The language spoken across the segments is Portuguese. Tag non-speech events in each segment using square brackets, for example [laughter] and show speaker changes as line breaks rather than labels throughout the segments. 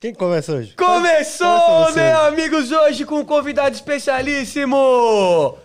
Quem começa hoje?
Começou, né,
Começa você.
meu amigos, hoje com um convidado especialíssimo!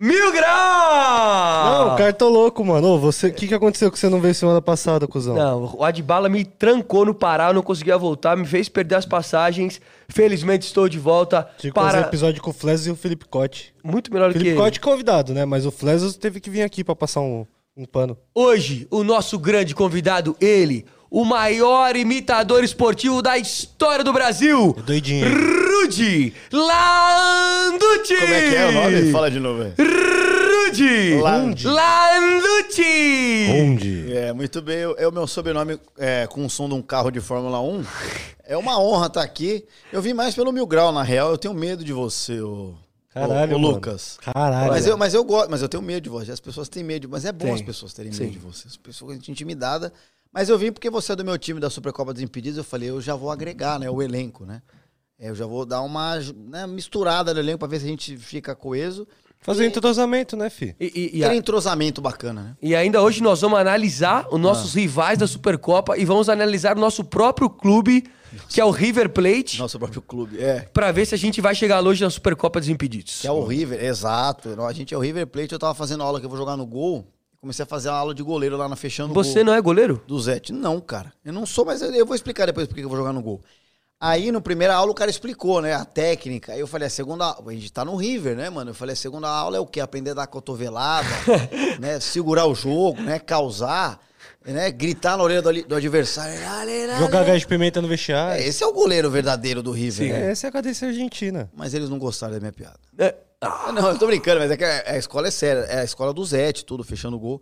Mil Grau!
Não, o cara tô louco, mano. Ô, você, o que, que aconteceu que você não veio semana passada, cuzão?
Não, o Adbala me trancou no Pará, eu não conseguia voltar, me fez perder as passagens. Felizmente estou de volta
Tive que fazer
para
episódio com o Flesos e o Felipe Cote.
muito melhor do que
Felipe Cote convidado, né? Mas o Flesos teve que vir aqui pra passar um, um pano.
Hoje, o nosso grande convidado, ele, o maior imitador esportivo da história do Brasil,
É doidinho. hein?
Rudy Landucci!
Como é que é o nome? Fala de novo aí.
Rudy
Landucci.
Oh.
Landucci!
Onde?
É, muito bem. eu- É o meu sobrenome é, com o som de um carro de Fórmula 1. É uma honra estar aqui. Eu vim mais pelo Mil Grau, na real. Eu tenho medo de você, ô,
Caralho,
ô- ô
mano.
Lucas.
Caralho.
Mas eu, mas eu gosto, mas eu tenho medo de você. As pessoas têm medo, mas é bom
Tem.
as pessoas terem
Sim.
medo de você. As pessoas sentem intimidada. Mas eu vim porque você é do meu time da Supercopa dos Impedidos. Eu falei, eu já vou agregar, né, o elenco, né? É, Eu já vou dar uma né, misturada no elenco para ver se a gente fica coeso.
Fazer um entrosamento, né, fi?
E, e-
E
e a-
ter entrosamento bacana, né?
e ainda hoje nós vamos analisar os nossos
Ah.
rivais da Supercopa e vamos analisar o nosso próprio clube, que é o River Plate,
Nosso próprio clube. É.
pra ver se a gente vai chegar longe na Supercopa dos Impedidos.
Que é o River, exato. Não, A gente é o River Plate, eu tava fazendo aula que eu vou jogar no gol. Comecei a fazer a aula de goleiro lá na fechando o
Você
gol
não é goleiro?
do Zete. Não, cara. Eu não sou, mas eu, eu vou explicar depois porque que eu vou jogar no gol. Aí, no primeira aula, o cara explicou, né, a técnica. Aí eu falei, a segunda aula... A gente tá no River, né, mano? Eu falei, a segunda aula é o quê? Aprender a dar cotovelada,
[laughs]
né? Segurar o jogo, né? Causar, né? Gritar na orelha do, ali- do adversário. Ale, ale.
Jogar gás de pimenta no
É,
vestiário.
Esse é o goleiro verdadeiro do River,
É,
né?
Essa é a cadência argentina.
Mas eles não gostaram da minha piada.
É.
Ah, Não, eu tô brincando, mas é que a, a escola é séria. É a escola do Zete, tudo, fechando o gol.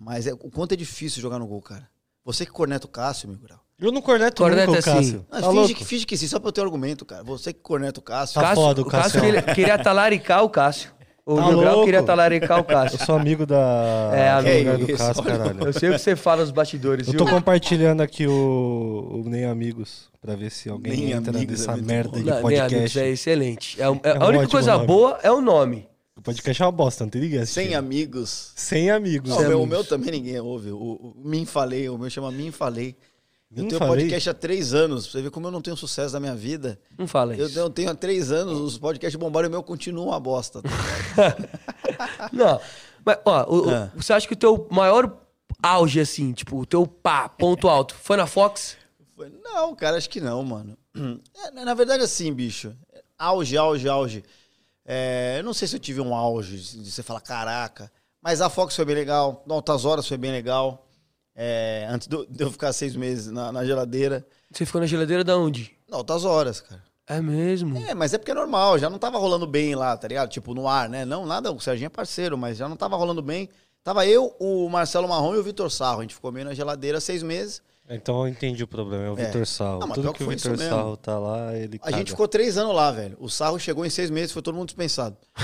Mas é, o quanto é difícil jogar no gol, cara. Você que corneta o Cássio, meu grau.
Eu não corneto
Corneta
nunca, o
assim.
Cássio.
Ah,
Tá
finge,
louco?
que, finge que sim, só pra eu ter um argumento, cara. Você que corneta o Cássio.
Tá foda o
o
Cássio.
Cássio queria, queria talaricar o Cássio. O
Tá
Mil Grau
louco? Ah,
queria talaricar o
Eu [laughs]
Cássio.
sou amigo da...
É,
do
amigo.
lugar do
Isso,
Cássio,
olha.
caralho.
Eu sei o que você fala nos bastidores,
Eu
viu?
tô compartilhando aqui o, o Nem Amigos pra ver se alguém
Nem
entra
Amigos é
nessa
muito
merda de
Não, nem, amigos,
podcast.
é excelente. É, um- é-
É um
a única
ótimo
coisa
nome.
boa é o nome.
O podcast é uma bosta, não tem ninguém assistindo.
Sem amigos.
Sem amigos.
Não, o, meu, o
amigos.
meu tá- também ninguém ouve. O, o Mim Falei, o meu chama Mim Falei.
Mim
Eu tenho
Falei?
podcast há três anos. pra Você vê como eu não tenho sucesso na minha vida.
Não fala
Eu
isso.
tenho, eu tenho há três anos, os podcasts bombaram e o meu continua uma bosta. tá ligado?
Não. Mas, ó, o- o-
Ah.
você acha que o teu maior auge, assim, tipo, o teu pá, ponto alto, foi na Fox?
Foi, Não, cara, acho que não, mano. [clears throat] É, na- na verdade, assim, bicho. Auge, auge, auge. É, eu não sei se eu tive um auge de você falar, caraca. Mas a Fox foi bem legal. No Altas Horas foi bem legal. É, antes do- de eu ficar seis meses na, na geladeira.
Você ficou na geladeira da onde?
No Altas Horas, cara.
É mesmo?
É, mas é porque é normal. Já não tava rolando bem lá, tá ligado? Tipo, no ar, né? Não, nada. O Serginho é parceiro, mas já não tava rolando bem. Tava eu, o Marcelo Marrom e o Vitor Sarro. A gente ficou meio na geladeira seis meses.
Então eu entendi o problema, é o
É.
Vitor Sarro.
Não, mas
Tudo
pior
que
que
o
foi
Vitor
isso mesmo.
Sarro tá lá, ele
A gente
caga.
ficou três anos lá, velho. O sarro chegou em seis meses, foi todo mundo
[laughs]
dispensado. [laughs]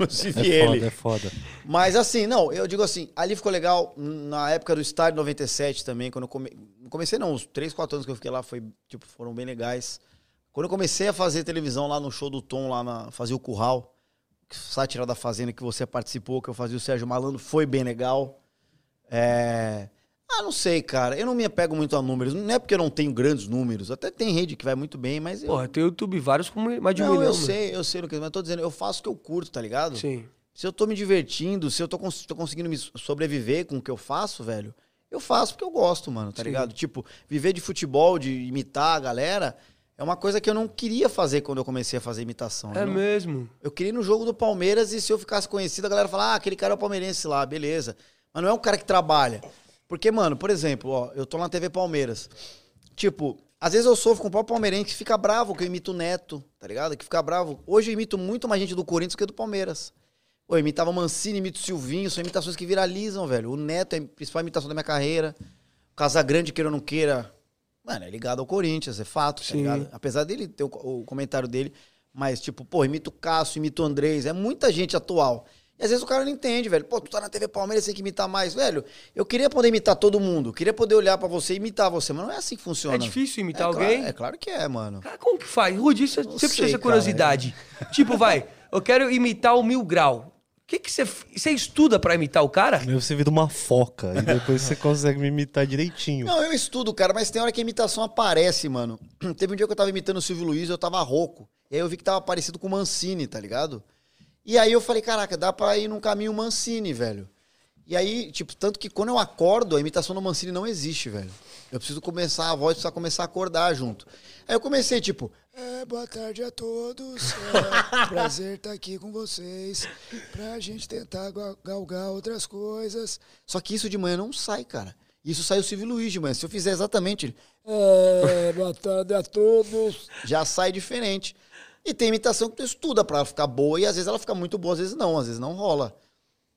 Inclusive
É
ele.
foda, é foda.
Mas assim, não, eu digo assim, ali ficou legal na época do estádio 97 também, quando eu come... não comecei não, os 3, 4 anos que eu fiquei lá foi, tipo, foram bem legais. Quando eu comecei a fazer televisão lá no show do Tom, lá na fazia o Curral, sátira da fazenda que você participou, que eu fazia o Sérgio Malandro, foi bem legal. É... Ah, não sei, cara. Eu não me apego muito a números. Não é porque eu não tenho grandes números. Até tem rede que vai muito bem, mas eu...
Porra, tem YouTube vários com mais de um
não,
milhão. mano.
eu sei, eu sei, Lucas, mas eu tô dizendo, eu faço o que eu curto, tá ligado?
Sim.
Se eu tô me divertindo, se eu tô, cons- tô conseguindo me so- sobreviver com o que eu faço, velho, eu faço porque eu gosto, mano, tá
Sim.
ligado? Tipo, viver de futebol, de imitar a galera, é uma coisa que eu não queria fazer quando eu comecei a fazer imitação.
É
eu, não-
mesmo.
eu queria ir no jogo do Palmeiras e se eu ficasse conhecido, a galera falar, ah, aquele cara é o palmeirense lá, beleza. Mas não é um cara que trabalha. Porque, mano, por exemplo, ó, eu tô na TV Palmeiras. Tipo, às vezes eu sofro com o próprio palmeirense que fica bravo que eu imito o Neto, tá ligado? Que fica bravo. Hoje eu imito muito mais gente do Corinthians que do Palmeiras. Eu imitava Mancini, imito Silvinho, são imitações que viralizam, velho. O Neto é a principal imitação da minha carreira. Casagrande, queira ou não queira, mano, é ligado ao Corinthians, é fato, tá
Sim.
ligado? Apesar dele ter o, o comentário dele, mas tipo, pô, imito o Cássio, imito o Andrés, é muita gente atual. E às vezes o cara não entende, velho. Pô, tu tá na TV Palmeiras, tem que imitar mais. Velho, eu queria poder imitar todo mundo, queria poder olhar pra você e imitar você, mas não é assim que funciona.
É difícil imitar
É claro-
alguém?
é claro que é, mano.
Cara, como que faz? Rudy, isso eu
Não
sempre tive
sei,
essa
cara, é.
curiosidade. Tipo, vai, eu quero imitar o Mil Grau. O que que você você estuda pra imitar o cara?
Meu, você vira uma foca e depois você consegue me imitar direitinho.
Não, eu estudo, cara, mas tem hora que a imitação aparece, mano. [clears throat] Teve um dia que eu tava imitando o Silvio Luiz, eu tava rouco. E aí eu vi que tava parecido com o Mancini, tá ligado? E aí eu falei, caraca, dá pra ir num caminho Mancini, velho. E aí, tipo, tanto que quando eu acordo, a imitação do Mancini não existe, velho. Eu preciso começar, a voz precisa começar a acordar junto. Aí eu comecei, tipo,
É, boa tarde a todos.
um [laughs]
É, prazer
tá
estar aqui com vocês pra gente tentar ga- galgar outras coisas.
só que isso de manhã não sai, cara. Isso sai o Silvio Luiz de manhã. Se eu fizer exatamente, ele
É, boa tarde a todos.
já sai diferente. E tem imitação que tu estuda pra ela ficar boa, e às vezes ela fica muito boa, às vezes não, às vezes não rola.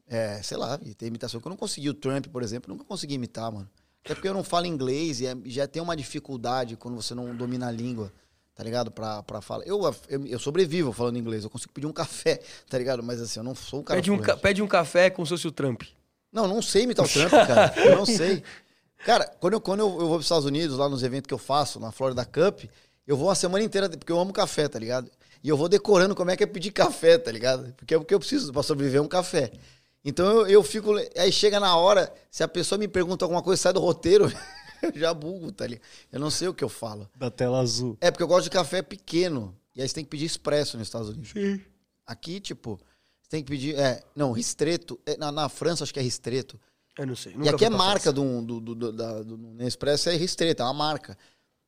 É, sei lá, e tem imitação que eu não consegui. O Trump, por exemplo, nunca consegui imitar, mano. Até porque eu não falo inglês e é- já tem uma dificuldade quando você não domina a língua, tá ligado? Pra, pra falar. Eu, eu, eu sobrevivo falando inglês, eu consigo pedir um café, [laughs] tá ligado? Mas assim, eu não sou um cara.
Pede um, ca-
fluente.
pede um café como se fosse o Trump.
Não, não sei imitar o Trump, cara. Eu não sei. Cara, quando, eu, quando eu, eu vou para os Estados Unidos, lá nos eventos que eu faço, na Florida Cup, eu vou uma semana inteira, porque eu amo café, tá ligado? E eu vou decorando como é que é pedir café, tá ligado? Porque é o que eu preciso para sobreviver é um café. Então eu, eu fico. le- Aí chega na hora, se a pessoa me pergunta alguma coisa, sai do roteiro, [laughs] eu já bugo, tá ligado? Eu não sei o que eu falo.
Da tela azul.
É, porque eu gosto de café pequeno. E aí você tem que pedir expresso nos Estados Unidos. Aqui, tipo, você tem que pedir. É, não, ristreto. É, na, na França, acho que é ristreto.
Eu não sei.
E aqui é marca de um- do, do, do, da, do Nespresso, é restrita, é uma marca.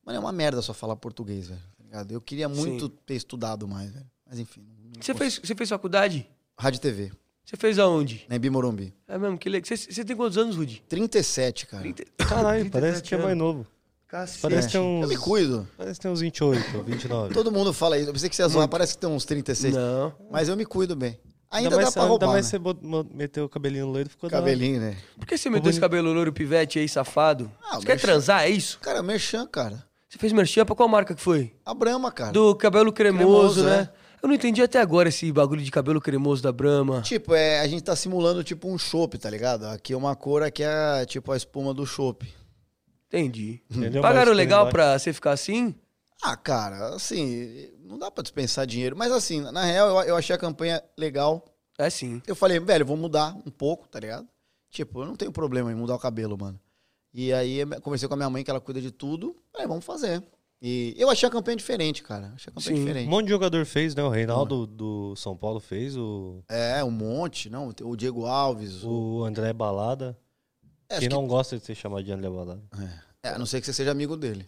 Mano, é uma merda só falar português, velho. tá ligado? Eu queria muito ter estudado mais, velho. Mas enfim. não-
Você fez, você fez faculdade?
Rádio e TV,
Você fez aonde?
né? Bimorumbi.
É mesmo, que legal. Você, você tem quantos anos, Rudy?
37, cara.
Caralho, parece que é mais novo. Parece que é tem
É. Eu
uns.
me cuido.
Parece que tem uns 28, 29.
Todo mundo fala isso. Eu pensei que você ia zoar, parece que tem uns 36.
Não.
Mas eu me cuido bem. Ainda
mais,
dá pra roubar.
Ainda mais
né?
você bot- mo- meteu o cabelinho loiro e ficou da hora.
Cabelinho, né?
Por que você meteu esse cabelo loiro pivete aí, safado?
Ah,
você quer
merchan.
transar, é isso?
Cara, merchan, cara.
Você fez merchan pra qual marca que foi?
A Brahma, cara.
Do cabelo cremoso,
Cremoso, é.
né? Eu não entendi até agora esse bagulho de cabelo cremoso da Brahma.
Tipo, é, a gente tá simulando tipo um chopp, tá ligado? Aqui é uma cor, aqui é tipo a espuma do chopp.
Entendi.
Entendeu?
Pagaram
Mas
legal
tem
pra você ficar assim?
Ah, cara, assim, não dá pra dispensar dinheiro. Mas assim, na real, eu, eu achei a campanha legal.
É sim.
Eu falei, velho, vou mudar um pouco, tá ligado? Tipo, eu não tenho problema em mudar o cabelo, mano. E aí eu conversei com a minha mãe, que ela cuida de tudo. Falei, vamos fazer. E eu achei a campanha diferente, cara. Achei a campanha
Sim.
Um
diferente.
monte de jogador fez, né? O
Uhum.
Reinaldo do São Paulo fez, o,
É, um monte, não. O Diego Alves. O...
o André Balada.
É, acho
Quem
que-
não gosta de ser chamado de André
[laughs]
Balada.
É, a não ser que você seja amigo dele.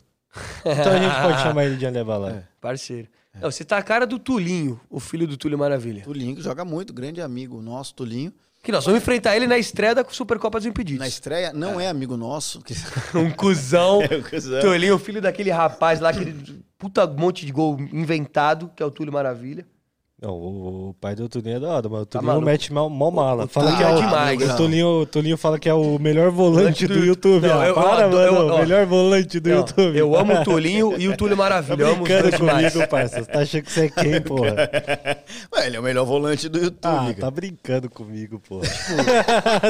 Então a gente pode chamar ele de André Balada.
É.
Parceiro. Não, você tá a cara do Tulinho, o filho do Túlio Maravilha.
Tulinho, que joga muito, grande amigo nosso, Tulinho.
Que nós vamos enfrentar ele na estreia da Supercopa dos Impedidos.
Na estreia, não é, amigo nosso. que- [laughs]
Um
[laughs]
cuzão.
É
cuzão.
Tulinho, filho daquele rapaz lá, aquele puta monte de gol inventado, que é o Túlio Maravilha.
Não, o, o pai do Tulinho é da hora, mas o Tulinho
Tá maluco?
mete mal, mal mala. Fala
Tulinho
que é
é
o,
demais.
o Tulinho, o Tulinho fala que é o melhor volante do YouTube.
Não,
ó.
eu- eu
Para,
adoro-
mano.
eu- ó.
o melhor volante do
Não,
YouTube.
Eu amo
[laughs]
o Tulinho e o Túlio
Tá
Maravilha. Eu amo os
brincando
dois demais.
comigo, parça. Você tá achando que você é
[laughs]
quem, porra?
Ué, ele é o melhor volante do YouTube,
Ah,
cara.
tá brincando comigo, porra.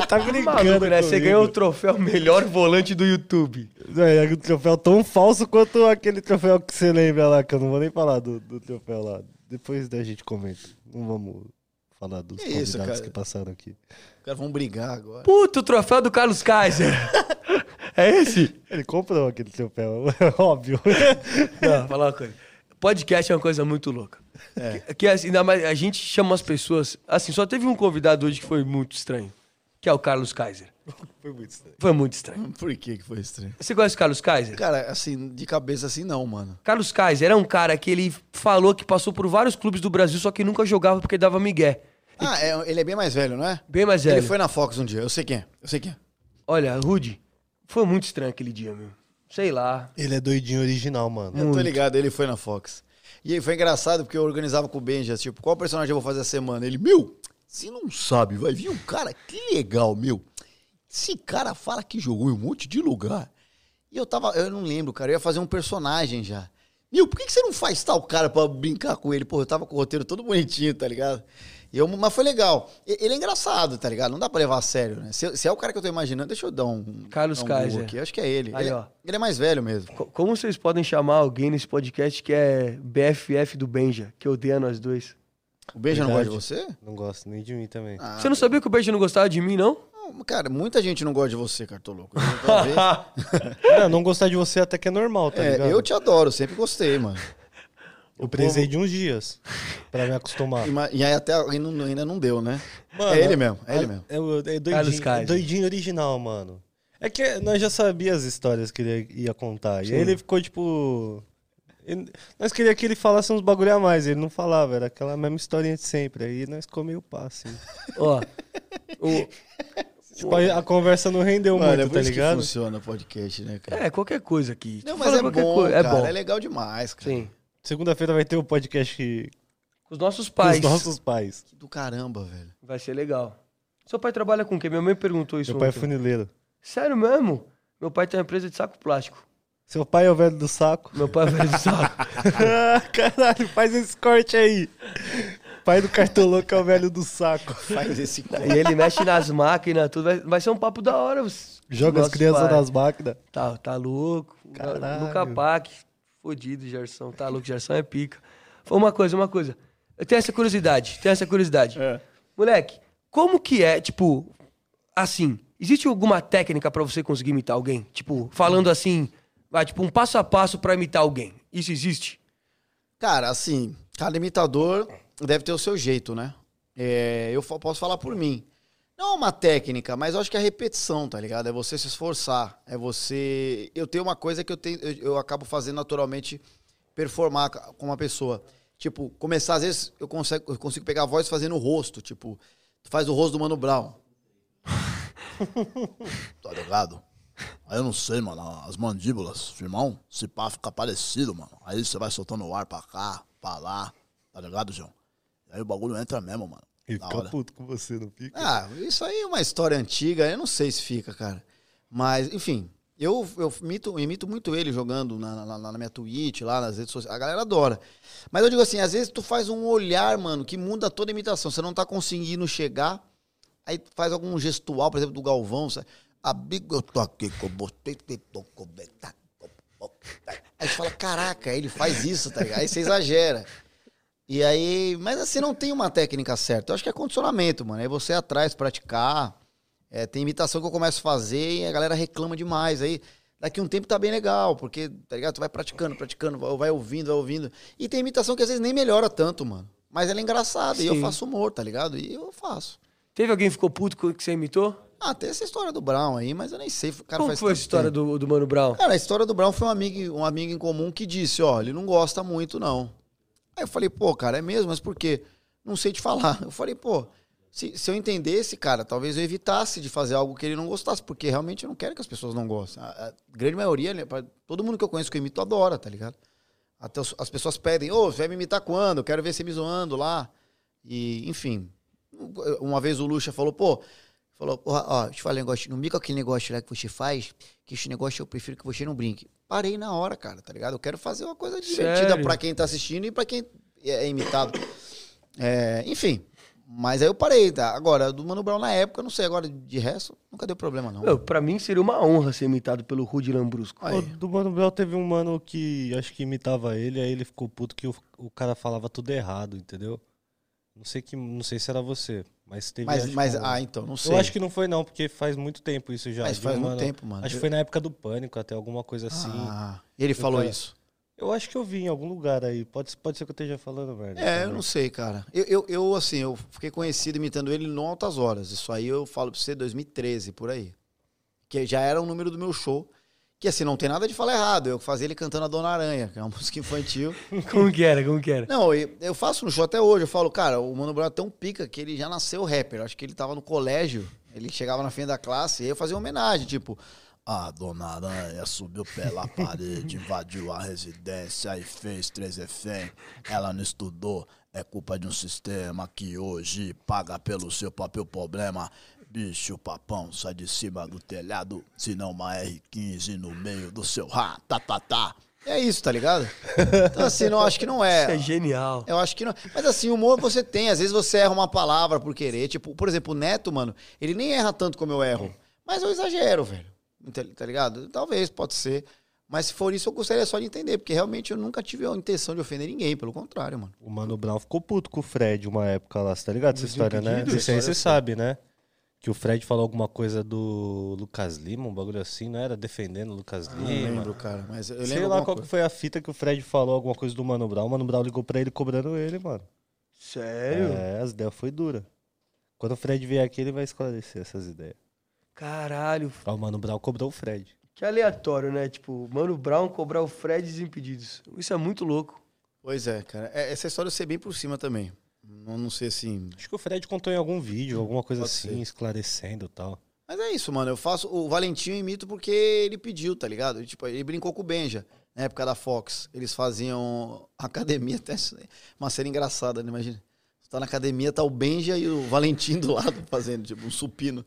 tá brincando
Maluco, né?
comigo.
Você ganhou o troféu melhor volante do YouTube.
É um troféu tão falso quanto aquele troféu que você lembra lá, que eu não vou nem falar do, do troféu lá. Depois da gente comenta. Não vamos falar dos
Que
convidados
isso, cara?
que passaram aqui.
Os caras vão brigar agora.
Puta, o troféu do Carlos
[laughs]
Kaiser. É esse?
Ele comprou aquele troféu, [laughs] óbvio.
Não, falar uma coisa. Podcast é uma coisa muito louca.
É.
Que, que assim, ainda mais, a gente chama as pessoas. Assim, só teve um convidado hoje que foi muito estranho, que é o Carlos Kaiser.
[laughs] Foi muito estranho.
Foi muito estranho.
Por que que foi estranho?
Você conhece o Carlos Kaiser?
Cara, assim, de cabeça assim não, mano.
Carlos Kaiser era um cara que ele falou que passou por vários clubes do Brasil, só que nunca jogava porque dava migué.
Ah, é, ele é bem mais velho, não é?
Bem mais
Ele
velho.
foi na Fox um dia, eu sei quem é, eu sei quem é.
Olha, Rude, foi muito estranho aquele dia, meu. Sei lá.
Ele é doidinho original, mano.
Eu tô ligado, ele foi na Fox. E aí foi engraçado porque eu organizava com o Benja, tipo, qual personagem eu vou fazer a semana? Ele, meu, você não sabe, vai vir um cara, que legal, meu. Esse cara fala que jogou em um monte de lugar. E eu tava, eu não lembro, cara, eu ia fazer um personagem já. Nil, por que, que você não faz tal cara pra brincar com ele? Pô, eu tava com o roteiro todo bonitinho, tá ligado? E eu, mas foi legal. E- Ele é engraçado, tá ligado? Não dá pra levar a sério, né? Se, se é o cara que eu tô imaginando, deixa eu dar um.
Carlos
dar um Google
Kaiser.
Aqui. Acho que é ele.
Aí,
ele,
ó.
ele é mais velho mesmo.
Co- Como vocês podem chamar alguém nesse podcast que é BFF do Benja, que odeia nós dois?
O Benja não gosta de
Verdade.
você?
Não gosto nem de mim também.
Ah.
Você não sabia que o Beijo não gostava de mim, não?
Não, Cara, muita gente não gosta de você, Cartoloco. Eu, talvez-
Não, não gostar de você até que é normal, tá
É,
ligado?
eu te adoro, sempre gostei, mano.
Eu precisei de uns dias pra me acostumar.
E, ma- e aí até aí não- ainda não deu, né?
Mano,
é ele mesmo, é ele
a-
mesmo.
É, o- é
Carlos
doidinho,
Kaiser.
é doidinho original, mano. É que nós já sabia as histórias que ele ia ia contar. E aí ele ficou, tipo... ele- nós queria que ele falasse uns bagulho a mais. Ele não falava, era aquela mesma historinha de sempre. Aí nós comeu o passe.
Ó. o-
tipo, a, a conversa não rendeu
Mano, é
muito,
por
tá
isso que
ligado?
funciona o podcast, né, cara?
É, qualquer coisa aqui.
Não,
Tu
mas
fala
é
qualquer
bom,
coisa.
cara.
É bom.
É legal demais, cara.
Sim.
Segunda-feira vai ter o podcast que...
Com os
com os
nossos pais.
nossos pais.
Do caramba, velho.
Vai ser legal. Seu pai trabalha com o quê? Minha mãe perguntou isso
Meu pai é
ontem.
funileiro.
Sério mesmo? Meu pai tem uma empresa de saco plástico.
Seu pai é o velho do
[laughs]
saco.
Meu pai é velho do saco.
Ah, [laughs] Caralho, faz esse corte aí. Pai do cartoloco é o velho do saco.
Faz esse cu.
e ele mexe nas máquinas, tudo. Vai, vai ser um papo da hora. os-
Joga as
nossos
crianças
pais.
nas máquinas.
Tá, tá louco.
Caralho.
No Capac. Fodido, Gerson. Tá louco, Gerson é pica. Foi uma coisa, uma coisa. Eu tenho essa curiosidade, tenho essa curiosidade. Moleque, como que é, tipo, assim, existe alguma técnica pra você conseguir imitar alguém? Tipo, falando assim, vai, tipo, um passo a passo pra imitar alguém. Isso existe?
Cara, assim, cada imitador deve ter o seu jeito, né? É, eu fa- posso falar por mim. Não é uma técnica, mas eu acho que é repetição, tá ligado? É você se esforçar. É você. Eu tenho uma coisa que eu, tenho, eu, eu acabo fazendo naturalmente performar ca- com uma pessoa. Tipo, começar, às vezes, eu consigo, eu consigo pegar a voz fazendo o rosto. Tipo, tu faz o rosto do Mano Brown.
tá ligado? Aí eu não sei, mano, as mandíbulas, irmão, se pá fica parecido, mano. Aí você vai soltando o ar pra cá, pra lá, tá ligado, João? Aí o bagulho entra mesmo, mano.
Ele
Da
fica
hora.
puto com você, não fica?
Ah, isso aí é uma história antiga, eu não sei se fica, cara. Mas, enfim, eu, eu imito, imito muito ele jogando na, na- na- na minha Twitch, lá nas redes sociais. A galera adora. Mas eu digo assim, às vezes tu faz um olhar, mano, que muda toda a imitação. Você não tá conseguindo chegar, aí tu faz algum gestual, por exemplo, do Galvão, sabe?
Amigo, eu tô aqui com você, que tô comentando.
Aí tu fala, caraca, ele faz isso, tá ligado? Aí você exagera. E aí, mas assim, não tem uma técnica certa. Eu acho que é condicionamento, mano. Aí você atrás, praticar. É, tem imitação que eu começo a fazer e a galera reclama demais. Aí daqui um tempo tá bem legal, porque, tá ligado? Tu vai praticando, praticando, vai- vai ouvindo, vai ouvindo. E tem imitação que às vezes nem melhora tanto, mano. Mas ela é engraçada e eu
Sim.
faço humor, tá ligado? E eu faço.
Teve alguém que ficou puto com o que você imitou?
Ah, tem essa história do Brown aí, mas eu nem sei. Cara,
Como
faz
foi essa
tanto
história
tempo.
do, do Mano Brown?
Cara, a história do Brown foi um amigo, um amigo em comum que disse, ó, ele não gosta muito, não. Aí eu falei, pô, cara, é mesmo? Mas por quê? Não sei te falar. [laughs] Eu falei, pô, se, se eu entendesse, cara, talvez eu evitasse de fazer algo que ele não gostasse, porque realmente eu não quero que as pessoas não gostem. A, a grande maioria, né, pra- todo mundo que eu conheço que eu imito adora, tá ligado? Até os- as pessoas pedem, ô, você vai me imitar quando? Eu quero ver você me zoando lá. E, enfim. Uma vez o Lucha falou, pô, falou, porra, ó, deixa eu falar um negócio, não mica aquele negócio lá que você faz, que esse negócio eu prefiro que você não brinque. Parei na hora, cara, tá ligado? Eu quero fazer uma coisa divertida
Sério?
pra quem tá assistindo e pra quem é é imitado. É, enfim. Mas aí eu parei, tá? Agora, do Mano Brown na época, eu não sei, agora de resto, nunca deu problema, não.
Meu, pra mim seria uma honra ser imitado pelo Rudy Lambrusco.
É, Aí.
O do Mano Brown teve um mano que acho que imitava ele, aí ele ficou puto que o, o cara falava tudo errado, entendeu? Não sei que, não sei se era você, mas teve.
Mas,
acho
mas
que um-
ah, então, não sei.
eu acho que não foi não, porque faz muito tempo isso já.
Mas
de
faz
um
muito tempo, mano.
Acho que foi na época do pânico, até alguma coisa assim.
Ah, ele falou
cara-
isso.
Eu acho que eu vi em algum lugar aí. Pode, pode ser que eu esteja falando, tá velho.
É, eu não sei, cara. Eu, eu, eu, assim, eu fiquei conhecido imitando ele no Altas Horas. Isso aí eu falo pra você, 2013, por aí. Que já era o número do meu show. Que assim, não tem nada de falar errado. Eu fazia ele cantando a Dona Aranha, que é uma [laughs] música infantil.
[laughs] Como que era? Como que era?
Não, e- eu faço no show até hoje. Eu falo, cara, o Mano Brown é tão pica que ele já nasceu rapper. Acho que ele tava no colégio, ele chegava na frente da classe e aí eu fazia uma homenagem, tipo.
A dona aranha subiu pela parede, invadiu a residência e fez três refém. Ela não estudou, é culpa de um sistema que hoje paga pelo seu papel problema. Bicho papão, sai de cima do telhado, senão uma R15 no meio do seu ra, tá, tá, tá.
É isso, tá ligado? Então, assim, não, acho que
[laughs]
não [laughs] é.
Isso é genial.
Eu acho que não. Mas assim, humor você tem. Às vezes você erra uma palavra por querer. Tipo, por exemplo, o Neto, mano, ele nem erra tanto como eu erro. Mas eu exagero, velho. Tá- Tá ligado? Talvez, pode ser. Mas se for isso, eu gostaria só de entender, porque realmente eu nunca tive a intenção de ofender ninguém, pelo contrário, mano.
O Mano Brown ficou puto com o Fred uma época lá, você tá ligado? Essa história, né?
Desimpedidos?
Isso aí você sabe, né? Que o Fred falou alguma coisa do Lucas Lima, um bagulho assim, não era? Defendendo o Lucas
Não
Lima.
Ah, lembro, cara, mas eu lembro
Sei lá
alguma
qual que
coisa.
foi a fita que o Fred falou, alguma coisa do Mano Brown. O Mano Brown ligou pra ele cobrando ele, mano.
Sério?
É, as ideias foi dura. Quando o Fred vier aqui, ele vai esclarecer essas ideias.
Caralho,
Ó, o Mano Brown cobrou o Fred.
que aleatório, né? Tipo, Mano Brown cobrar o Fred desimpedidos. Isso é muito louco.
Pois é, cara. É, essa história eu sei bem por cima também. Não, não sei assim.
Acho que o Fred contou em algum vídeo, alguma coisa
Pode
assim,
ser.
esclarecendo e tal.
Mas é isso, mano. Eu faço. O Valentim eu imito porque ele pediu, tá ligado? Ele, Tipo, ele brincou com o Benja na época da Fox. Eles faziam [laughs] academia até. Uma cena engraçada, né? Imagina. Você tá na academia, tá o Benja e o Valentim do lado [laughs] fazendo, tipo, um supino.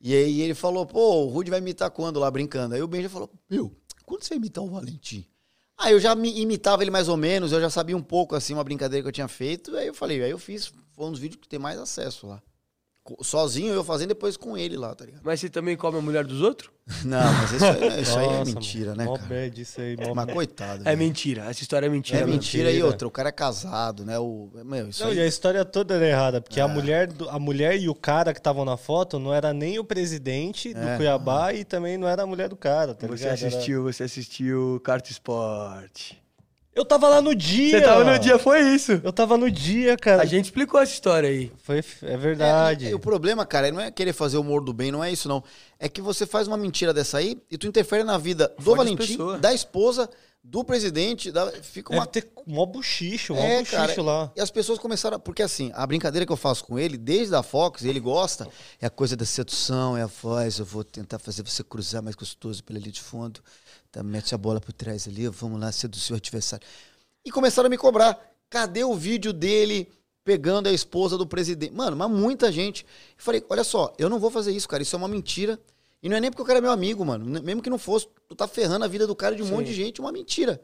E aí ele falou, pô, o Rude vai imitar quando lá brincando? Aí o Benja falou, meu, quando você vai imitar o Valentim? Aí eu já me imitava ele mais ou menos, eu já sabia um pouco, assim, uma brincadeira que eu tinha feito. Aí eu falei, aí eu fiz, foi um dos vídeos que tem mais acesso lá. Co- Sozinho, eu fazendo, depois com ele lá, tá ligado?
Mas você também come a mulher dos outros?
Não, mas isso, aí- isso aí é
Nossa,
mentira,
mano. Mó
né, cara?
bad isso aí, mó
Mas coitado.
É
velho.
mentira. Essa história é mentira.
É
mano.
mentira e
mentira.
outra. O cara é casado, né? O, meu, isso
Não,
aí- É.
e a história toda era errada, porque a, mulher do- a mulher e o cara que estavam na foto não era nem o presidente do
É.
Cuiabá e também não era a mulher do cara, tá
Você
ligado? Era-
assistiu, você assistiu Carta Esporte.
Eu tava lá no dia!
Você tava no dia, foi isso.
Eu tava no dia, cara.
A gente explicou essa história aí.
Foi, é
É,
verdade.
e- e o problema, cara, não é querer fazer o humor do bem, não é isso, não. É que você faz uma mentira dessa aí e tu interfere na vida do
Fode as
Valentim,
pessoas.
da esposa, do presidente, da- fica uma...
Deve É ter mó buchicho, mó
É,
buchicho
cara.
lá.
E as pessoas começaram. a- Porque assim, a brincadeira que eu faço com ele, desde a Fox, ele gosta, é a coisa da sedução, é a voz. Eu vou tentar fazer você cruzar mais gostoso pela linha de fundo. Tá, mete a bola por trás ali, vamos lá, seduzir o adversário. E começaram a me cobrar. Cadê o vídeo dele pegando a esposa do presidente? Mano, mas muita gente. Eu falei, olha só, eu não vou fazer isso, cara. Isso é uma mentira. E não é nem porque o cara é meu amigo, mano. N- Mesmo que não fosse, tu tá ferrando a vida do cara e de um monte de gente, é uma mentira.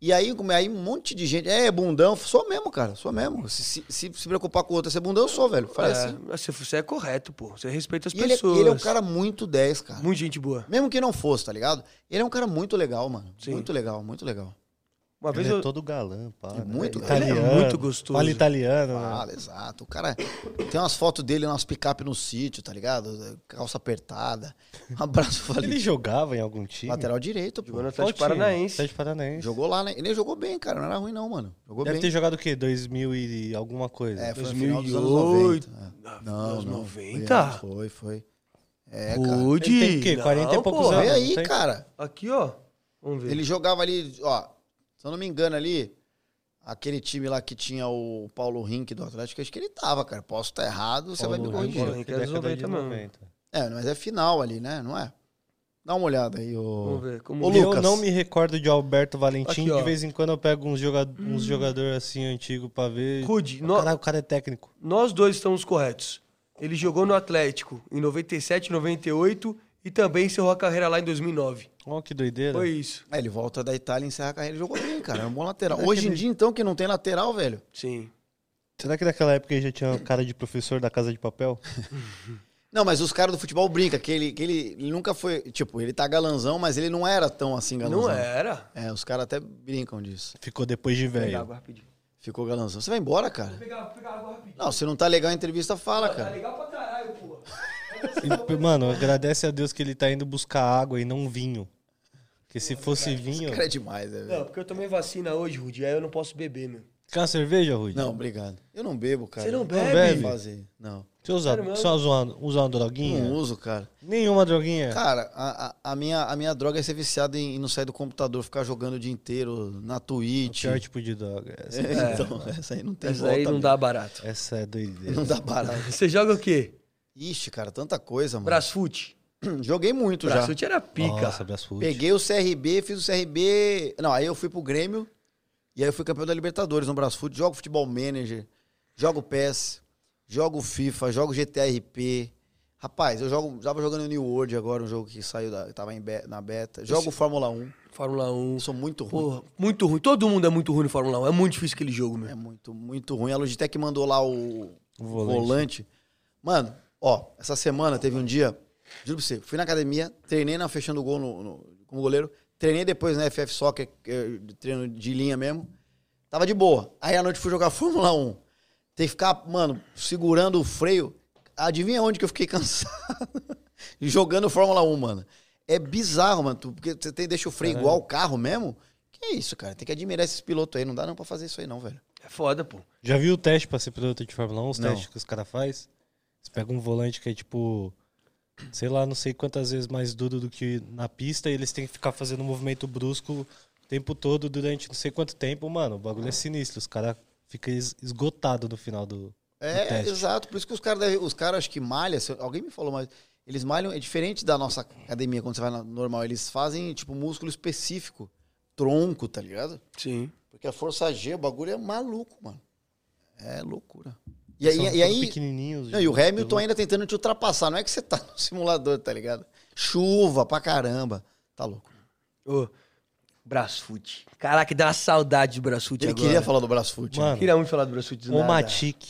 E aí, como é, aí um monte de gente. É, bundão. Sou mesmo, cara. Sou mesmo. Se, se, se, se preocupar com o outro é ser bundão, eu sou, velho. Falei
É,
assim.
Você, você é correto, pô. Você respeita as
E ele, é-
pessoas.
ele é um cara muito 10, cara.
Muito gente boa.
Mesmo que não fosse, tá ligado? Ele é um cara muito legal, mano.
Sim.
Muito legal, muito legal.
Uma
Ele
vez
é
eu.
todo galã, pá.
É
né?
muito-
italiano.
ele é muito gostoso.
Fala
Ah.
italiano, né?
Fala, exato. O cara tem umas fotos dele nas picape no sítio, tá ligado? Calça apertada.
[laughs]
Um abraço,
Ele
falei.
jogava em algum time?
Lateral direito, pô.
Jogou no
Qual
Atlético
time?
Paranaense.
Atlético Paranaense.
Jogou lá, né? Ele jogou bem, cara. Não era ruim, não, mano. Jogou
Deve ter
bem.
jogado o quê? 2000 e alguma coisa.
É, foi no final dos anos
2008.
90.
Ah,
É. Não,
anos
não.
90?
Foi, foi. É, cara.
Pude.
Ele tem o quê? 40 e
Não,
poucos
pô.
anos?
Vê
não
aí,
tem?
cara.
Aqui, ó. Vamos ver.
Ele jogava ali, ó. Se eu não me engano ali, aquele time lá que tinha o Paulo Rink do Atlético, acho que ele tava, cara. Posso estar errado, você vai me
Paulo Henrique,
corrigir.
Henrique é dos
década de
90 mesmo.
90.
É, mas é final ali, né? Não é? Dá uma olhada aí,
Vamos
ô.
ver. Como
Ô,
E Eu
Lucas.
não me recordo de Alberto Valentim.
Aqui, ó.
de vez em quando eu pego uns, joga uns jogadores assim antigos pra ver.
Rude,
Oh,
nó-
Caralho, o cara é técnico.
nós dois estamos corretos. Ele jogou no Atlético em 97, 98 e também encerrou a carreira lá em 2009.
Ó, que doideira.
Foi isso.
É, ele volta da Itália e encerra a carreira. Ele jogou bem, cara. É um bom lateral. Hoje em dia, então, que não tem lateral, velho.
Sim.
Será que naquela época ele já tinha cara de professor da Casa de
[laughs]
Papel?
Não, mas os caras do futebol brincam, que ele, que ele, ele nunca foi. Tipo, ele tá galanzão, mas ele não era tão assim galanzão.
Não era.
É, os caras até brincam disso.
Ficou depois de
Pegar
velho.
água rapidinho.
Ficou galanzão. Você vai embora, cara?
Pegar, pegar água rapidinho.
Não, se não tá legal a entrevista, fala,
Tá
cara.
legal pra caralho, pô.
E, Mano, agradece a Deus que ele tá indo buscar água e não vinho. Porque se fosse vinho.
Cara é demais, né, velho?
Não, porque eu tomei vacina hoje, Rudy, aí eu não posso beber, meu.
Quer uma cerveja, Rudy?
Não, obrigado. Eu não bebo, cara.
Você não
Eu
bebe?
vou fazer. Não.
Você usa,
Sério mesmo?
só usa uma, usa uma droguinha?
Não uso, cara.
Nenhuma droguinha?
Cara, a, a- a minha, a minha droga é ser viciado em, em não sair do computador, ficar jogando o dia inteiro na
O
Twitch. [laughs]
pior tipo de droga. é Essa,
É, então, essa aí não tem
Essa
volta.
aí não
mesmo.
dá barato. [laughs]
essa é doideira.
Não dá barato.
Você joga o quê?
Ixi, cara, tanta coisa, mano.
Brasfute?
Joguei muito já.
Brasfute era pica.
Nossa, abraço útil.
Peguei o CRB, fiz o CRB. Não, aí eu fui pro Grêmio. E aí eu fui campeão da Libertadores no Brasfoot. Jogo futebol manager, jogo PES, jogo FIFA, jogo GTRP. Rapaz, eu jogo, tava jogando New World agora, um jogo que saiu da, tava em be- na beta. Jogo Fórmula 1.
Fórmula 1.
Eu sou muito ruim.
Porra, muito ruim. Todo mundo é muito ruim no Fórmula 1. É muito difícil aquele jogo,
É
meu.
muito, muito ruim. A Logitech mandou lá o
O
volante.
volante.
Mano, ó, essa semana teve um dia, juro pra você, fui na academia, treinei na fechando o gol no, no- como goleiro, Treinei depois na FF Soccer, eh, treino de linha mesmo. Tava de boa. Aí à noite fui jogar [laughs] Fórmula 1. Tem que ficar, mano, segurando o freio. Adivinha onde que eu fiquei [laughs] cansado? Jogando Fórmula 1, mano. É bizarro, mano. tu- porque você tem, deixa o freio igual o carro mesmo. Que isso, cara? Tem que admirar esses pilotos aí. Não dá não pra fazer isso aí, não, velho.
É foda, pô.
Já viu o teste pra ser piloto de Fórmula 1? Os
Não.
testes que os caras fazem? Você pega um volante que é tipo, sei lá, não sei quantas vezes mais duro do que na pista e eles têm que ficar fazendo um movimento brusco o tempo todo durante não sei quanto tempo, mano. O bagulho é sinistro. Os caras ficam es- esgotados no final do. do
É,
teste.
exato. Por isso que os caras devem- os caras acho que malham, se- alguém me falou, mas eles malham, é diferente da nossa academia quando você vai na normal, eles fazem tipo músculo específico, tronco, tá ligado?
Sim.
Porque a força G, o bagulho é maluco, mano. É loucura.
São
E aí, e
tudo
aí
pequenininhos. né?
não, e o
de-
Hamilton ainda tentando te ultrapassar, não é que você tá [laughs] no simulador, tá ligado? Chuva pra caramba. Tá louco.
Ô, Brasfoot. Caraca, dá uma saudade do Brasfoot
Ele
agora.
queria falar do Brasfoot. né?
Mano,
Queria muito falar do Brasfoot.
o Matic.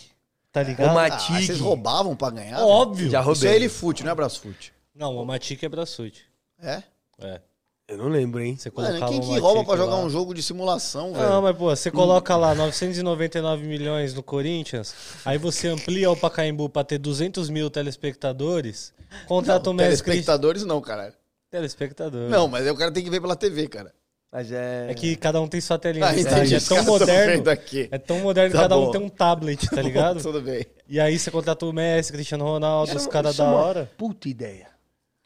Tá ligado?
O
Ah,
Matic.
vocês roubavam pra ganhar?
Óbvio.
Já
velho? Isso é
roubei.
ele fute, não é Brasfoot.
Não, o Matic é braçute.
É?
É.
Eu não lembro, hein?
Você colocar
Mano, quem
o
que
Matic
rouba pra jogar
lá. Ah,
um jogo de simulação, velho?
Não, mas pô, você coloca lá 999 milhões no Corinthians, aí você amplia o Pacaembu pra ter 200 mil telespectadores, contrata o Messi Cristiano...
Telespectadores não, caralho.
Telespectador.
Não, mas aí o cara tem que ver pela TV, cara.
Mas é.
É que cada um tem sua telinha,
Ah,
né?
entendi,
é
os
tão
caras tão
moderno,
vendo aqui.
é tão moderno que
Tá
cada um
bom.
tem um tablet, tá ligado?
[laughs] Tudo bem.
e aí você contrata o Messi, Cristiano Ronaldo,
Isso é
os
uma-
caras
isso é
da
uma
hora.
Puta ideia.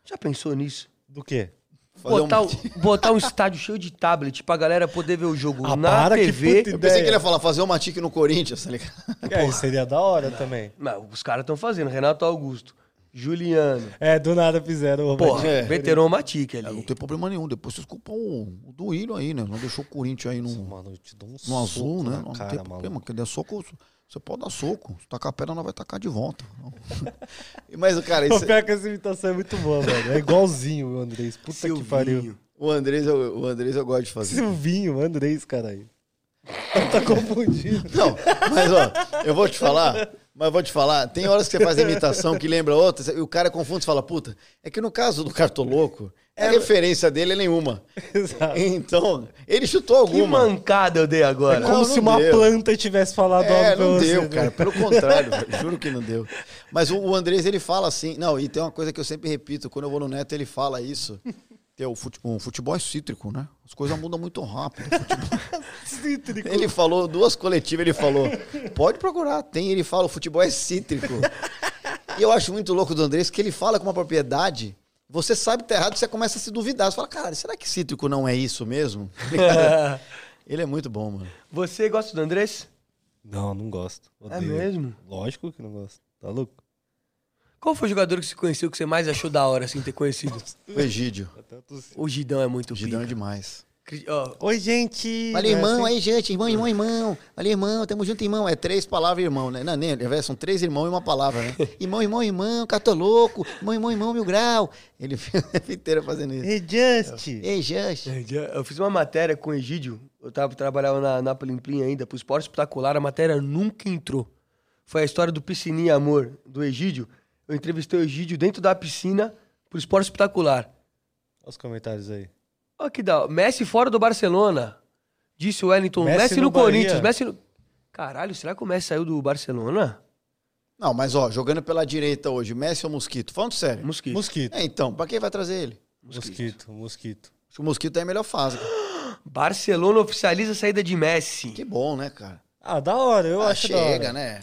Já pensou nisso?
Do quê?
Fazer um-
Botar, um... botar um estádio cheio de tablet pra galera poder ver o jogo
Ah,
na
para, que
TV.
puta
Eu pensei
ideia.
que ele ia falar, fazer uma tique no Corinthians,
[laughs]
tá ligado?
É, isso seria da hora também.
Mas os caras estão fazendo. Renato Augusto, Juliano.
É, do nada fizeram o
Porra,
Matic.
É.
veterano Matic ali.
Não tem problema nenhum. Depois vocês culpam o, o Duílio aí, né? Não deixou o Corinthians aí no,
Mano, eu te dou um
no azul, né? Não
cara,
tem
maluco.
problema. Quer
é
dizer, soco. Você pode dar soco. Se tacar a pedra, não vai tacar de volta. Não.
[laughs] Mas, o cara,
[laughs] O
esse-
pior que essa imitação é muito boa, velho. É igualzinho o Andrés. Puta
Silvinho.
que pariu.
o, Andrés, eu- o Andrés eu gosto de fazer.
Silvinho, Andrés, caralho. Tá confundido.
Não, mas ó, eu vou te falar, mas eu vou te falar, tem horas que você faz imitação que lembra outra, e o cara confunde e fala, puta, é que no caso do Cartoloco, a referência dele é nenhuma.
Exato.
Então, ele chutou
Que
alguma.
mancada eu dei agora.
Como
não
se uma
deu.
planta tivesse falado
É,
algo pra
não
você,
deu,
né?
cara. Pelo contrário, velho, juro que não deu. Mas o, o Andrés, ele fala assim. Não, e tem uma coisa que eu sempre repito: quando eu vou no Neto, ele fala isso.
Tem o fute-
um
o futebol é cítrico, né? As coisas mudam muito rápido.
Cítrico.
Ele falou, duas coletivas, ele falou: pode procurar, tem. Ele fala: o futebol é cítrico. E eu acho muito louco do Andrés que ele fala com uma propriedade. Você sabe que tá errado, você começa a se duvidar. Você fala, cara, será que cítrico não é isso mesmo? Ele é muito bom, mano.
[laughs] Você gosta do Andrés?
Não, não gosto.
É
Odeio.
mesmo?
Lógico que não gosto. Tá louco?
Qual foi o jogador que você conheceu que você mais achou da hora, assim, ter conhecido?
O Egídio.
Tá
O Gidão é muito
O Gidão é
pica.
demais.
Cri- ó,
Oi, gente.
Valeu, irmão,
Não é assim?
aí, gente. Irmão, irmão, irmão. Valeu, irmão. Tamo junto, irmão. É três palavras, irmão, né? Não, nem, é, são três irmãos e uma palavra, né? Irmão, irmão, irmão. Catoloco. Irmão, irmão, irmão. Mil grau. Ele [laughs] fica a vida inteira fazendo isso.
Hey, é Just.
Ei, gente.
É, já- Eu fiz uma matéria com o Egídio, eu tava, trabalhava na, na Plim Plim ainda, pro Esporte Espetacular, a matéria nunca entrou. Foi a história do Piscininha Amor, do Egídio. Eu entrevistei o Egídio dentro da piscina pro Esporte Espetacular.
Olha os comentários aí.
Olha que da hora. Messi fora do Barcelona, disse o Wellington.
Messi
Messi,
no
no,
Bahia.
Corinthians, Messi no... Caralho, será que o Messi saiu do Barcelona?
Não, mas ó, jogando pela direita hoje, Messi ou Mosquito? Falando sério.
Mosquito.
Mosquito.
É, então, pra quem vai trazer ele?
Mosquito, mosquito.
Acho que o Mosquito é a melhor fase.
Barcelona oficializa a saída de Messi.
Que bom, né, cara?
Ah, da hora, eu
Ah,
acho da hora.
chega, né?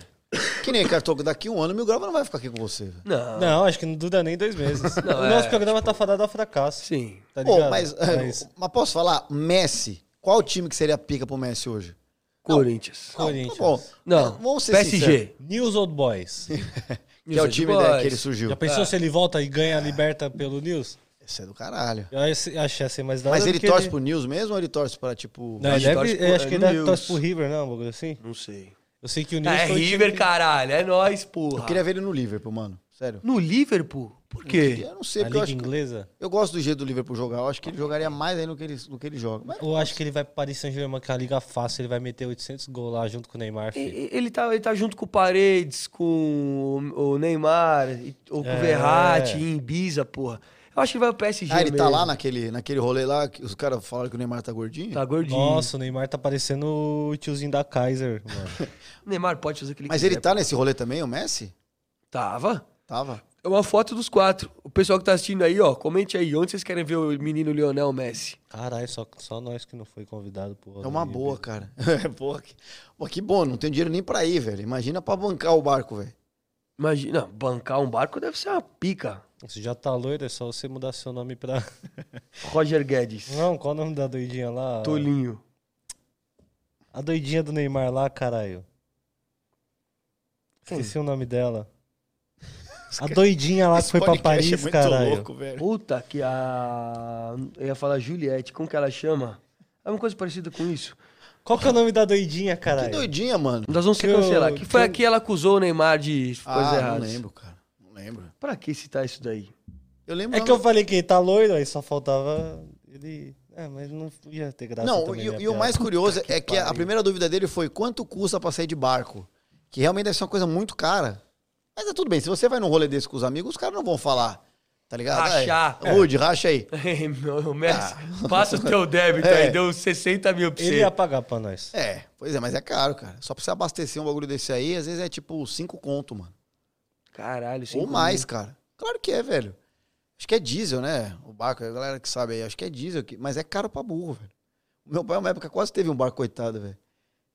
Que nem Cartoco, daqui um ano, Mil Grau não vai ficar aqui com você. velho.
Não,
Não, acho que não dura nem dois meses.
Não,
o
é,
nosso programa tá fadado a fracasso.
sim.
Tá ligado?
Pô, mas, é, mas posso falar? Messi. Qual time que seria pica pro Messi hoje?
Corinthians.
Não,
Corinthians.
Tá bom.
Não,
Vamos ser sinceros.
PSG.
News Old
[laughs]
Boys.
Que é o time
Boys.
daí que ele surgiu.
Já pensou
Ah.
se ele volta e ganha a liberta pelo News?
Esse é do caralho.
Eu acho- achei assim mais da hora
Mas ele
do que
torce pro News mesmo ou ele torce pra, tipo...
Não, ele
Ele
deve,
torce pro-
eu acho
é
que ele
no
deve
News.
torce pro River, não, um bagulho assim.
Não sei.
Eu sei que o News
Ah, é
foi o time
River,
que-
caralho. É nóis, porra.
Eu queria ver ele no Liverpool, mano. Sério.
No Liverpool? Por quê?
Eu não sei,
a
porque eu
Liga
acho que...
Inglesa.
Eu gosto do jeito do Liverpool jogar. Eu acho que ele jogaria mais aí do que ele, do que ele joga. Mas
Eu acho que ele vai pro Paris Saint-Germain, que é a Liga Fácil, ele vai meter 800 gols lá junto com o Neymar,
E-
filho.
e- Ele tá, ele tá junto com o Paredes, com o o Neymar, e- ou com
É.
o Verratti, em Ibiza, porra. Eu acho que vai o PSG.
Ah, ele tá
mesmo.
lá naquele, naquele rolê lá, que os caras falaram que o Neymar tá gordinho?
Tá gordinho.
Nossa, o Neymar tá parecendo o tiozinho da Kaiser, mano. [laughs]
O Neymar pode fazer o que ele
Mas
quiser.
né?
ele tá nesse rolê também, o Messi?
Tava.
Tava.
É uma foto dos quatro. O pessoal que tá assistindo aí, ó, comente aí. Onde vocês querem ver o menino Lionel Messi?
Caralho, só, só nós que não foi convidado pro
É uma
Rodrigo.
boa, cara. [laughs] É, Porra, que... Pô, que bom, não tenho dinheiro nem pra ir, velho. Imagina pra bancar o barco, velho.
Imagina, bancar um barco deve ser uma pica.
Você já tá loiro, é só você mudar seu nome pra. [laughs]
Roger Guedes.
Não, qual o nome da doidinha lá?
Tolinho.
A doidinha do Neymar lá, caralho. Esqueci o nome dela. A doidinha lá que foi pra Paris, caralho.
é velho.
Puta que a. Eu ia falar Juliette, como que ela chama? É uma coisa parecida com isso.
Qual que é o nome da doidinha, caralho?
Que doidinha, mano.
Nós vamos se
Que eu-
cancelar. Que foi
que eu-
aqui ela acusou o Neymar de coisas
Ah, não
erradas.
lembro, cara. Não lembro.
Pra que citar isso daí?
Eu lembro.
É que eu falei que ele tá loiro, aí só faltava ele. É, mas não ia ter graça.
Não,
também,
e,
né,
e o
piada.
mais curioso é que a
pariu.
primeira dúvida dele foi quanto custa pra sair de barco? Que realmente deve ser uma coisa muito cara. Mas é tudo bem, se você vai num rolê desse com os amigos, os caras não vão falar. Tá ligado?
Rachar.
Ah, é. Rude, racha aí.
[laughs] Ei, meu, Messi, passa o teu débito
Ah. É.
aí, deu 60 mil pra
Ele
você.
ia pagar pra nós.
É, pois é, mas é caro, cara. Só pra você abastecer um bagulho desse aí, às vezes é tipo cinco conto, mano.
Caralho,
Ou
5
mais,
mil.
cara. Claro que é, velho. Acho que é diesel, né? O barco, a galera que sabe aí, acho que é diesel, que- mas é caro pra burro, velho. O Meu pai, uma época, quase teve um barco, coitado, velho.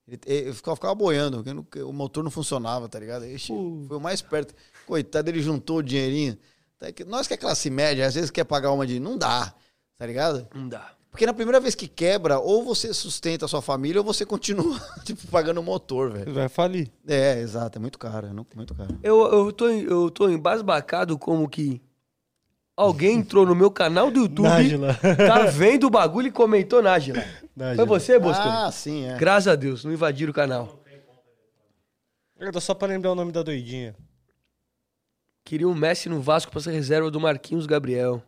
Ele, ele ficava, ficava boiando, porque não- o motor não funcionava, tá ligado? Ixi, Foi o mais perto. Coitado, ele juntou o dinheirinho. Tá que- Nós que é classe média, às vezes quer pagar uma de. Não dá, tá ligado?
Não dá.
Porque na primeira vez que quebra, ou você sustenta a sua família, ou você continua, [laughs] tipo, pagando o motor, velho.
Vai falir.
É, exato, é muito caro, é nu- muito caro.
Eu, eu, tô, eu tô embasbacado como que alguém entrou no meu canal do YouTube,
[laughs]
Nájila.
tá vendo o bagulho e comentou Nájila.
Nájila.
Foi você, Bosco?
Ah, sim, é.
Graças a Deus, não invadiram o canal.
Era só pra lembrar o nome da doidinha.
Queria um Messi no Vasco pra ser reserva do Marquinhos Gabriel.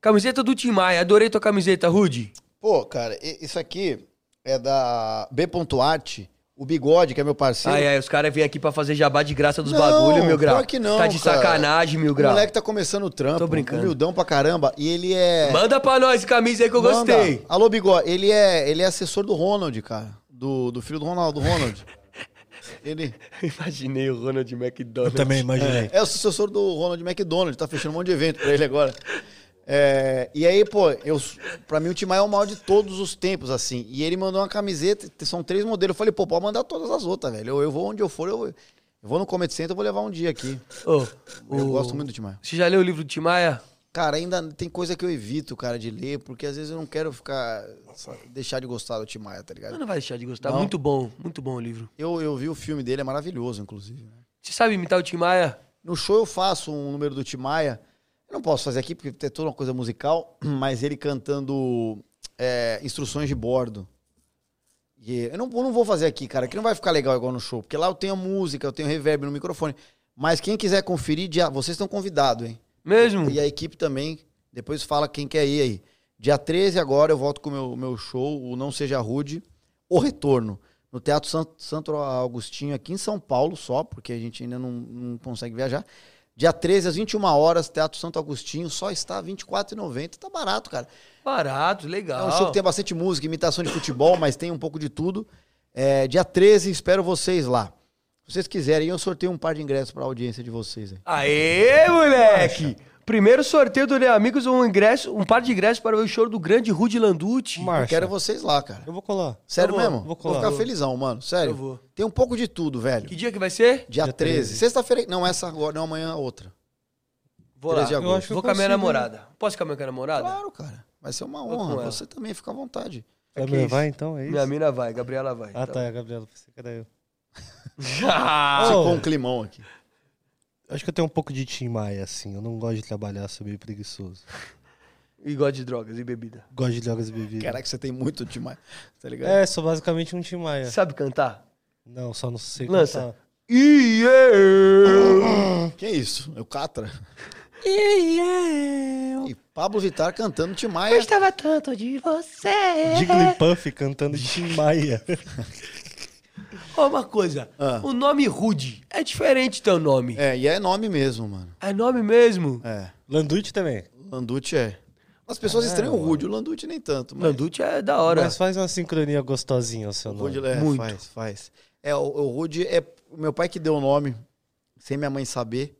Camiseta do Tim Maia, adorei tua camiseta, Rude.
Pô, cara, i- isso aqui é da B.arte, o Bigode, que é meu parceiro.
Ai, ai, os caras vêm aqui pra fazer jabá de graça dos
Não,
bagulho, meu grau.
pior que não,
tá de
cara.
sacanagem, meu
o
grau.
moleque tá começando o trampo,
Tô brincando.
humildão pra caramba, e ele é...
Manda pra nós camisa aí que eu
Manda.
gostei. [laughs]
Alô, Bigode, ele é, ele é assessor do Ronald, cara, do, do filho do Ronaldo,
[laughs]
do Ronald. ele
Imaginei o Ronald McDonald.
imaginei.
é o sucessor do Ronald McDonald, tá fechando um monte de evento pra ele agora. É, e aí, pô, eu, pra mim o Timai é o maior de todos os tempos, assim. E ele mandou uma camiseta, são três modelos. Eu falei, pô, pode mandar todas as outras, velho. Eu, eu vou onde eu for, eu, eu vou no Comedy Center, eu vou levar um dia aqui.
Ô,
Eu
o-
gosto muito do Timai.
Você já leu o livro do Tim Maia?
Cara, ainda tem coisa que eu evito, cara, de ler, porque às vezes eu não quero ficar. deixar de gostar do Timai,
Não,
tá ligado?
não vai deixar de gostar.
Não.
Muito bom, muito bom o livro.
Eu, eu vi o filme dele, é maravilhoso, inclusive. né?
Você sabe imitar o Tim Maia?
No show eu faço um número do Tim Maia. Eu não posso fazer aqui porque é toda uma coisa musical, [clears throat] mas ele cantando é, instruções de bordo. E eu, não, eu não vou fazer aqui, cara, que não vai ficar legal igual no show, porque lá eu tenho a música, eu tenho reverb no microfone. Mas quem quiser conferir, dia- vocês estão convidados, hein?
Mesmo?
E é- a equipe também, depois fala quem quer ir aí. Dia 13 agora eu volto com o meu, meu show, o Não Seja Rude, O Retorno, no Teatro San- Santo Agostinho, aqui em São Paulo só, porque a gente ainda não, não consegue viajar. Dia 13 às 21 horas, Teatro Santo Agostinho, só está R$24,90. Tá barato, cara.
Barato,
É
legal.
um show que tem bastante música, imitação de futebol, mas tem um pouco de tudo. É, dia 13, espero vocês lá. Se vocês quiserem, eu sorteio um par de ingressos para a audiência de vocês aí.
Aê, moleque! Primeiro sorteio do Lê Amigos, um ingresso, um par de ingressos para ver o show do grande Rude Landucci.
Marcha.
Eu quero vocês lá, cara.
Eu vou colar.
Sério
Eu vou,
mesmo?
Então vou
Vou,
colar.
ficar felizão, mano. Sério.
Eu vou.
Tem um pouco de tudo, velho.
Que dia que vai ser?
Dia,
Dia
13.
13.
Sexta-feira. Não, essa agora, não, amanhã a outra.
Vou
13 de
lá.
agosto.
Eu acho que
Vou
eu
com a minha
consigo,
namorada. Posso caminhar com a minha namorada?
Claro, cara. Vai ser uma
Vou com
honra.
ela.
Você também fica à vontade.
Vai,
que
me
isso?
levar, então? É isso?
Minha mina vai, Gabriela vai.
Ah, tá, Gabriela. Você que era eu.
Já!
Ô,
Ficou um climão aqui.
Acho que eu tenho um pouco de Tim Maia, assim. Eu não gosto de trabalhar, sou meio preguiçoso.
[laughs] E gosta de drogas e bebida.
Gosto de drogas e bebidas.
Caraca, você tem muito demais. Tá ligado?
É, sou basicamente um Tim Maia.
Sabe cantar?
Não, só não sei tá.
Lança.
cantar.
E eu...
Que isso? É o Catra? E Pablo Vittar cantando Timaya.
Gostava tanto de você.
Jigglypuff cantando Tim
[laughs]
Maia.
Ó, uma coisa.
Ah.
O nome Rude é diferente do teu nome.
É, e é nome mesmo, mano.
É nome mesmo?
É.
Landucci também.
Landucci é. As pessoas estranham o Rude, o Landucci nem tanto. Mas...
Landucci é da hora.
Mas faz uma sincronia gostosinha o seu
O Rude
nome.
é,
Muito.
faz, faz. É, o, o Rude é o meu pai que deu o nome, sem minha mãe saber.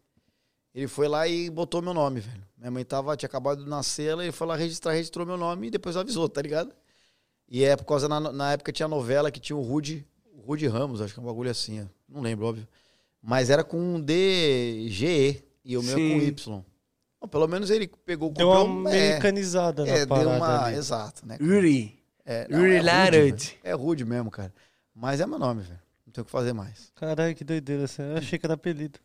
Ele foi lá e botou meu nome, velho. Minha mãe tava, tinha acabado de nascer, ela- ele foi lá registrar, registrou meu nome e depois avisou, tá ligado? E é por causa, na, na época tinha novela que tinha o Rude, o Rude Ramos, acho que é um bagulho assim, ó. não lembro, óbvio. Mas era com um D, G, E, e o meu é com
Sim.
Y. Bom, pelo menos ele pegou,
Deu uma
comprou um- é,
americanizada na
é, deu
parada
uma,
ali.
exato, né?
Yuri.
É,
Yuri
é rude,
Laird.
velho. É rude mesmo, cara. Mas é meu nome, velho. Não tem o que fazer mais.
Caralho, que doideira. assim. Eu achei que era apelido.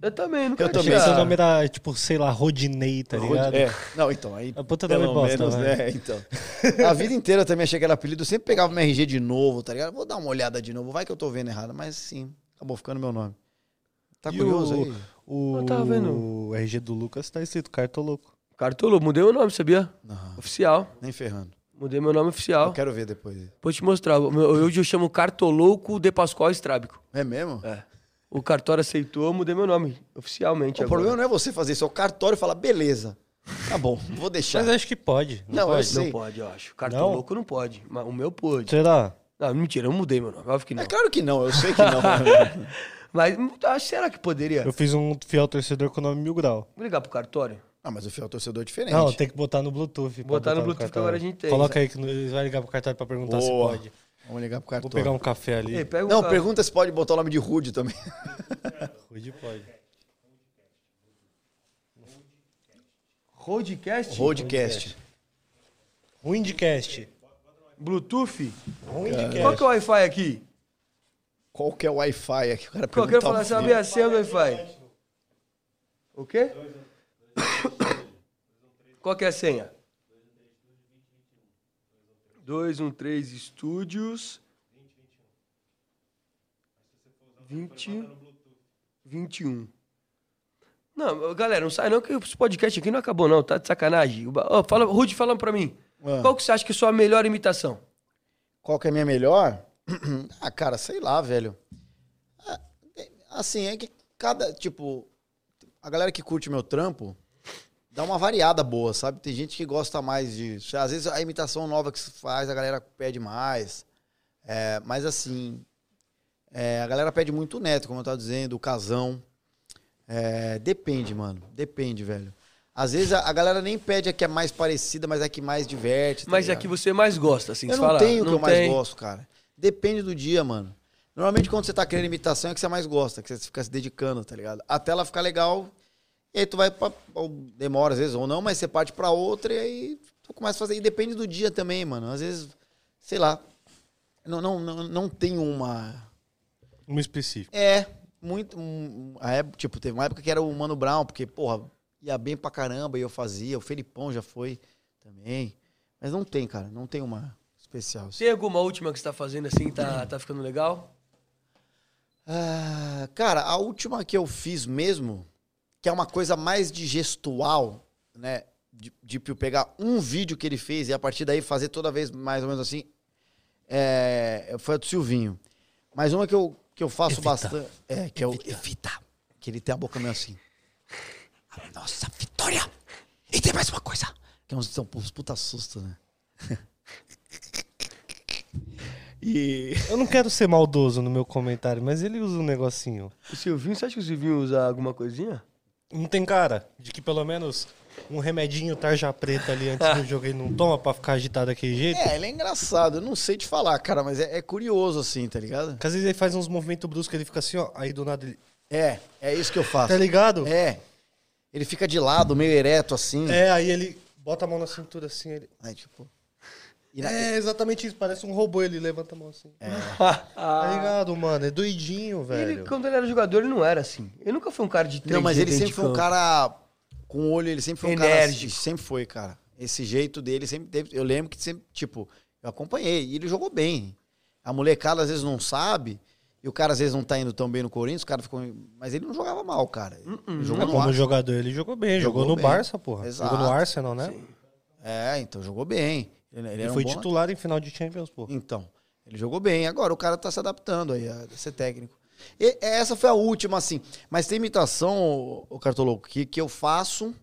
Eu também, nunca
Eu
Eu achei
também.
que seu
Ah.
nome era, tipo, sei lá, Rodinei, tá ligado?
É. Não, então, aí.
A puta nome
Pelo
bosta,
menos,
velho.
né? Então. A vida inteira eu também achei que era apelido. Eu sempre pegava minha RG de novo, tá ligado? Vou dar uma olhada de novo. Vai que eu tô vendo errado. Mas sim, acabou ficando meu nome. Tá
E
curioso
o-
aí?
O,
Eu tava vendo.
o RG do Lucas tá escrito Cartoloco.
Cartolo, mudei meu nome, sabia?
Não,
Oficial.
nem ferrando.
Mudei meu nome
Eu
oficial.
quero ver depois.
Vou te mostrar. O meu- Hoje eu chamo Cartolouco de Pascoal Estrábico.
É mesmo?
É. O Cartório aceitou, eu mudei meu nome oficialmente.
o problema não é você fazer isso, é o cartório falar, beleza. Tá bom, vou deixar.
Mas acho que pode.
Não,
Não,
eu
pode.
sei.
não pode, eu acho. Cartolouco não? pode, mas o meu pôde.
Será?
Não, mentira, eu mudei meu nome, óbvio
[laughs]
que não.
É claro que não, eu sei que
[laughs]
não.
Mas hum, acho- será que poderia?
Eu fiz um fiel torcedor com o nome Mil Grau.
Vou ligar pro cartório.
ah, mas o fiel torcedor é diferente.
Não, tem que botar no Bluetooth. pra
Botar no Bluetooth,
cartório.
agora a gente tem.
Coloca aí que no- eles vão ligar pro cartório pra perguntar
Boa.
se pode.
Vamos ligar pro
Vou
cartório.
pegar um café ali.
Ei, pega o
Não,
ca-
pergunta se pode botar o nome de Rude também.
Rude pode.
Roadcast?
Roadcast.
Windcast.
Bluetooth? Qual que
Windcast.
é o Wi-Fi aqui?
Qual que é o Wi-Fi aqui? O cara
Eu
pergunta
quero
ao
falar,
vivo.
sabe a senha do Wi-Fi? O quê? [coughs] Qual que é a senha? 213 Estúdios. 20. 21. Não, galera, não sai não que esse podcast aqui não acabou não, tá de sacanagem. O ba- Ó, fala, Rude, fala pra mim.
Ah.
Qual que você acha que é a sua melhor imitação?
Qual que é a minha melhor? [clears throat] ah, cara, sei lá, velho. Ah, é- Assim, é que cada, tipo, a galera que curte meu trampo dá uma variada boa, sabe? Tem gente que gosta mais de. Às vezes a imitação nova que se faz, a galera pede mais. É, mas assim, é, a galera pede muito o neto, como eu tava dizendo, o casão. É, depende, mano. Depende, velho. Às vezes a, a galera nem pede a que é mais parecida, mas a que mais diverte. tá
Mas é a
ligado?
que você mais gosta, assim,
Eu
você
não
fala,
tenho o que
não
eu mais
tem.
gosto, cara. Depende do dia, mano. Normalmente quando você tá querendo imitação é que você mais gosta, que você fica se dedicando, tá ligado? Até ela ficar legal, e aí tu vai pra. ou demora às vezes ou não, mas você parte pra outra e aí tu começa a fazer. E depende do dia também, mano. Às vezes, sei lá. Não, não, não, não tem uma.
Um específico.
É, muito. um- a época, tipo, teve uma época que era o Mano Brown, porque, porra, ia bem pra caramba e eu fazia. O Felipão já foi também. Mas não tem, cara. Não tem uma especial. assim.
Tem alguma última que você tá fazendo assim, tá, tá ficando legal?
Ah, cara, a última que eu fiz mesmo, que é uma coisa mais de gestual, né? De, de eu pegar um vídeo que ele fez e a partir daí fazer toda vez mais ou menos assim, é, foi a do Silvinho. Mas uma que eu, que eu faço bastante. É, que é o. Evita. Que ele tem a boca meio assim. Nossa, vitória! E tem mais uma coisa. Que é uns, são uns puta susto, né? e.
Eu não quero ser maldoso no meu comentário, mas ele usa um negocinho.
O Silvinho, você acha que o Silvinho usa alguma [laughs] coisinha?
Não tem cara de que pelo menos um remedinho tarja preta ali antes
[laughs]
do jogo ele não toma pra ficar agitado daquele jeito?
É, ele é engraçado. Eu não sei te falar, cara, mas é, é curioso assim, tá ligado?
Porque às vezes ele faz uns movimentos bruscos, ele fica assim, ó, aí do nada ele.
É, é isso que eu faço.
Tá ligado? É,
É. Ele fica de lado, meio ereto assim.
aí ele bota a mão na cintura assim, ele.
Aí, tipo. E na-
É exatamente isso, parece um robô, ele levanta a mão assim.
Ah,
Tá ligado, mano? É doidinho, velho.
ele, quando ele era jogador, ele não era assim. Ele nunca foi um cara de três
Não, mas ele
dentro de
sempre foi um
campo.
cara com o olho, ele sempre foi um cara.
Enérgico.
Sempre foi, cara. Esse jeito dele sempre teve. Eu lembro que sempre, tipo, eu acompanhei. E ele jogou bem. A molecada às vezes não sabe. E o cara às vezes não tá indo tão bem no Corinthians, o cara ficou. Mas ele não jogava mal, cara. Ele jogou
Uh-uh, Não, é
no
como
ar.
jogador, ele jogou bem. Jogou, no
Jogou bem.
Barça, porra.
Exato.
Jogou no Arsenal, né?
É, então jogou bem. Ele, ele
Ele
era um
foi
bom atleta.
titular em final de Champions, porra.
Então, ele jogou bem. Agora o cara tá se adaptando aí a ser técnico. E- essa foi a última, assim. Mas tem imitação, o Cartoloco, que, que eu faço.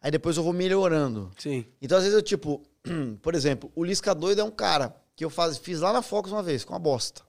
Aí depois eu vou melhorando.
Sim.
Então, às vezes, eu, tipo, [clears throat] por exemplo, o Lisca Doido é um cara que eu faz, fiz lá na Fox uma vez, com uma bosta.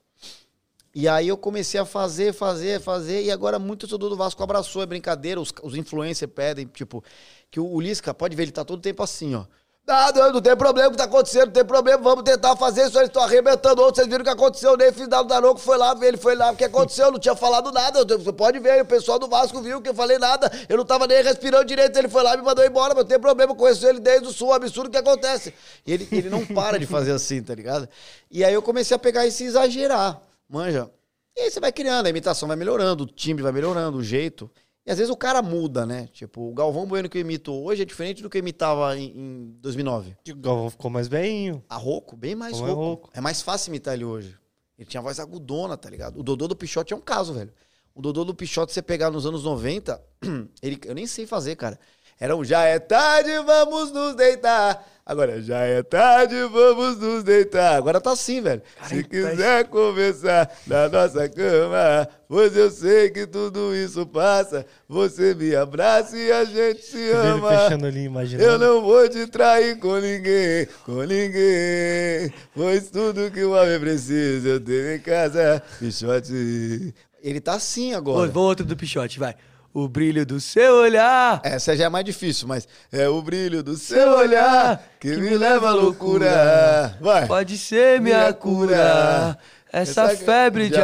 E aí eu comecei a fazer, fazer, fazer, e agora muito torcedor do Vasco abraçou, é brincadeira, os, os influencers pedem, tipo, que o, o Lisca, pode ver, ele tá todo tempo assim, ó. Ah, não, não tem problema o que tá acontecendo, não tem problema, vamos tentar fazer isso, eles estão arrebentando outro, vocês viram o que aconteceu, nem fiz nada, o Daronco foi lá, ele foi lá, o que aconteceu, eu não tinha falado nada, eu- você pode ver, o pessoal do Vasco viu que eu falei nada, eu não tava nem respirando direito, ele foi lá e me mandou embora, mas não tem problema, eu conheço ele desde o sul, é um absurdo que acontece. E ele, ele não para de fazer assim, tá ligado? E aí eu comecei a pegar esse exagerar, manja. E aí você vai criando, a imitação vai melhorando, o timbre vai melhorando, o jeito. E às vezes o cara muda, né? Tipo, o Galvão Bueno que eu imito hoje é diferente do que eu imitava em, em 2009.
O Galvão ficou mais beinho.
A Roco, bem mais
Como é
rouco.
rouco.
É mais fácil imitar ele hoje. Ele tinha voz agudona, tá ligado? O Dodô do Pichote é um caso, velho. O Dodô do Pichote, você pegar nos anos 90, [clears throat] ele, eu nem sei fazer, cara. Era um já é tarde, vamos nos deitar. Agora, já é tarde, vamos nos deitar. Agora tá assim, velho. Se quiser conversar na nossa cama, pois eu sei que tudo isso passa. Você me abraça e a gente se
Ele
ama.
fechando ali,
Eu
imaginando.
não vou te trair com ninguém, com ninguém. Pois tudo que o homem precisa eu tenho em casa. Pichote. Ele tá assim
Ô,
agora.
vou outro do Pichote, vai. O brilho do seu olhar.
Essa já é mais difícil, mas é o brilho do seu olhar que, me leva à loucura. Vai.
Pode ser minha
Minha
cura.
cura.
Essa febre de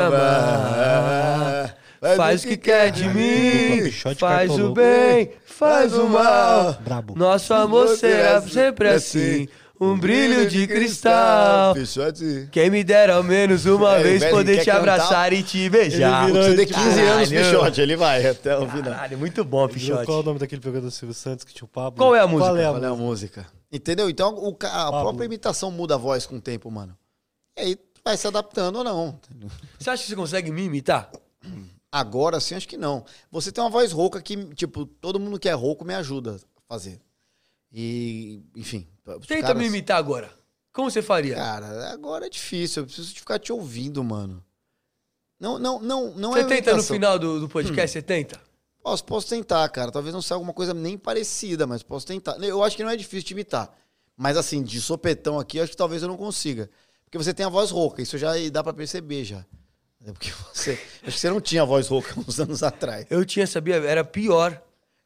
amar. Faz o que quer de
Dupla
mim.
Pichote,
Faz o
Cartolouco.
bem, faz o mal.
Brabo.
Nosso amor
é
será sempre assim. Um brilho de cristal.
Pichote.
Quem me dera ao menos uma
É,
vez
velho,
poder
quer
te abraçar
cantar?
e te beijar.
Ele virou
Você tem 15 anos,
Caralho.
Pichote, ele vai até o final.
Caralho, muito bom, Pichote.
Qual é o nome daquele programa do Silvio Santos que tinha o Pablo?
Qual é a
Qual
música?
é a
Qual é a música? Entendeu? Então o ca- a própria imitação muda a voz com o tempo, mano. E aí tu vai se adaptando ou não.
Você acha que você consegue me imitar?
Agora sim, acho que não. Você tem uma voz rouca que, tipo, todo mundo que é rouco me ajuda a fazer. E, enfim. os
Tenta
caras-
me imitar agora. Como você faria?
Cara, agora é difícil. Eu preciso de ficar te ouvindo, mano. Não, não, não, não é
Você tenta no
imitação. Hum.
final do, do podcast, você tenta?
Posso, posso tentar, cara. Talvez não saia alguma coisa nem parecida, mas posso tentar. Eu acho que não é difícil de imitar. Mas assim, de sopetão aqui, acho que talvez eu não consiga. Porque você tem a voz rouca, isso já dá pra perceber já. É porque você. [laughs] Acho que você não tinha a voz rouca uns anos atrás.
Eu tinha, sabia? Era pior.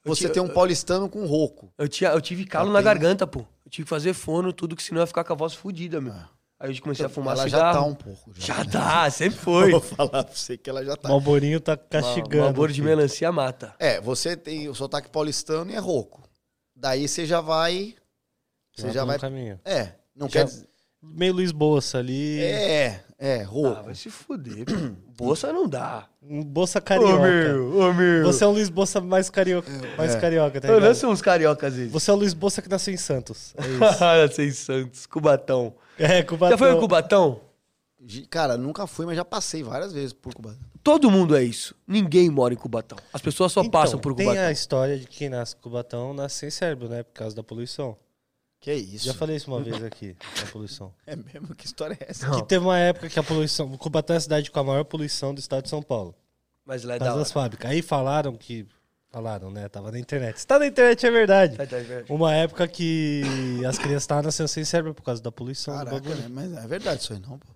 Eu
Você
ti-
tem um paulistano com rouco.
Eu, tinha, eu tive calo
Ah, um
na garganta, pô. Eu tive que fazer fono, tudo, que senão eu ia ficar com a voz fodida, meu. Aí eu comecei a fumar
Ah. ela já
cigarro.
tá um pouco.
Já tá, sempre
[laughs] Eu
foi.
Vou falar pra você que ela já
O
tá.
Malborinho tá castigando.
Sabor de
filho.
melancia mata.
É, você tem o sotaque paulistano e é rouco. Daí você já vai. Você já
tá no
vai.
caminho.
É, não
Já-
quer dizer.
Meio Luiz Bolsa ali.
É, é,
Ah,
rouco.
vai se
[clears throat]
fuder, pô. Bolsa não dá.
Um Bolsa
Ô,
carioca.
meu, ô, meu.
Você é um Luiz Bolsa mais carioca. Mais carioca, tá
Eu
ligado?
lanço uns cariocas às vezes.
Você é o Luiz Bolsa que nasceu em Santos.
[laughs]
É isso.
Ah, sem Santos, Cubatão.
É, Cubatão.
Já foi o Cubatão?
Gi- Cara, nunca fui, mas já passei várias vezes por Cuba.
Todo mundo é isso. Ninguém mora em Cubatão. As pessoas só passam por
Então, Tem
Cubatão.
a história de quem nasce em Cubatão nasce sem cérebro, né? Por causa da poluição.
Que isso?
Já falei isso uma vez aqui, da poluição.
É mesmo? Que história é essa?
Que teve uma época que a poluição. Cubatão é a cidade com a maior poluição do estado de São Paulo.
Mas lá é
Por causa
da hora.
das fábricas. Aí falaram que. Falaram, né? Tava na internet. Se tá na internet, é verdade.
Tá, tá, é verdade.
Uma época que as crianças estavam nascendo sem cérebro por causa da poluição. do
Caraca,
bagulho.
né? mas é verdade isso aí não, pô.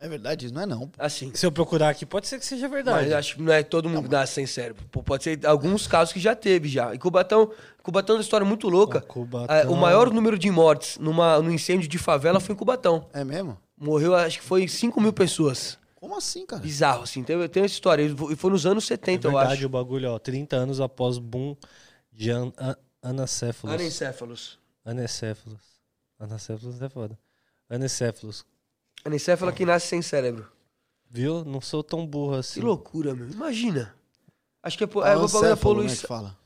É verdade isso, não é não. pô.
Assim.
Se eu procurar aqui, pode ser que seja verdade.
Mas acho que não é todo mundo que nasce sem cérebro. Pô, Pode ser alguns casos que já teve já. E Cubatão, Cubatão é uma história muito louca.
Ó, Cubatão.
Ah, O maior número de mortes numa, no incêndio de favela foi em Cubatão.
É mesmo?
Morreu, acho que foi 5 mil pessoas.
Como assim, cara?
Bizarro, assim. Tem, tem essa história. E foi nos anos
É
70, Então, eu
verdade
acho.
o bagulho, ó. 30 anos após boom de an an anacéfalos.
Anencéfalos.
Anacéfalos. Anacéfalos é foda. Anacéfalos.
Anencéfalo é quem nasce sem cérebro.
Viu? Não sou tão burro assim.
Que loucura, meu. Imagina. Acho que é, po- é, o bagulho da
Ancéfalo, né, que né,
poluição.
fala.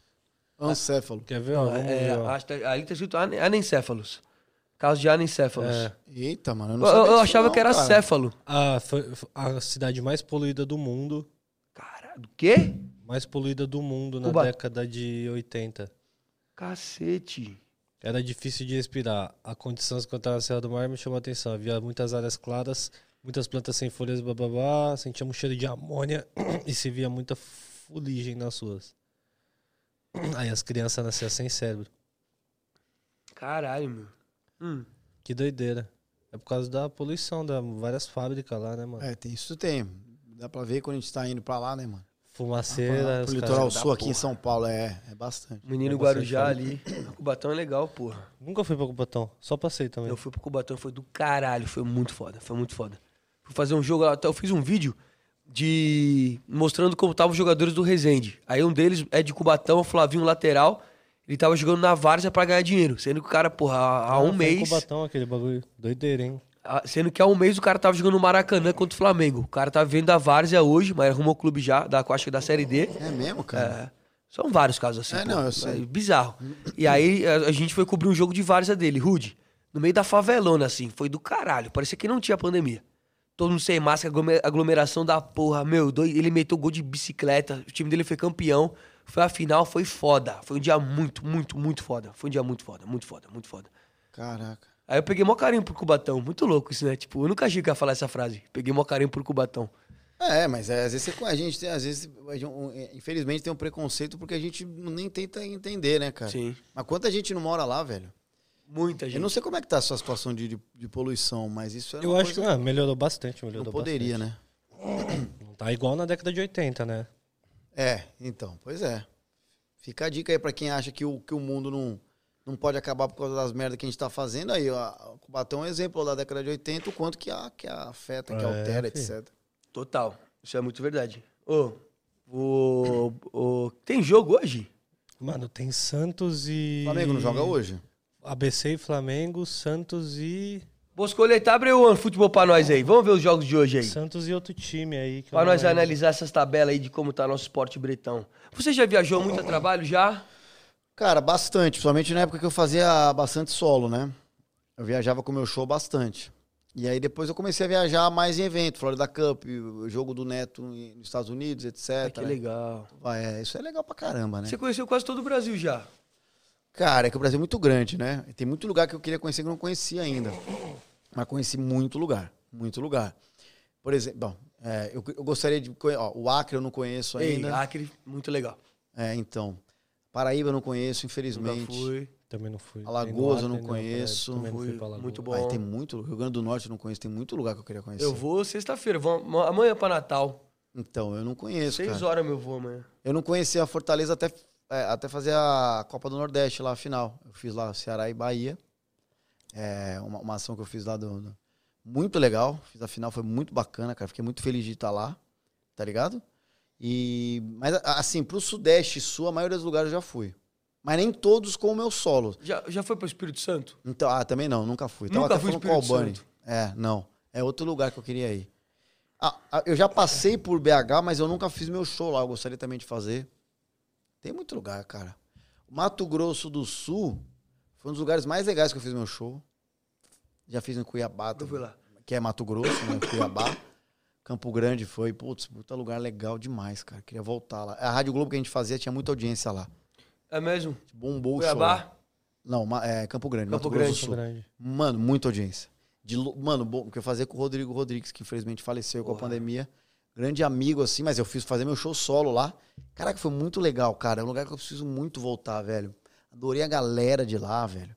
Ancéfalo.
Quer ver? ó? Vamos
É,
ver, ó.
acho que tá- ali tá escrito ane- anencéfalos. Caso de anencéfalos.
É.
Eita, mano, eu
Eu,
não sabia
eu
disso
achava
não,
que era
cara.
céfalo.
Ah, foi- foi a cidade mais poluída do mundo.
Cara, do quê?
Mais poluída do mundo na
Cuba-
década de 80.
Cacete.
Era difícil de respirar. A condição enquanto na Serra do Mar me chamou a atenção. Havia muitas áreas claras, muitas plantas sem folhas, blá blá blá. [clears throat] Sentia um cheiro de amônia e se via muita fuligem nas ruas. [clears throat] Aí as crianças nasciam sem cérebro.
Caralho, meu. Hum.
Que doideira. É por causa da poluição, da várias fábricas lá, né, mano?
É, tem, isso tem. Dá pra ver quando a gente tá indo pra lá, né, mano?
Fumaceira. os caras-
Pro Ah, litoral
da
sul aqui em
porra.
São Paulo, é, é bastante.
Menino
Eu
é
Guarujá
gostei
ali. Cubatão é legal, porra.
Nunca fui pra Cubatão, só passei também.
Eu fui pro Cubatão, foi do caralho, foi muito foda, foi muito foda. Fui fazer um jogo lá, até eu fiz um vídeo de mostrando como estavam os jogadores do Resende. Aí um deles é de Cubatão, o Flavinho lateral, ele tava jogando na Várzea pra ganhar dinheiro, sendo que o cara, porra, há há
Ah,
um
foi em
mês,
Cubatão aquele bagulho. Doideira, hein?
há- sendo que há um mês o cara tava jogando no Maracanã contra o Flamengo. O cara tá vendo da Várzea hoje, mas arrumou o clube já, da acho que da Série D.
É mesmo,
É,
cara?
são vários casos assim.
É,
pô.
não, eu sei.
É bizarro. E aí a, a gente foi cobrir um jogo de várzea dele, Rude. No meio da favelona, assim. Foi do caralho. Parecia que não tinha pandemia. Todo mundo sem máscara, aglomer- aglomeração da porra. Meu, doi- ele meteu gol de bicicleta. O time dele foi campeão. Foi a final, foi foda. Foi um dia muito, muito, muito foda. Foi um dia muito foda, muito foda, muito foda.
Caraca.
Aí eu peguei mó carinho pro Cubatão. Muito louco isso, né? Tipo, eu nunca achei que ia falar essa frase. Peguei mó carinho pro Cubatão.
É, mas é, às vezes você, a gente tem, às vezes, a gente, um, é, infelizmente tem um preconceito porque a gente nem tenta entender, né, cara?
Sim.
Mas quanta gente não mora lá, velho?
Muita gente.
Eu não sei como é que tá a sua situação de, de, de poluição, mas isso é
Eu
uma
acho que
coisa
ah, melhorou bastante,
que
melhorou
não poderia, né?
bastante. Não tá igual na década de 80, né?
É, então, pois é. Fica a dica aí pra quem acha que o, que o mundo não, não pode acabar por causa das merdas que a gente tá fazendo. Aí, ó, o Cubatão é um exemplo da década de 80, o quanto que, a, que afeta, que
É,
altera,
fi.
etc.
Total. Isso é muito verdade. Ô, o, o, tem jogo hoje?
Mano, tem Santos e.
O Flamengo não joga hoje?
ABC e Flamengo, Santos e.
Boscoleta, abre o futebol pra nós aí. Vamos ver os jogos de hoje aí.
Santos e outro time aí. que eu
Pra
não
nós
lembro.
analisar essas tabelas aí de como tá nosso esporte bretão. Você já viajou muito a trabalho já?
Cara, bastante. Principalmente na época que eu fazia bastante solo, né? Eu viajava com o meu show bastante. E aí depois eu comecei a viajar mais em evento, Florida Cup, o jogo do Neto em- nos Estados Unidos, etc.
que
né?
legal.
Vai, é, isso é legal pra caramba, né?
Você conheceu quase todo o Brasil já.
Cara, é que o Brasil é muito grande, né? E Tem muito lugar que eu queria conhecer que eu não conhecia ainda. Mas conheci muito lugar, muito lugar. Por exemplo, bom, é, eu, eu gostaria de conhecer... O Acre eu não conheço
Ei,
ainda.
Acre, muito legal.
É, então. Paraíba eu não conheço,
Nunca
infelizmente.
fui.
Também não fui.
Alagoas eu não
Nem no Acre, nem na
conheço.
Paraíba, também não fui
Fui,
pra Alagoas.
muito bom.
Aí tem muito... Rio Grande do Norte eu não conheço. Tem muito lugar que eu queria conhecer.
Eu vou sexta-feira, vou amanhã pra Natal.
Então, eu não conheço,
Seis
cara.
horas meu voo amanhã.
Eu não conhecia a Fortaleza até, é, até fazer a Copa do Nordeste lá, a final. Eu fiz lá Ceará e Bahia. É uma, uma ação que eu fiz lá do, do- Muito legal. Fiz a final, foi muito bacana, cara. Fiquei muito feliz de estar lá, tá ligado? E... Mas, a- assim, pro Sudeste e Sul, a maioria dos lugares eu já fui. Mas nem todos com o meu solo.
Já, já foi pro Espírito Santo?
Então, ah, também não, nunca fui. Tava
Nunca
até
fui
falando
Espírito
com o Albani.
Santo.
É, não. É outro lugar que eu queria ir. Ah, ah, eu já passei por BH, mas eu nunca fiz meu show lá. Eu gostaria também de fazer. Tem muito lugar, cara. Mato Grosso do Sul foi um dos lugares mais legais que eu fiz meu show. Já fiz em Cuiabá,
Eu fui lá.
que é Mato Grosso, né? Cuiabá. Campo Grande foi, putz, puta lugar legal demais, cara. Queria voltar lá. A Rádio Globo que a gente fazia tinha muita audiência lá.
É mesmo?
Bombou o show. lá.
Cuiabá?
Não, ma- é Campo Grande,
Campo
Mato Grosso do
Grande.
Sul.
Muito grande.
Mano, muita audiência. De, lo- mano, bom, que eu fazia com o Rodrigo Rodrigues, que infelizmente faleceu com
Porra.
a pandemia. Grande amigo, assim, mas eu fiz fazer meu show solo lá. Caraca, foi muito legal, cara. É um lugar que eu preciso muito voltar, velho. Adorei a galera de lá, velho.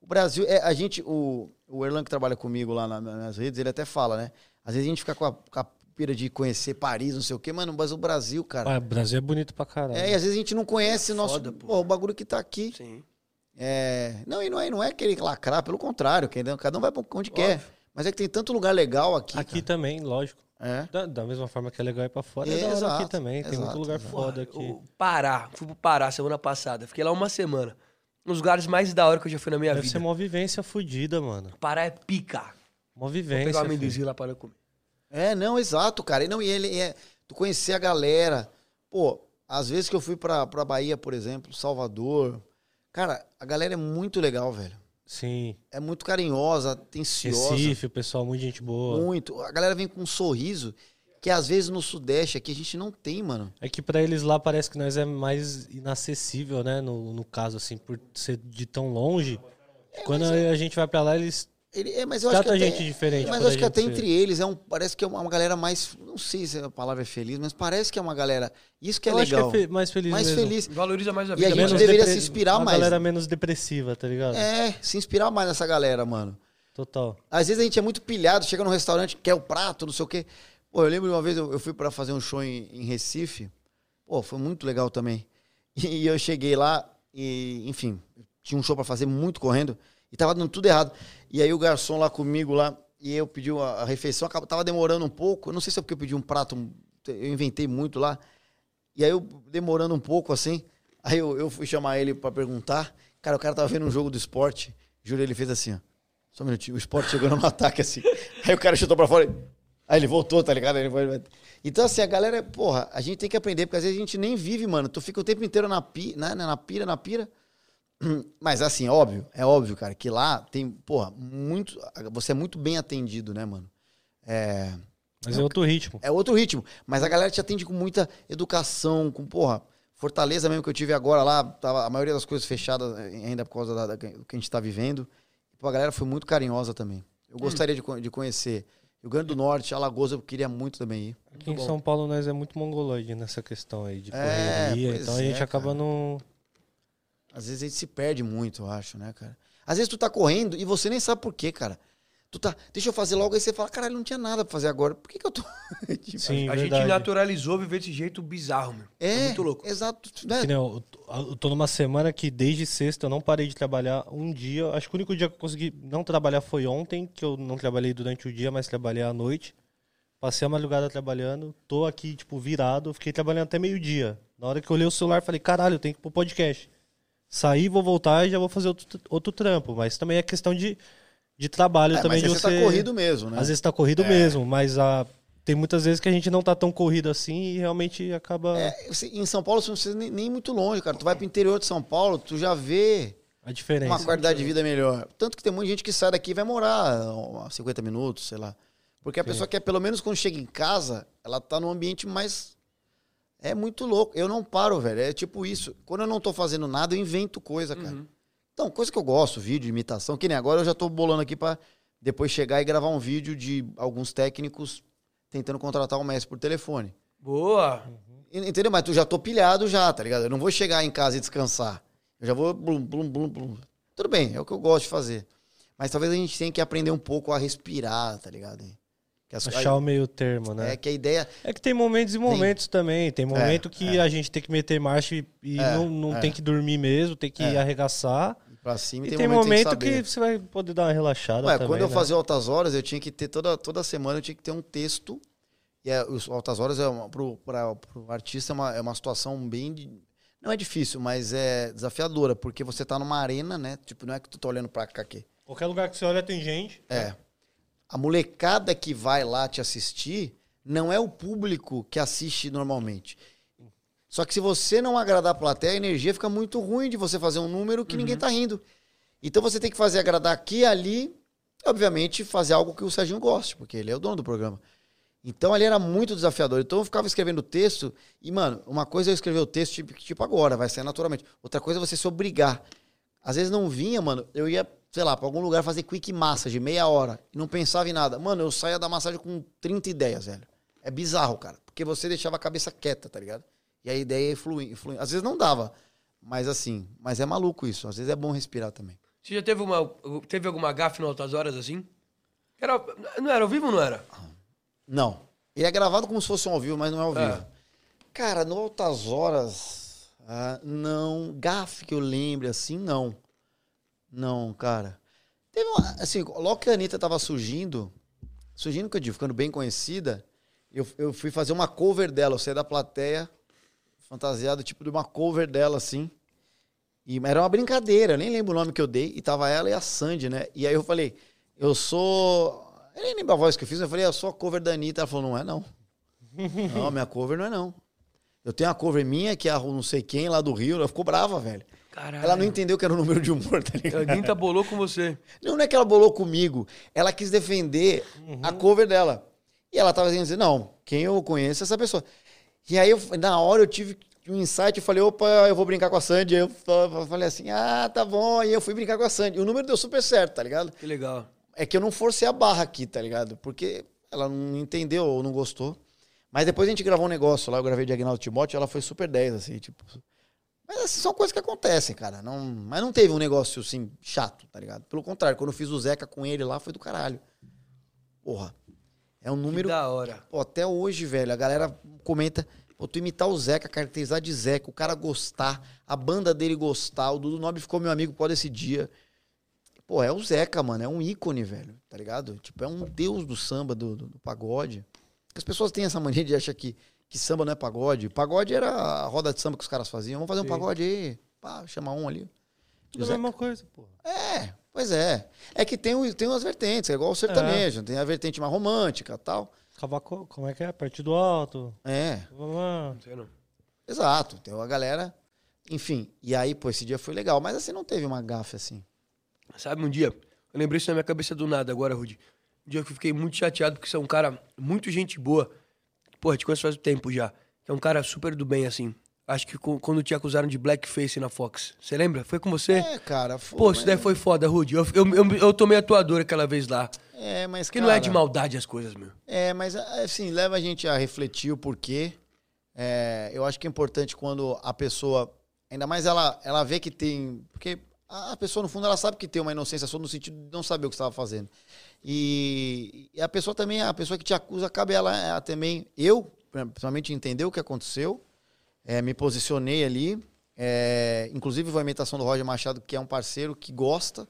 O Brasil, é, a gente, o, o Erlan que trabalha comigo lá na- na- nas redes, ele até fala, né? Às vezes a gente fica com a, com a pira de conhecer Paris, não sei o quê, mano, mas o Brasil, cara.
Ah, o Brasil é bonito pra caralho.
É, e às vezes a gente não conhece o nosso.
Foda, pô.
pô, o bagulho que tá aqui.
Sim.
É, não, e não é, não é querer lacrar, pelo contrário, quem- cada um vai pra onde
Óbvio.
quer. Mas é que tem tanto lugar legal aqui.
aqui também, lógico.
cara. É.
Da, da mesma forma que é legal ir pra fora, é,
É,
da hora
exato,
aqui também. Tem
exato,
muito lugar
exato. Ah,
foda
Porra,
aqui.
o Pará. Fui pro Pará semana passada. Fiquei lá uma semana. Um dos lugares mais da hora que eu já fui na minha
Deve ser
vida.
uma vivência fodida, mano.
Pará é pica.
Uma
Vou
vivência.
pegar um
filho.
amendozinho lá para comer.
É, não, exato, cara. E não, e ele e é. Tu conhecer a galera. Pô, às vezes que eu fui pra, pra Bahia, por exemplo, Salvador. Cara, a galera é muito legal, velho.
Sim.
É muito carinhosa, atenciosa.
Recife, o pessoal, muito gente boa.
Muito. A galera vem com um sorriso que às vezes no Sudeste aqui a gente não tem, mano.
É que pra eles lá parece que nós é mais
É,
inacessível, né? No, no caso, assim, por ser de tão longe. Quando a gente vai pra lá, eles
Ele, é, mas eu acho
Trata
que até,
gente diferente
Mas
quando
eu
a
acho que até
gente se-
entre eles é um, parece que é uma uma galera mais. Não sei se a palavra é feliz, mas parece que é uma galera. Isso que é
Eu acho
legal.
que é fe- mais feliz
mais
mesmo.
feliz.
Valoriza mais a
E
vida.
a
né?
gente
Menos
deveria
depre-
se inspirar
uma
mais.
galera menos depressiva, tá ligado?
É, se inspirar mais nessa galera, mano.
Total.
Às vezes a gente é muito pilhado, chega num restaurante, quer o prato, não sei o quê. Pô, eu lembro de uma vez eu, eu fui pra fazer um show em, em Recife. Pô, foi muito legal também. [laughs] E, eu cheguei lá e, enfim, tinha um show pra fazer muito correndo e tava dando tudo errado. E aí o garçom lá comigo lá e eu pedi a, a refeição, acaba- tava demorando um pouco. Eu não sei se é porque eu pedi um prato, eu inventei muito lá. E aí eu demorando um pouco assim, aí eu, eu fui chamar ele pra perguntar. Cara, o cara tava vendo um jogo do esporte. Juro, ele fez assim, ó. Só um minutinho, o esporte chegando no [laughs] ataque assim. Aí o cara chutou pra fora. e- Aí ele voltou, tá ligado? Aí Ele foi... Então, assim, a galera, porra, a gente tem que aprender, porque às vezes a gente nem vive, mano. Tu fica o tempo inteiro na, pi... na, na- na pira, na pira. [clears throat] Mas, assim, óbvio, é óbvio, cara, que lá tem, porra, muito. Você é muito bem atendido, né, mano? É.
Mas é outro ritmo.
É outro ritmo. Mas a galera te atende com muita educação, com, porra, Fortaleza mesmo que eu tive agora lá, tava a maioria das coisas fechadas eh, ainda por causa da- da- do que a gente tá vivendo. Pô, a galera foi muito carinhosa também. Eu gostaria de, co- de conhecer. Rio Grande do Norte, Alagoas, eu queria muito também ir.
Aqui em São Paulo nós é muito mongoloide nessa questão aí de
É,
correria.
pois
então a
é,
gente acaba
cara.
não.
Às vezes a gente se perde muito, eu acho, né, cara? Às vezes tu tá correndo e você nem sabe por quê, cara. Tu tá, deixa eu fazer logo, aí você fala, caralho, não tinha nada pra fazer agora. Por que que eu tô... Tipo,
Sim,
A
verdade.
gente naturalizou viver desse jeito bizarro, meu.
é,
muito louco.
exato. né?
Que nem eu, eu tô numa semana que desde sexta eu não parei de trabalhar um dia. Acho que o único dia que eu consegui não trabalhar foi ontem, que eu não trabalhei durante o dia, mas trabalhei à noite. Passei a madrugada trabalhando, tô aqui, tipo, virado, fiquei trabalhando até meio-dia. Na hora que eu olhei o celular, falei, caralho, eu tenho que ir pro podcast. Saí, vou voltar e já vou fazer outro, outro trampo. Mas também é questão de, de trabalho
É,
também
mas
de
aí você
você.
tá corrido mesmo, né?
Às vezes tá corrido mesmo, mas a, tem muitas vezes que a gente não tá tão corrido assim e realmente acaba.
É, você- em São Paulo você não precisa nem, nem muito longe, cara. Tu vai pro interior de São Paulo, tu já vê
A diferença.
uma qualidade de vida melhor. Tanto que tem muita gente que sai daqui e vai morar a 50 minutos, sei lá. Porque a pessoa quer, pelo menos quando chega em casa, ela tá num ambiente mais. É muito louco. Eu não paro, velho. É tipo isso. Quando eu não tô fazendo nada, eu invento coisa, cara. Então, coisa que eu gosto, vídeo, imitação, que nem agora eu já tô bolando aqui pra depois chegar e gravar um vídeo de alguns técnicos tentando contratar o mestre por telefone.
Boa.
Entendeu? Mas tu já tô pilhado já, tá ligado? Eu não vou chegar em casa e descansar. Eu já vou blum, blum, blum, blum. Tudo bem, é o que eu gosto de fazer. Mas talvez a gente tenha que aprender um pouco a respirar, tá ligado? Que as-
Achar o meio termo, né?
É que É, a ideia...
É que tem momentos e momentos também. Tem momento que a gente tem que meter marcha e, e
É,
não, não tem que dormir mesmo, tem que arregaçar.
Pra cima
E
É. tem, um
tem,
momento,
momento que,
tem que saber. né?
você vai poder dar uma relaxada
Ué,
também.
quando eu
né?
fazia altas horas, eu tinha que ter... Toda, toda semana eu tinha que ter um texto. E é, os altas horas, é uma, pro, pra, pro artista, é uma, é uma situação bem... de- Não é difícil, mas é desafiadora. Porque você tá numa arena, né? Tipo, não é que tu tá olhando pra cá aqui.
Qualquer lugar que você olha tem gente.
É. A molecada que vai lá te assistir não é o público que assiste normalmente. Só que se você não agradar a plateia, a energia fica muito ruim de você fazer um número que ninguém tá rindo. Então você tem que fazer agradar aqui e ali, obviamente fazer algo que o Serginho goste, porque ele é o dono do programa. Então ali era muito desafiador. Então eu ficava escrevendo o texto e, mano, uma coisa é eu escrever o texto tipo, tipo agora, vai sair naturalmente. Outra coisa é você se obrigar. Às vezes não vinha, mano, eu ia, sei lá, pra algum lugar fazer quick massage, meia hora, e não pensava em nada. Mano, eu saía da massagem com 30 ideias, velho. É bizarro, cara. Porque você deixava a cabeça quieta, tá ligado? E a ideia ia fluindo. fluindo. Às vezes não dava. Mas assim, mas é maluco isso. Às vezes é bom respirar também.
Você já teve uma. Teve alguma gafe em altas horas assim? Era, não era ao vivo ou não era?
Não. Ele é gravado como se fosse um ao vivo, mas não é ao vivo.
É.
Cara, no Altas Horas, ah, não. Gafe que eu lembre, assim, não. Não, cara. Teve uma, assim, logo que a Anitta tava surgindo, surgindo que eu digo, ficando bem conhecida, eu, eu fui fazer uma cover dela. Eu saí da plateia, fantasiado, tipo, de uma cover dela, assim. E era uma brincadeira, eu nem lembro o nome que eu dei. E tava ela e a Sandy, né? E aí eu falei, eu sou. Eu nem lembro a voz que eu fiz, eu falei, eu sou a cover da Anitta. Ela falou, não é não. Não, minha cover não é não. Eu tenho a cover minha, que é a não sei quem lá do Rio. Ela ficou brava, velho.
Caralho.
Ela não entendeu que era o número de humor, tá ligado?
Alguém tá bolou com você.
Não, não é que ela bolou comigo. Ela quis defender a cover dela. E ela tava dizendo, assim, não, quem eu conheço é essa pessoa. E aí, eu, na hora, eu tive um insight eu falei, opa, eu vou brincar com a Sandy. Aí eu fa- falei assim, ah, tá bom. E eu fui brincar com a Sandy. E o número deu super certo, tá ligado?
Que legal.
É que eu não forcei a barra aqui, tá ligado? Porque ela não entendeu ou não gostou. Mas depois a gente gravou um negócio lá, eu gravei de Agnaldo Timóteo, ela foi super 10, assim, tipo. Mas assim, são coisas que acontecem, cara. Não, mas não teve um negócio assim chato, tá ligado? Pelo contrário, quando eu fiz o Zeca com ele lá, foi do caralho. Porra. É um número
da hora.
Pô, até hoje, velho, a galera comenta. Pô, tu imitar o Zeca, caracterizar de Zeca, o cara gostar, a banda dele gostar, o Dudu Nobre ficou meu amigo por esse dia. Pô, é o Zeca, mano, é um ícone, velho, tá ligado? Tipo, é um deus do samba, do, do, do pagode. Porque As pessoas têm essa mania de achar que, que samba não é pagode. Pagode era a roda de samba que os caras faziam. Vamos fazer um
Sim.
pagode aí, pá, chamar um ali. E o
Tudo a
Zeca-
mesma coisa, pô.
é, pois é. É que tem, o- tem umas vertentes, é igual o sertanejo, tem a vertente mais romântica tal.
Cavaco, como é que é? Partido alto.
É.
Vamos lá.
Não sei não.
Exato, tem uma galera. Enfim, e aí, pô, esse dia foi legal, mas assim não teve uma gafe assim.
Sabe, um dia, eu lembrei isso na minha cabeça do nada agora, Rudy. Um dia que eu fiquei muito chateado, porque você é um cara muito gente boa. Porra, te conheço faz tempo já. É um cara super do bem, assim. Acho que co- quando te acusaram de blackface na Fox. Você lembra? Foi com você?
É, cara, foi.
Pô,
mas-
isso daí foi foda, Rudy. Eu, eu, eu, eu tomei atuador aquela vez lá.
É, mas
Porque
cara,
não é de maldade as coisas, meu.
É, mas assim, leva a gente a refletir o porquê. É, eu acho que é importante quando a pessoa, ainda mais ela, ela vê que tem, porque a a pessoa no fundo ela sabe que tem uma inocência só no sentido de não saber o que estava fazendo. E, e a pessoa também, a pessoa que te acusa, cabe ela, ela também, eu, principalmente entender o que aconteceu, é, me posicionei ali. É, inclusive foi a imitação do Roger Machado, que é um parceiro que gosta.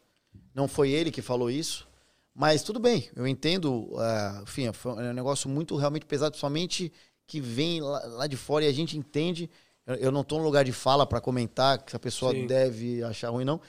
Não foi ele que falou isso. Mas tudo bem, eu entendo. ah, enfim, foi um negócio muito realmente pesado, somente que vem lá, lá de fora e a gente entende. Eu, eu não estou no lugar de fala para comentar que a pessoa
Sim.
deve achar ruim, não.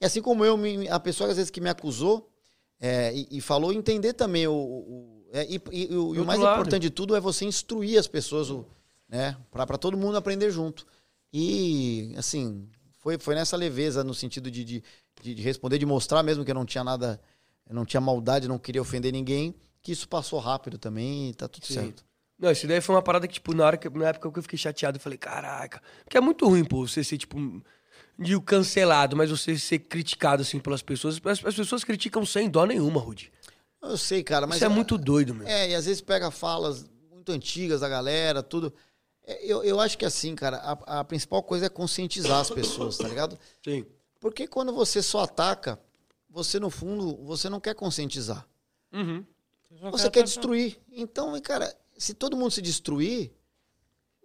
E assim como eu, me- a pessoa às vezes que me acusou é, e, e falou, entender também o. o- é, e, e- e o- e
Outro
o mais
lado.
importante de tudo é você instruir as pessoas, o- né? Para todo mundo aprender junto. E, assim, foi, foi nessa leveza, no sentido de, de, de- de responder, de mostrar mesmo que eu não tinha nada, eu não tinha maldade, não queria ofender ninguém, que isso passou rápido também e tá tudo
Sim.
certo.
Não, isso daí foi uma parada que, tipo, na, hora que, na época que eu fiquei chateado, eu falei, caraca. Porque é muito ruim, pô, você ser, tipo, um- digo, cancelado, mas você ser criticado, assim, pelas pessoas. As, as pessoas criticam sem dó nenhuma, Rudy.
Eu sei, cara, mas.
isso é, muito doido, meu.
É, e às vezes pega falas muito antigas da galera, tudo. É, Eu, eu acho que assim, cara, a, a principal coisa é conscientizar as pessoas, tá ligado?
Sim.
Porque quando você só ataca, você no fundo, você não quer conscientizar.
Uhum.
Você quer destruir. Então, cara, se todo mundo se destruir,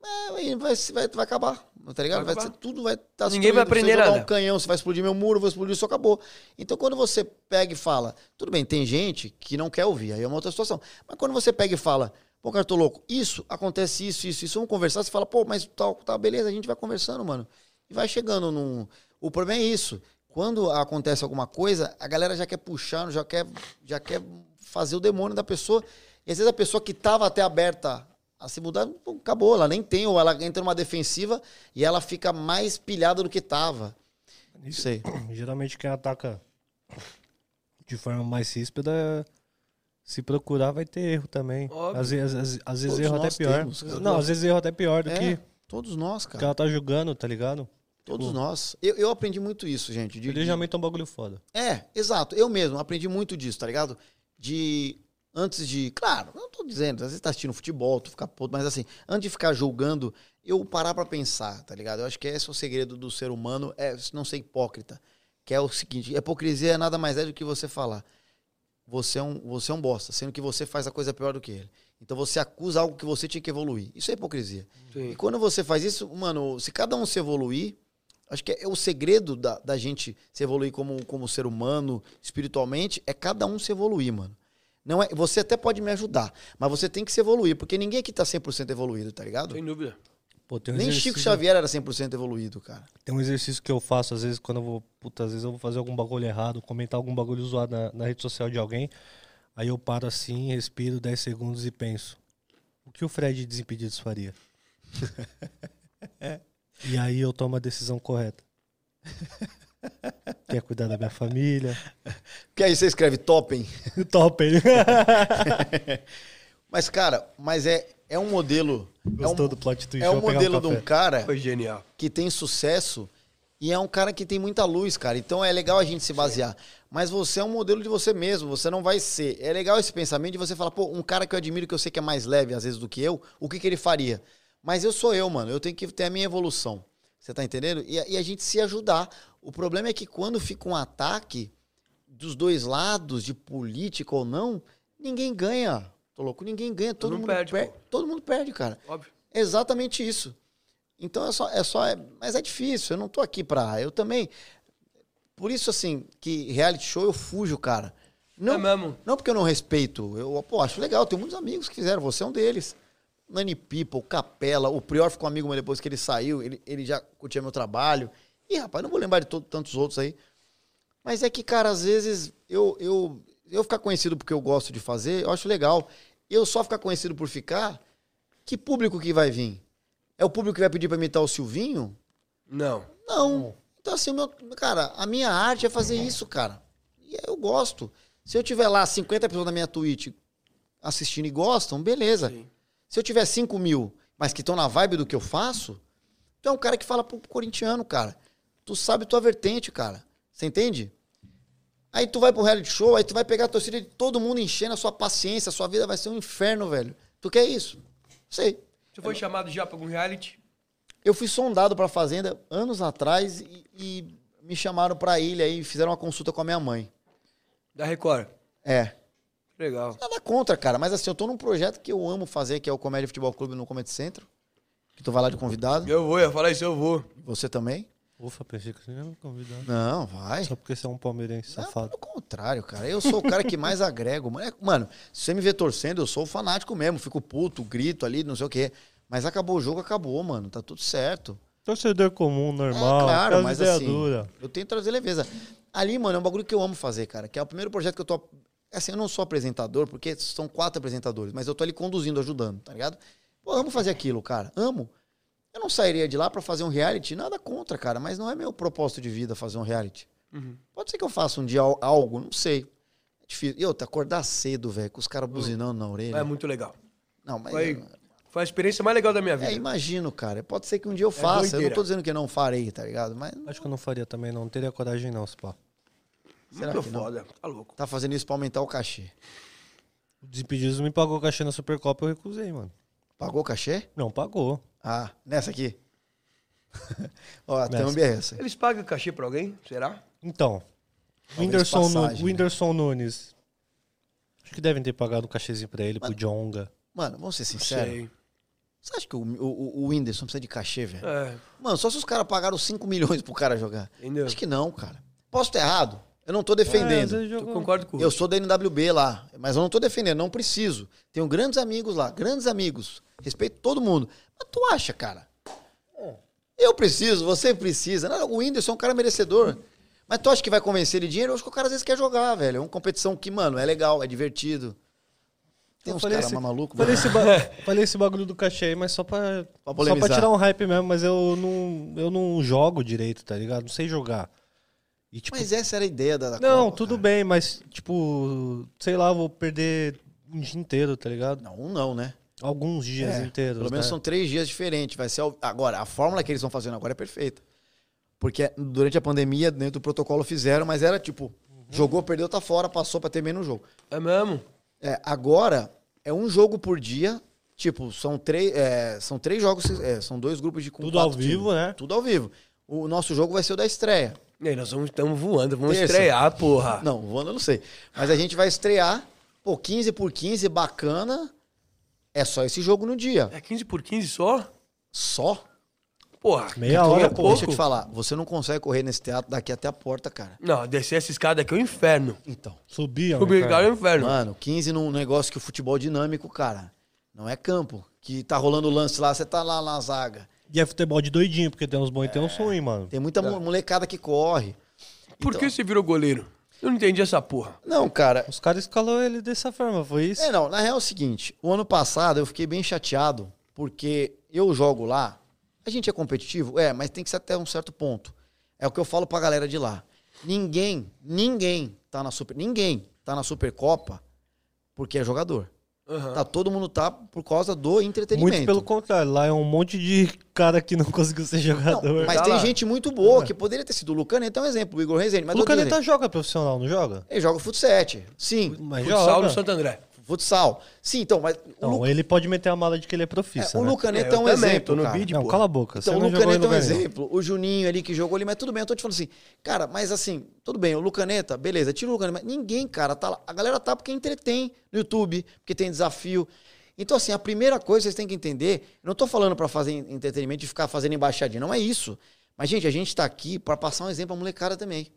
é, aí vai, se- vai, vai acabar, tá ligado?
Vai
Vai
acabar.
ser- tudo vai estar
Ninguém vai aprender
você jogar
nada.
um canhão, você vai explodir meu muro, vou explodir, isso acabou. Então, quando você pega e fala, tudo bem, tem gente que não quer ouvir, aí é uma outra situação. Mas quando você pega e fala, pô, cara, eu tô louco, isso, acontece isso, isso, isso, vamos conversar, você fala, pô, mas tal, tá, beleza, a gente vai conversando, mano. E vai chegando num... O problema é isso. Quando acontece alguma coisa, a galera já quer puxar, já quer, já quer fazer o demônio da pessoa. E às vezes a pessoa que estava até aberta a se mudar, pô, acabou, ela nem tem, ou ela entra numa defensiva e ela fica mais pilhada do que tava. Não sei.
Geralmente quem ataca de forma mais ríspida, se procurar vai ter erro também.
Óbvio.
Às vezes, às- às vezes
Todos
erro até
nós
pior.
temos, cara.
não, às vezes erro até pior do
É,
que
todos nós,
o que
cara.
ela tá julgando, tá ligado?
Todos nós. Eu, eu aprendi muito isso, gente. de- de-
Planejamento é um bagulho foda.
É, exato. Eu mesmo aprendi muito disso, tá ligado? De. Antes de. Claro, eu não tô dizendo, às vezes tá assistindo futebol, tu fica puto, mas assim, antes de ficar julgando, eu parar pra pensar, tá ligado? Eu acho que esse é o segredo do ser humano, é não ser hipócrita. Que é o seguinte: hipocrisia nada mais é do que você falar. Você é, um, você é um bosta, sendo que você faz a coisa pior do que ele. Então você acusa algo que você tinha que evoluir. Isso é hipocrisia. E
Sim.
quando você faz isso, mano, se cada um se evoluir, acho que é o segredo da, da gente se evoluir como, como ser humano, espiritualmente, é cada um se evoluir, mano. Não é, você até pode me ajudar, mas você tem que se evoluir, porque ninguém aqui tá 100% evoluído, tá ligado?
Sem dúvida.
Pô, tem um
Nem
exercício-
Chico Xavier era 100% evoluído, cara.
Tem um exercício que eu faço, às vezes, quando eu vou. Puta, às vezes eu vou fazer algum bagulho errado, comentar algum bagulho zoado na, na rede social de alguém. Aí eu paro assim, respiro 10 segundos e penso. O que o Fred de Desimpedidos
[laughs]
faria? e aí eu tomo a decisão correta. Quer cuidar da minha família?
[laughs] Porque aí você
[laughs]
escreve topem.
Top, hein?
Mas, cara, mas é, é um modelo. é um-
Gostou do plot twist?
É um
Vou pegar
modelo de um
café.
cara
Foi genial.
que tem sucesso E é um cara que tem muita luz, cara. Então é legal a gente se basear. Mas você é um modelo de você mesmo, você não vai ser. É legal esse pensamento de você falar, pô, um cara que eu admiro, que eu sei que é mais leve às vezes do que eu, o que, que ele faria? Mas eu sou eu, mano. Eu tenho que ter a minha evolução. Você tá entendendo? E, a- e a gente se ajudar. O problema é que quando fica um ataque dos dois lados, de política ou não, ninguém ganha. Tô louco, ninguém ganha. Todo
mundo
mundo
perde,
perde.
pô.
todo mundo perde, cara.
Óbvio.
É Exatamente isso. Então é só, é só, é- mas é difícil. Eu não tô aqui pra. Eu também. Por isso assim que reality show eu fujo, cara. Não,
É mesmo.
não porque eu não respeito. Eu pô, acho legal. Tenho muitos amigos que fizeram. Você é um deles. Nani People, Capela, o Prior ficou amigo meu depois que ele saiu. Ele, ele já curtia meu trabalho. E rapaz, não vou lembrar de to- tantos outros aí. Mas é que, cara, às vezes eu, eu, eu ficar conhecido porque eu gosto de fazer, eu acho legal. Eu só ficar conhecido por ficar, que público que vai vir? É o público que vai pedir pra imitar o Silvinho?
Não.
Não. Então, assim, o meu, cara, a minha arte é fazer isso, cara. E eu gosto. Se eu tiver lá 50 pessoas na minha Twitch assistindo e gostam, beleza.
Sim.
Se eu tiver 5 mil, mas que estão na vibe do que eu faço, tu é um cara que fala pro corintiano, cara. Tu sabe tua vertente, cara. Você entende? Aí tu vai pro reality show, aí tu vai pegar a torcida de todo mundo enchendo a sua paciência, a sua vida vai ser um inferno, velho. Tu quer isso? Sei.
Você foi chamado já pra algum reality?
Eu fui sondado pra fazenda anos atrás e, e me chamaram pra ilha e fizeram uma consulta com a minha mãe.
Da Record.
É.
Legal.
Nada contra, cara, mas assim, eu tô num projeto que eu amo fazer, que é o Comédia Futebol Clube no Comedy Centro. Que tu vai lá de convidado.
Eu vou, eu ia falar isso, eu vou.
Você também?
Ufa, pensei que você ia me convidar.
Não, vai.
Só porque você é um palmeirense
Não,
safado.
pelo contrário, cara. Eu sou o cara que mais agrego. Mano, é- Mano, se você me vê torcendo, eu sou fanático mesmo. Fico puto, grito ali, não sei o quê. Mas acabou o jogo, acabou, mano. Tá tudo certo.
Torcedor comum, normal.
É,
aquelas
claro, mas
ideia
assim,
dura.
eu tenho que trazer leveza. Ali, mano, é um bagulho que eu amo fazer, cara. Que é o primeiro projeto que eu tô... Assim, eu não sou apresentador, porque são quatro apresentadores, mas eu tô ali conduzindo, ajudando, tá ligado? Pô, amo fazer aquilo, cara. Amo. Eu não sairia de lá pra fazer um reality, nada contra, cara, mas não é meu propósito de vida fazer um reality.
Uhum.
Pode ser que eu faça um dia al- algo, não sei. É difícil. E outra, acordar cedo, velho, com os caras buzinando na orelha.
É muito legal.
Não, mas...
Foi, foi a experiência mais legal da minha
É,
vida.
imagino, cara. Pode ser que um dia eu faça. eu
É doideira.
não tô dizendo que não farei, tá ligado? Mas
Acho que eu não faria também, não. Não teria coragem, não, Spa.
será
muito
que não?
foda. Tá louco.
Tá fazendo isso pra aumentar o cachê.
O Desimpedidos me pagou cachê na Supercopa eu recusei, mano.
Pagou o cachê?
Não pagou.
Ah, nessa aqui. [laughs] Ó, tem
Nessa.
uma BS.
Eles pagam cachê pra alguém? Será?
Então,
Talvez
Whindersson, Nu-
passagem, né?
Whindersson Nunes. Acho que devem ter pagado um cachezinho pra ele, pro Jonga.
Mano, vamos ser sinceros.
Sei.
Você acha que o, o, o Whindersson precisa de cachê, velho?
É,
Mano, só se os caras pagaram 5 milhões pro cara jogar.
entendeu?
Acho que não, cara. Posso estar errado? Eu não tô
É, às
defendendo.
vezes
Eu
jogou-
concordo com
Eu sou da NWB lá, mas eu não tô defendendo, não preciso. Tenho grandes amigos lá, grandes amigos. Respeito todo mundo. Mas tu acha, cara?
É.
Eu preciso, você precisa. Não, o Whindersson é um cara merecedor. Mas tu acha que vai convencer ele de dinheiro? Eu acho que o cara às vezes quer jogar, velho. É uma competição que, mano, é legal, é divertido. Tem
Eu
uns
falei
caras
esse-
mais malucos,
Falei
mano.
esse,
[laughs]
ba- falei esse bagulho do cachê aí, mas só pra, só pra
polemizar.
tirar um hype mesmo, mas eu não, eu não jogo direito, tá ligado? Não sei jogar. E, tipo,
Mas essa era a ideia da, da
não,
Copa, É.
tudo
cara.
bem, mas, tipo, sei lá, eu vou perder um dia inteiro, tá ligado?
Não, um não, né?
Alguns dias
É,
inteiros.
Pelo menos
né?
são três dias diferentes. Vai ser ao- agora a fórmula que eles estão fazendo agora é perfeita, porque durante a pandemia dentro do protocolo fizeram, mas era tipo jogou, perdeu, tá fora, passou pra ter menos jogo.
É mesmo?
É, agora é um jogo por dia. Tipo, são três, é, são três jogos, é, são dois grupos de com
Tudo ao
quatro
vivo,
times.
né?
Tudo ao vivo. O nosso jogo vai ser o da estreia.
E aí, nós vamos- estamos voando, vamos
Terça.
estrear, porra.
Não, o Wanda eu não sei. Mas a gente vai estrear, pô, 15 por 15, bacana. É só esse jogo no dia.
É 15 por 15 só?
Só?
Porra.
Meia
daqui É a
hora,
Olha,
pô,
pouco.
deixa eu te falar, você não consegue correr nesse teatro daqui até a porta, cara.
Não, descer essa escada aqui é um inferno.
Então.
Subir, ó,
Subir a escada
né, cara.
é um inferno.
Mano, 15 num negócio que o futebol dinâmico, cara, não é campo. Que tá rolando o lance lá, você tá lá na zaga.
E é futebol de doidinho, porque tem uns bons e tem uns ruins, mano.
É. Tem muita mo- molecada que corre.
Por
então.
que você virou goleiro? Eu não entendi essa porra.
Não, cara.
Os caras escalou ele dessa forma, foi isso?
É, não, na real é o seguinte, o ano passado eu fiquei bem chateado, porque eu jogo lá, a gente é competitivo, é, mas tem que ser até um certo ponto. É o que eu falo pra galera de lá. Ninguém, ninguém tá na Super, ninguém tá na Supercopa porque é jogador. Tá, todo mundo tá por causa do É, entretenimento.
Muito
Tá
pelo contrário, lá é um monte de cara que não [laughs] conseguiu ser
Não,
jogador.
mas
Tá
tem
lá.
gente muito boa que poderia ter sido. O Lucaneta é um exemplo, o Igor Rezende. Mas
o
eu dou
Lucaneta
é
exemplo.
joga profissional, não joga?
Ele joga futsal. Sim,
Mas
Futsal
joga.
no Santo André.
futsal. Sim, então, mas o,
Não,
Lu...
ele pode meter a mala de que ele é profissa,
é, o
né?
Lucaneta
É,
é
eu
um
também,
exemplo,
tô no
cara.
vídeo.
Não,
pô.
cala a boca.
Então,
você
o
não jogou em
Lucaneta é um
lugar nenhum.
exemplo. O Juninho ali que jogou ali, mas tudo bem. Eu tô te falando assim, cara, mas assim, tudo bem. O Lucaneta, beleza, tira o Lucaneta. Mas ninguém, cara, tá lá. A galera tá porque entretém no YouTube, porque tem desafio. Então, assim, a primeira coisa que vocês têm que entender, eu não tô falando pra fazer en- entretenimento e ficar fazendo embaixadinha, não é isso. Mas, gente, a gente tá aqui pra passar um exemplo pra molecada também.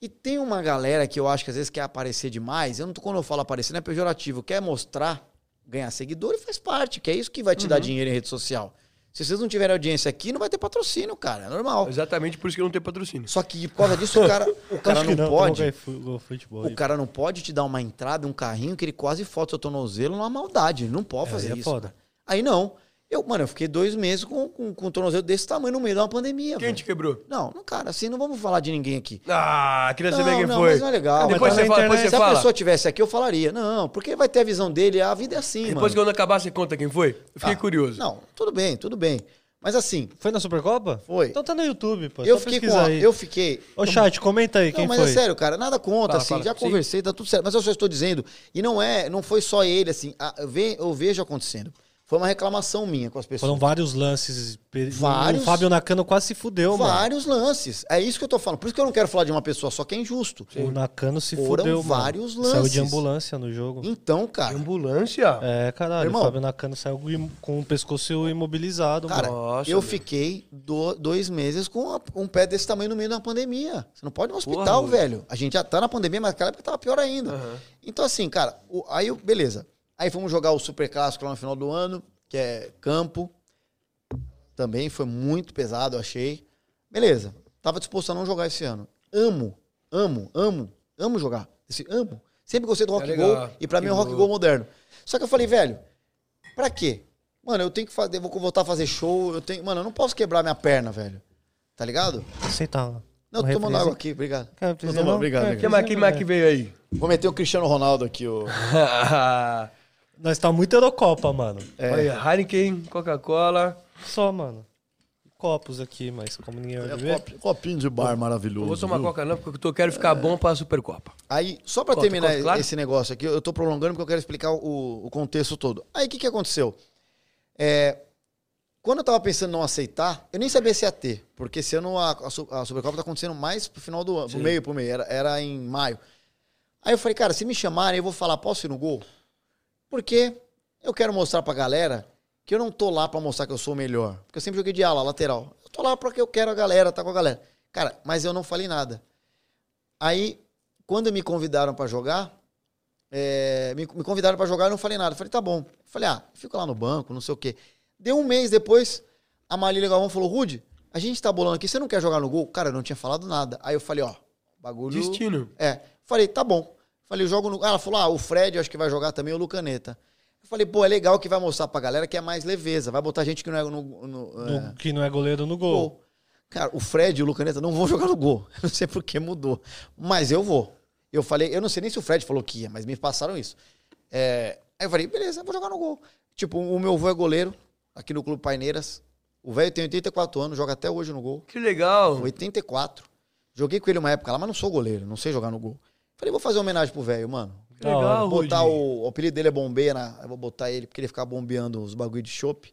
E tem uma galera que eu acho que às vezes quer aparecer demais. Eu não tô, quando eu falo aparecer, não é pejorativo. Quer mostrar, ganhar seguidor e faz parte, que é isso que vai te dar dinheiro em rede social. Se vocês não tiverem audiência aqui, não vai ter patrocínio, cara. É normal.
Exatamente por isso que eu não tenho patrocínio.
Só que por causa disso, o cara, o cara
Acho que
não,
tem
pode.
lugar em fu- futebol.
O cara não pode te dar uma entrada, um carrinho que ele quase falta seu tornozelo numa maldade. Ele Não pode
É,
fazer
aí é
isso.
foda.
cara. Aí não. Eu, mano, eu fiquei dois meses com, com, com um tornozelo desse tamanho no meio de uma pandemia.
Quem
velho.
te quebrou?
Não, não, cara, assim não vamos falar de ninguém aqui.
Ah, queria
Não,
saber quem
não,
foi.
mas não é legal.
Mas tá
Depois você
na
fala,
internet.
depois você
É, Se a
fala.
pessoa tivesse aqui, eu falaria. Não, porque vai ter a visão dele, a vida é assim,
Depois que
mano.
quando acabar, você conta quem foi? Eu fiquei
Tá.
curioso.
Não, tudo bem, tudo bem. Mas assim,
Foi na Supercopa?
Foi.
Então tá no YouTube, pô. é
eu
só
fiquei, com,
pesquisar
a-
aí.
eu fiquei...
Ô, chat, comenta aí
Não,
quem
mas
foi.
é sério, cara, nada conta,
Fala,
assim,
fala.
já
Sim.
conversei, tá tudo certo. Mas eu só estou dizendo, e não é, não foi só ele, assim, a- eu ve- eu vejo acontecendo. Foi uma reclamação minha com as pessoas.
Foram vários lances. pe-
Vários?
O Fábio Nakano quase se fudeu,
vários lances, é isso que eu tô falando. Por isso que eu não quero falar de uma pessoa só, que é injusto.
mano. O Nakano se
Foram
fudeu, mano.
vários
Saiu de
lances.
ambulância no jogo.
Então,
um
cara,
Ambulância?
É, caralho.
Irmão.
O Fábio Nakano saiu im- com o pescoço imobilizado,
Cara,
mano.
Nossa,
eu
meu.
fiquei do- dois meses com uma- um pé desse tamanho no meio da pandemia. Você não pode ir no
Porra,
hospital,
mano.
velho. A gente já tá na pandemia, mas naquela época tava pior ainda.
Aham.
Então, assim, cara, o- aí, eu- beleza. Aí fomos jogar o Super Clássico lá no final do ano, que é campo. Também foi muito pesado, eu achei. Beleza. Tava disposto a não jogar esse ano. Amo, amo, amo, amo jogar. Esse, amo. Sempre gostei do
É
rock
legal.
goal e pra mim é um
Rock
rock
Go.
goal moderno. Só que eu falei, velho, Pra quê? Mano, eu tenho que fazer, vou voltar a fazer show, eu tenho, mano, eu não posso quebrar minha perna, velho. Tá ligado?
Aceitava.
Não, tô tomando água aqui, obrigado.
Quer
Não,
precisar,
não,
não?
obrigado,
Quer
obrigado.
Quem mais, quem
é.
mais que veio aí? [laughs]
Vou meter o Cristiano Ronaldo aqui, o
Nós tá muito Eurocopa, mano. É
É.
Olha, Heineken, Coca-Cola.
Só, mano. Copos aqui, mas como ninguém
É
vai ver.
Copinho de bar
Eu
maravilhoso.
vou tomar
viu?
Coca não, porque eu tô- quero ficar bom pra Supercopa.
Aí, só pra
Corta,
terminar
corta, claro.
esse negócio aqui, eu tô prolongando porque eu quero explicar o, o contexto todo. Aí, o que, que aconteceu? É, quando eu tava pensando em não aceitar, eu nem sabia se ia ter, porque esse ano a, a, Su- a Supercopa tá acontecendo mais pro final do ano, pro meio, pro meio, era, era em maio. Aí eu falei, cara, se me chamarem, eu vou falar, posso ir no gol? Porque eu quero mostrar pra galera que eu não tô lá pra mostrar que eu sou o melhor. Porque eu sempre joguei de ala, lateral. Eu tô lá porque eu quero a galera, tá com a galera. Cara, mas eu não falei nada. Aí, quando me convidaram pra jogar, é, me, me convidaram pra jogar, eu não falei nada. Eu falei, tá bom. Eu falei, ah, fico lá no banco, não sei o quê. Deu um mês depois, a Marília Galvão falou, Rude, a gente tá bolando aqui, você não quer jogar no gol? Cara, eu não tinha falado nada. Aí eu falei, ó, bagulho...
Destino.
É. Falei, tá bom. Falei, jogo no. Ah, Ela falou, ah, o Fred acho que vai jogar também, o Lucaneta. Eu falei, pô, é legal que vai mostrar pra galera que é mais leveza. Vai botar gente que não é no. no, é,
No- que não é goleiro no gol.
gol. Cara, o Fred e o Lucaneta não vão [laughs] jogar no gol. Eu não sei por que mudou. Mas eu vou. Eu falei, eu não sei nem se o Fred falou que ia, mas me passaram isso. É, aí eu falei, beleza, eu vou jogar no gol. Tipo, o meu avô é goleiro, aqui no Clube Paineiras. O velho tem 84 anos, joga até hoje no gol.
Que legal.
84. Joguei com ele uma época lá, mas não sou goleiro, não sei jogar no gol. Falei, vou fazer uma homenagem pro velho, mano.
Que legal,
Vou
Rudy.
botar o, o apelido dele é Bombeira, eu vou botar ele, porque ele ficava bombeando os bagulho
[laughs]
de chope.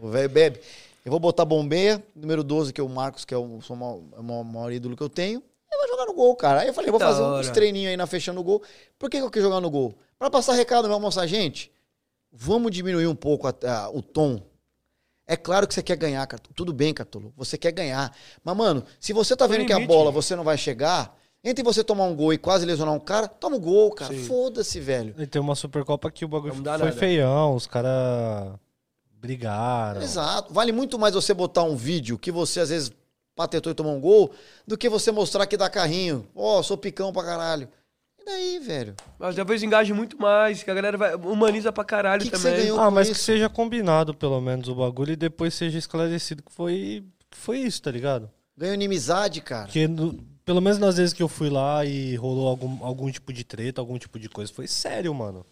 o velho bebe. Eu vou botar Bombeia, número 12, que é o Marcos, que é o, sou o maior, o maior- maior ídolo que eu tenho. Aí vai jogar no gol, cara. Aí eu falei, vou
Da
fazer uns
hora.
treininhos aí na fechando o gol. Por que, que eu quis jogar no gol? Pra passar recado, meu almoçar, gente, vamos diminuir um pouco a- a- o tom. É claro que você quer ganhar, Cartolo. Tudo bem, Cartolo. Você quer ganhar. Mas, mano, se você tá
Tem
vendo que a
limite,
bola
né?
você não vai chegar, entre você tomar um gol e quase lesionar um cara, toma o gol, cara. Foda-se, velho.
E tem uma Supercopa que o bagulho
Não
foi
dá nada.
feião, os caras brigaram.
Exato. Vale muito mais você botar um vídeo que você às vezes patetou e tomou um gol do que você mostrar que dá carrinho. Ó, sou picão pra caralho. E daí, velho?
Mas talvez engaje muito mais, que a galera vai, humaniza pra caralho
Que que você
também.
ganhou?
Ah, mas
com
que
isso.
seja combinado pelo menos o bagulho e depois seja esclarecido que foi, foi isso, tá ligado?
Ganhou inimizade, cara.
Porque no- pelo menos nas vezes que eu fui lá e rolou algum, algum tipo de treta, algum tipo de coisa, foi sério, mano.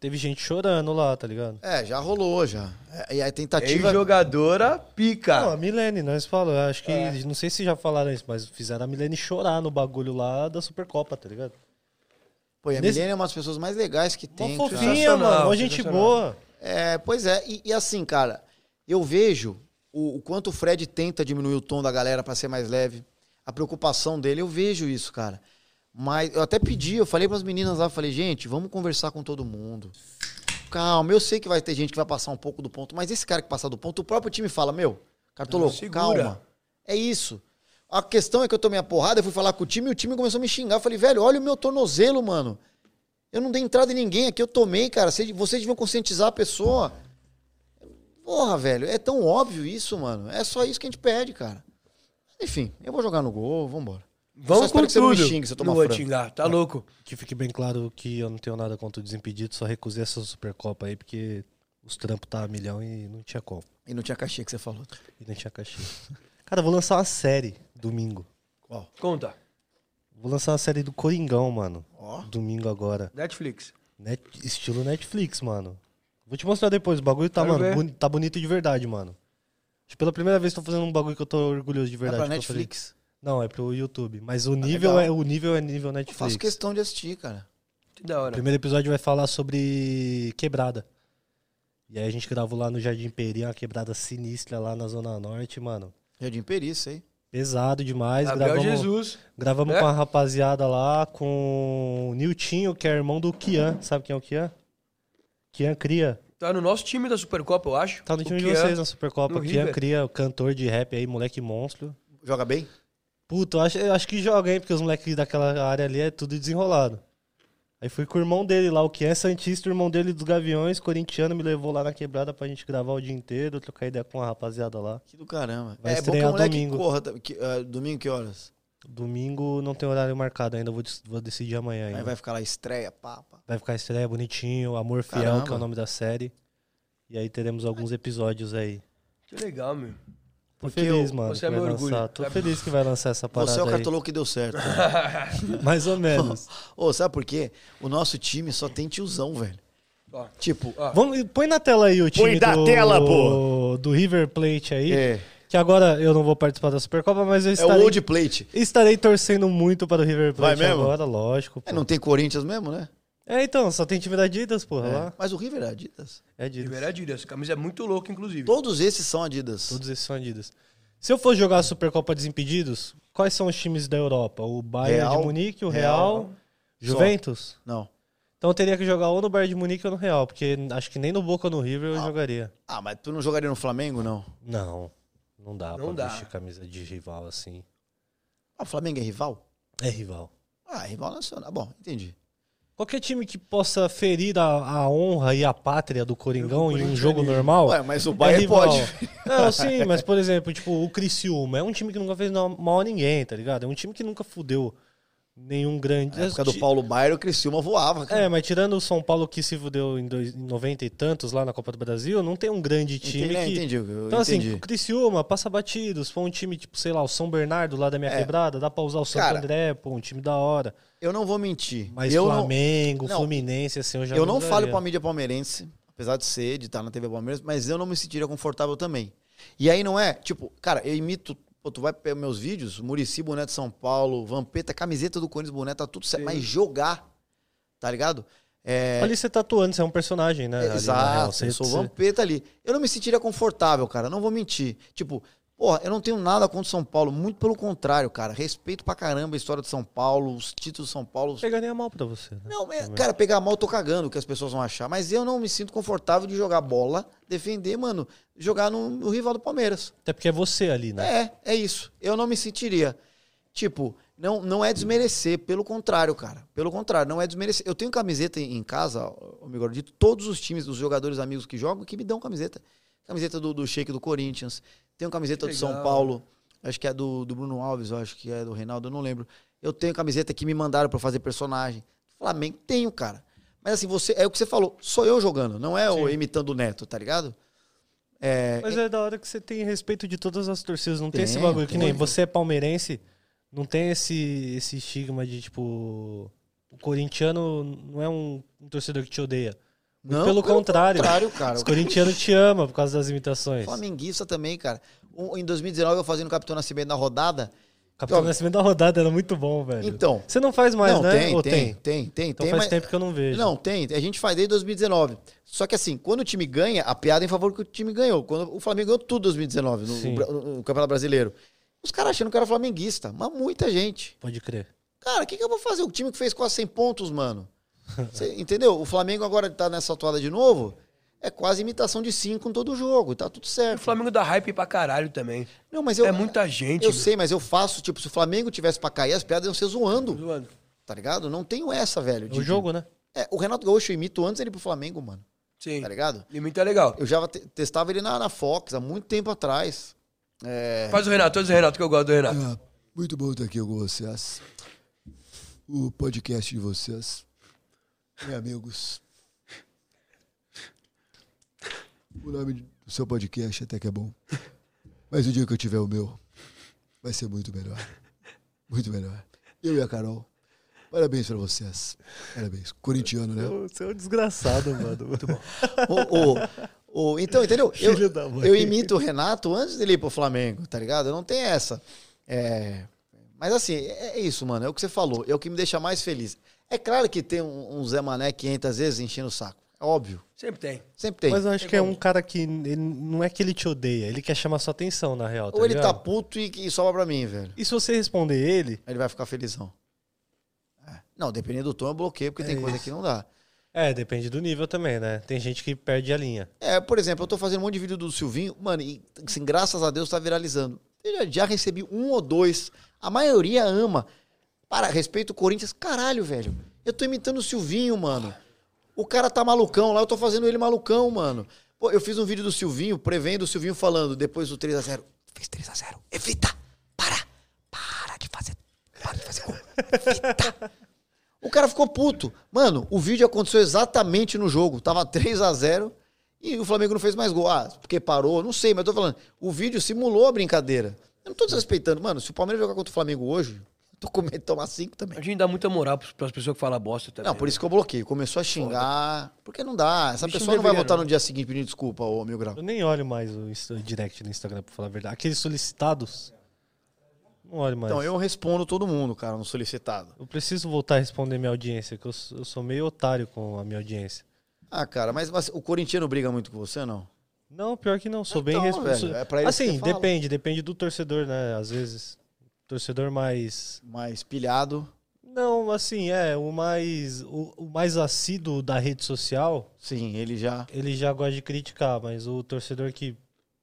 Teve gente chorando lá, tá ligado?
É, já rolou, já. É, e a tentativa.
Ex-jogadora
Não, a
pica.
Milene, nós falamos. Acho que.
É.
Não sei se já falaram isso, mas fizeram a Milene chorar no bagulho lá da Supercopa, tá ligado?
Pô, e a
Nesse-
Milene é uma das pessoas mais legais que tem.
Mó
cara.
fofinha, mano. Mó
Sensacional,
gente
sensacional.
boa.
É, pois é. E, e assim, cara, eu vejo o, o quanto o Fred tenta diminuir o tom da galera pra ser mais leve. A preocupação dele, eu vejo isso, cara. Mas eu até pedi, eu falei pras meninas lá, falei, gente, vamos conversar com todo mundo. Calma, eu sei que vai ter gente que vai passar um pouco do ponto, mas esse cara que passar do ponto, o próprio time fala, meu, Cartoloco,
Segura.
calma. É isso. A questão é que eu tomei a porrada, eu fui falar com o time e o time começou a me xingar. Eu falei, velho, olha o meu tornozelo, mano. Eu não dei entrada em ninguém aqui, eu tomei, cara. Vocês, vocês deviam conscientizar a pessoa. Porra, velho, é tão óbvio isso, mano. É só isso que a gente pede, cara. Enfim, eu vou jogar no gol, vambora. Só
Vamos
espero
com
que você não me
tudo.
xingue se eu tomar
Não vou
frango.
te xingar, tá louco.
Que fique bem claro que eu não tenho nada contra o Desimpedido, só recusei essa Supercopa aí, porque os trampos tá a milhão e não tinha como.
E não tinha caixinha que você falou.
E não tinha cachê. Cara, eu vou lançar uma série domingo.
Conta.
Vou lançar uma série do Coringão, mano. Domingo agora.
Netflix.
Net- estilo Netflix, mano. Vou te mostrar depois. O bagulho tá,
Quero
mano,
ver.
boni- tá bonito de verdade, mano. Acho que pela primeira vez tô fazendo um bagulho que eu tô orgulhoso de
É
verdade.
pra
que eu falei.
Netflix. Ah,
Não, é pro YouTube. Mas o nível,
legal.
é, o nível é nível
Eu
Netflix.
faço questão de assistir, cara.
Que da
O
hora.
primeiro episódio vai falar sobre quebrada. E aí a gente gravou lá no Jardim Peri, uma quebrada sinistra lá na Zona Norte, mano.
Jardim Peri, isso aí.
Pesado demais.
Gabriel
gravamos
Jesus.
gravamos
É?
com a rapaziada lá, com o Niltinho, que é irmão do Kian. Sabe quem é o Kian? Kian Cria.
Tá no nosso time da Supercopa, eu acho.
Tá no
O é?
time de
Kian.
né?
vocês na Supercopa.
no
Kian
River.
Cria, o cantor de rap aí, moleque monstro.
Joga bem?
Puta, eu acho, eu acho que joga, hein? Porque os moleques daquela área ali é tudo desenrolado. Aí fui com o irmão dele lá, o que é Santista, o irmão dele dos Gaviões, corintiano, me levou lá na quebrada pra gente gravar o dia inteiro, trocar ideia com a rapaziada lá.
Que do caramba.
Vai
é bom que
estrear
o moleque
domingo.
corra. tá- que, ah, domingo que horas?
Domingo não tem horário marcado ainda, eu vou, des- vou decidir amanhã ainda.
Aí
vai...
vai ficar lá estreia, papa.
ficar estreia bonitinho, Amor Fiel,
Caramba.
que é o nome da série. E aí teremos alguns episódios aí.
Que legal, meu.
Tô
Porque
feliz,
eu-
mano.
você
que
é
vai
meu
lançar.
orgulho.
Tô feliz que vai lançar essa parada
Você é o
aí.
cartoloco que
[laughs]
deu certo.
Mais ou menos.
Ô, sabe por quê? O nosso time só tem tiozão, velho.
Ó.
Tipo,
Ó.
Vamos, põe na tela aí o time
Põe da
do,
tela, pô.
do River Plate aí.
É.
Que agora eu não vou participar da Supercopa, mas eu
é o
estarei,
old plate.
estarei torcendo muito para o River Plate
Vai mesmo?
agora, lógico. pô.
É,
É,
não tem Corinthians mesmo, né?
então, só tem time da Adidas, porra, lá.
Mas o River é Adidas.
É Adidas.
Primeira Adidas. Essa camisa é muito louca, inclusive.
Todos esses são Adidas.
Todos esses são Adidas. Se eu for jogar a Supercopa Desimpedidos, quais são os times da Europa? O Bayern
Real.
de Munique, o Real,
Real.
Juventus?
Não.
Então eu teria que jogar ou no Bayern de Munique ou no Real, porque acho que nem no Boca ou no River eu jogaria.
Ah, mas tu não jogaria no Flamengo, não?
Não, não dá pra
Não dá.
vestir camisa de rival assim.
Ah, o Flamengo é rival?
É rival.
Ah, é rival nacional. Bom, entendi.
Qualquer time que possa ferir a, a honra e a pátria do Coringão em um jogo normal.
Ué, mas o
é
Bayern
rival.
pode.
Não, sim, mas por exemplo, tipo, o Criciúma é um time que nunca fez na- mal a ninguém, tá ligado? É um time que nunca fudeu nenhum grande.
Na época
Ti-
do Paulo Bayern, o Criciúma voava, cara.
É, mas tirando o São Paulo que se fudeu em, dois, em 90 e tantos lá na Copa do Brasil, não tem um grande time
entendi,
que.
entendi. eu
Então, assim,
entendi.
o Criciúma passa batidos, põe um time, tipo, sei lá, o São Bernardo lá da minha
É.
quebrada, dá pra usar o Santo
Cara.
André, pô, um time da hora.
eu não vou mentir.
Mas
eu não-
Flamengo,
não.
Fluminense, assim, eu já
eu não
usaria.
falho pra mídia palmeirense, apesar de ser, de estar na TV Palmeiras, mas eu não me sentiria confortável também. E aí não é, tipo, cara, eu imito, pô, tu vai pegar meus vídeos, Murici, boné de São Paulo, Vampeta, camiseta do Corinthians, boné, tá tudo certo, mas jogar, tá ligado? É,
Ali você tá atuando, você é um personagem, né? Ali, na real,
Exato,
você-
eu sou
você-
vampeta ali. Eu não me sentiria confortável, cara, não vou mentir. Tipo, porra, eu não tenho nada contra o São Paulo, muito pelo contrário, cara. Respeito pra caramba a história de São Paulo, os títulos de São Paulo, os
Pegaria mal pra você, né?
não, mas,
Também.
cara, pegar mal eu tô cagando o que as pessoas vão achar. Mas eu não me sinto confortável de jogar bola, defender, mano, jogar no, no rival do Palmeiras.
Até porque é você ali, né?
É, é isso. Eu não me sentiria. Tipo, não, não é desmerecer, pelo contrário, cara. Pelo contrário, não é desmerecer. Eu tenho camiseta em, em casa, amigo, de todos os times, dos jogadores amigos que jogam, que me dão camiseta. Camiseta do, do Sheik do Corinthians, tenho camiseta
Que
do São
legal.
Paulo, acho que é do, do Bruno Alves, eu acho que é do Reinaldo, eu não lembro. Eu tenho camiseta que me mandaram pra fazer personagem. Flamengo, tenho, cara. Mas assim, você é o que você falou, sou eu jogando, não é o imitando o Neto, tá ligado? É,
Mas é da hora que você tem respeito de todas as torcidas, não tem, esse
Tem,
bagulho. Que nem
tem.
você é palmeirense, não tem esse, esse estigma de, tipo, o corintiano não é um, um torcedor que te odeia.
Não,
pelo
pelo
contrário.
contrário, cara.
Os corintianos te amam por causa das imitações.
Flamenguista também, cara. Um- em 2019, eu fazendo Capitão Nascimento na rodada.
Capitão
Então-
Nascimento da rodada era muito bom, velho.
Então.
Você não faz mais,
não,
né?
tem,
Ou
tem, tem, tem,
Então
tem,
faz
mas-
tempo que eu não vejo.
Não, tem. A gente faz desde 2019. Só que assim, quando o time ganha, a piada é em favor que o time ganhou. Quando o Flamengo ganhou tudo em 2019 no,
Sim.
Bra- no Campeonato Brasileiro. Os caras achando que eu era flamenguista, mas muita gente.
Pode crer.
Cara, o que, que eu vou fazer? O time que fez quase 100
[laughs]
pontos, mano. Cê entendeu? O Flamengo agora tá nessa atuada de novo. É quase imitação de 5 em todo jogo. Tá tudo
O
certo.
Flamengo dá hype pra caralho também.
Não, mas eu,
é muita gente.
Eu
meu.
sei, mas eu faço, tipo, se o Flamengo tivesse pra cair, as piadas iam ser zoando.
Zoando.
Tá ligado? Não tenho essa, velho.
É o
de-
jogo, né?
É, o Renato Gaúcho eu imito antes ele pro Flamengo, mano.
Sim.
Tá ligado?
Limite é legal.
Eu já te- testava ele na, na Fox há muito tempo atrás. É,
Faz o Renato, faz o Renato, que eu gosto do Renato.
É.
Ah, muito bom estar aqui com vocês. O podcast de vocês. Meus amigos. O nome do seu podcast até que é bom. Mas o dia que eu tiver o meu, vai ser muito melhor. Muito melhor. Eu e a Carol. Parabéns pra vocês. Parabéns. Corintiano, né?
Você é um desgraçado, mano. [laughs] muito bom.
o- o- o- então, entendeu? Eu,
Filho da mãe.
eu imito o Renato antes dele ir pro Flamengo, tá ligado? Eu não tenho essa. É, mas assim, é, é isso, mano. É o que você falou. É o que me deixa mais feliz. É claro que tem um, um Zé Mané 500 vezes enchendo o saco. É óbvio.
Sempre tem.
Sempre tem.
Mas eu acho que é um cara que. ele- não é que ele te odeia, ele quer chamar sua atenção, na real. Tá
Ou ele tá
ligado?
puto e, e sobra pra mim, velho.
E se você responder ele.
Ele vai ficar felizão. É. Não, dependendo do tom, eu bloqueio, porque tem coisa que não dá.
É, depende do nível também, né? Tem gente que perde a linha.
É, por exemplo, eu tô fazendo um monte de vídeo do Silvinho, mano, e assim, graças a Deus tá viralizando. Eu já, já recebi um ou dois. A maioria ama. Para, respeito o Corinthians. Caralho, velho. Eu tô imitando o Silvinho, mano. O cara tá malucão lá, eu tô fazendo ele malucão, mano. Pô, eu fiz um vídeo do Silvinho, prevendo o Silvinho falando, depois do 3x0. Fez 3x0. Evita! Para! Para de fazer. Para de fazer gol. O cara ficou puto. Mano, o vídeo aconteceu exatamente no jogo. Tava 3 a 0 e o Flamengo não fez mais gol. Ah, porque parou, não sei, mas eu tô falando. O vídeo simulou a brincadeira. Eu não tô desrespeitando. Mano, se o Palmeiras jogar contra o Flamengo hoje, eu tô com medo de tomar 5 também.
A gente dá muita moral pros- pras pessoas que falam bosta também.
Não, por isso que eu bloqueei. Começou a xingar. Porque não dá. Essa
Bicho
pessoa
não
não vai
deveria,
voltar
não.
no dia seguinte pedindo desculpa, ô Mil Grau.
Eu nem olho mais o insta- direct do Instagram, pra falar a verdade. Aqueles solicitados. Não olho mais.
Então, eu respondo todo mundo, cara, no solicitado.
Eu preciso voltar a responder minha audiência, que eu, sou- eu sou meio otário com a minha audiência.
Ah, cara, mas, mas o corintiano briga muito com você, não?
Não, pior que não, sou
Então,
bem responsável.
velho, é pra isso que
assim,
você fala.
depende, depende do torcedor, né? Às vezes. Torcedor mais.
Mais pilhado.
Não, assim, é, o mais. O, o mais assíduo da rede social,
Sim, ele já.
ele já gosta de criticar, mas o torcedor que,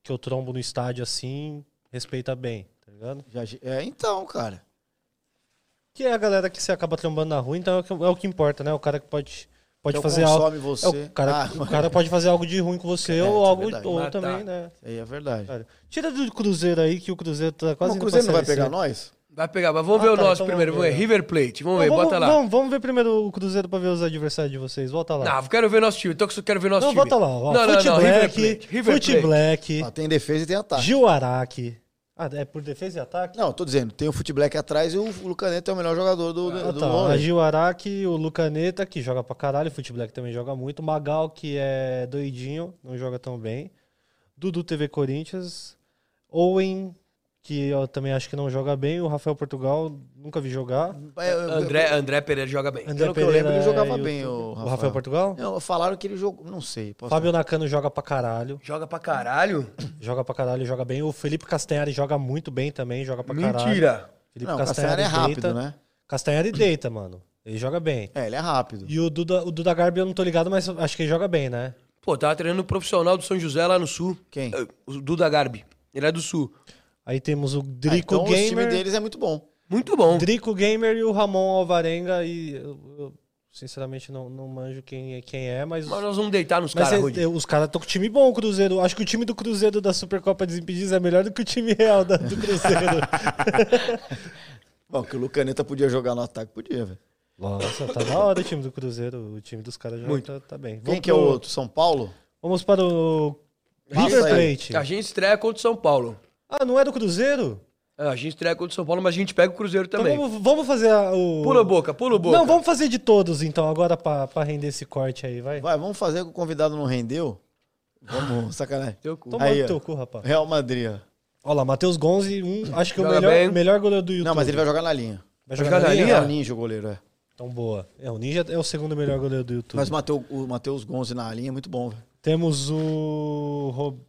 que eu trombo no estádio assim, respeita bem, tá ligado?
já é, então, cara.
Que é a galera que você acaba trombando na rua, então é o que, é o que importa, né? O cara que pode, pode
Então
fazer algo.
consome
é
você.
o, cara,
Ah,
o cara pode fazer algo de ruim com você
É,
ou
isso é
algo
verdade.
ou
Matar.
também, né?
Aí é verdade.
Cara, Tira do Cruzeiro aí, que o Cruzeiro tá quase.
o
indo
Cruzeiro não
pra
vai
Série C.
pegar nós?
Vai pegar, mas vamos
Ah,
ver
tá,
o nosso
então
primeiro.
vamos
Vamos ver. River Plate, vamos
Não,
ver,
vamos,
bota lá.
Vamos, vamos ver primeiro o Cruzeiro pra ver os adversários de vocês. Volta lá.
Não, eu quero ver nosso time. Tô, quero ver nosso
Não,
time.
volta lá. Ó. é
Não, não,
Fute
não. River
Black,
Plate. River
Fute
Plate.
Black,
Ah, tem defesa e tem ataque.
Gil Araque. Ah, é por defesa e ataque?
Não, tô dizendo, tem o Fute Black atrás e o Lucaneto é o melhor jogador do, do,
Ah,
do
tá. A
vôlei.
Gil Araque, o Lucaneta, que joga pra caralho, o Fute Black também joga muito. Magal, que é doidinho, não joga tão bem. Dudu TV Corinthians. Owen, que eu também acho que não joga bem. O Rafael Portugal, nunca vi jogar.
É, eu-
André, André Pereira joga bem.
André
Pelo que eu lembro, ele
Pereira
jogava
e
bem,
o
o
Rafael,
Rafael.
Portugal.
eu- falaram que ele jogou, não sei. Posso...
Fábio Nakano joga pra caralho.
Joga pra caralho?
Joga pra caralho, joga bem. O Felipe Castanhari joga muito bem também, joga pra caralho.
Mentira.
Felipe
Não, o Castanheira é rápido,
deita.
né?
Castanhari deita, mano. Ele joga bem.
É, ele é rápido.
E o Duda, o Duda Garbi eu não tô ligado, mas acho que ele joga bem, né?
Pô, tava treinando um profissional do São José lá no sul.
Quem?
Eh, O Duda Garbi. Ele é do sul.
Aí temos o
Ah,
Drico
então o time é um
Gamer.
deles é muito bom.
Muito bom.
Drico Gamer e o Ramon Alvarenga. E eu, eu, sinceramente não, não manjo quem é, quem é mas.
Mas nós vamos deitar nos
mas
caras,
é-
Rudy.
é- os caras estão com time bom, o Cruzeiro. Acho que o time do Cruzeiro da Supercopa Desimpedidos é melhor do que o time real da- do Cruzeiro.
[laughs] Bom, que o Lucaneta podia jogar no ataque, podia, velho.
Nossa, tá da hora o time do Cruzeiro. O time dos caras já tá, tá bem.
Quem
Vamos
que é o
pro-
outro? São Paulo?
Vamos para o
Passa
River
aí.
Plate.
A gente estreia contra o São Paulo.
Ah, não é do Cruzeiro?
É, a gente entrega contra o São Paulo, mas a gente pega o Cruzeiro
Então
também.
vamos, vamos fazer a- o.
Pula a boca, pula a boca.
Não, vamos fazer de todos então, agora pra, pra render esse corte aí, vai.
Vai, vamos fazer que o convidado não rendeu? Vamos, sacanagem.
Teu cu.
Toma
Aí,
no
ó.
teu cu, rapaz.
Real Madrid. ó.
Olha lá, Matheus Gonzi, um, acho que é o
Joga bem.
melhor, melhor goleiro do YouTube.
Não, mas ele vai jogar na linha.
Vai
Vai
jogar na linha?
É o ninja o goleiro, é.
Então boa. É, o Ninja é o segundo melhor goleiro do YouTube.
Mas o Mateu- o Matheus Gonzi na linha é muito bom, velho.
Temos o. Ro-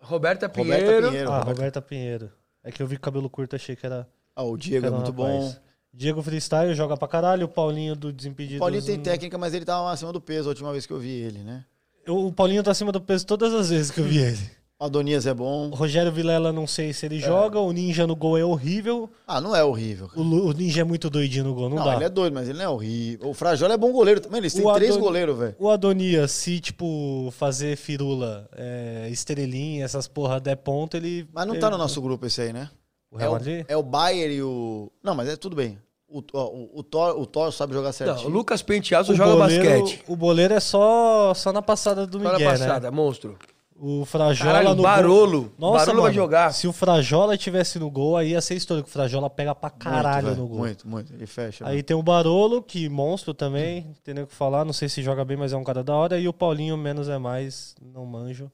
é
Roberta é Pinheiro.
Roberta Pinheiro.
Ah,
Roberta-
Roberta Pinheiro. É que eu vi cabelo curto, achei que era.
Ah, o Diego é
Era um
muito
rapaz.
bom.
Diego Freestyle joga pra caralho. O Paulinho do Desimpedidos.
O Paulinho tem
hum,
técnica, mas ele tava acima do peso a última vez que eu vi ele, né?
eu- o Paulinho tá acima do peso todas as vezes que eu vi ele.
O Adonias é
O
bom.
Rogério Vilela, não sei
É.
se ele joga. O Ninja no gol é horrível.
Ah, não é horrível.
O, Lu- o Ninja é muito doidinho no gol, não,
Não,
dá.
ele é doido, mas ele não é horrível. O Frajola é bom goleiro também. Eles têm
O
três
Adoni-
goleiros, velho.
O Adonias, se, tipo, fazer firula, é, estrelinha, essas porra der ponto, ele.
Mas não
ele-
tá no nosso grupo esse aí, né?
O
É
Real
o,
Madrid?
é o Bayer e o. Não, mas é tudo bem. O, ó, o, o, Thor, o Thor sabe jogar
Não, o
certinho.
Lucas Penteado joga basquete.
O boleiro é só, só na passada do
Fala
Miguel, né?
passada, monstro.
O Frajola
Caralho,
no
Barolo.
gol. Nossa,
Barolo vai
mano,
jogar.
Se o Frajola tivesse no gol, aí ia ser histórico. O Frajola pega pra caralho
muito,
no
velho.
gol.
Muito, muito. Ele fecha.
Aí tem o Barolo, que monstro também, não tem nem o que falar, não sei se joga bem, mas é um cara da hora. E o Paulinho, menos é mais, não manjo.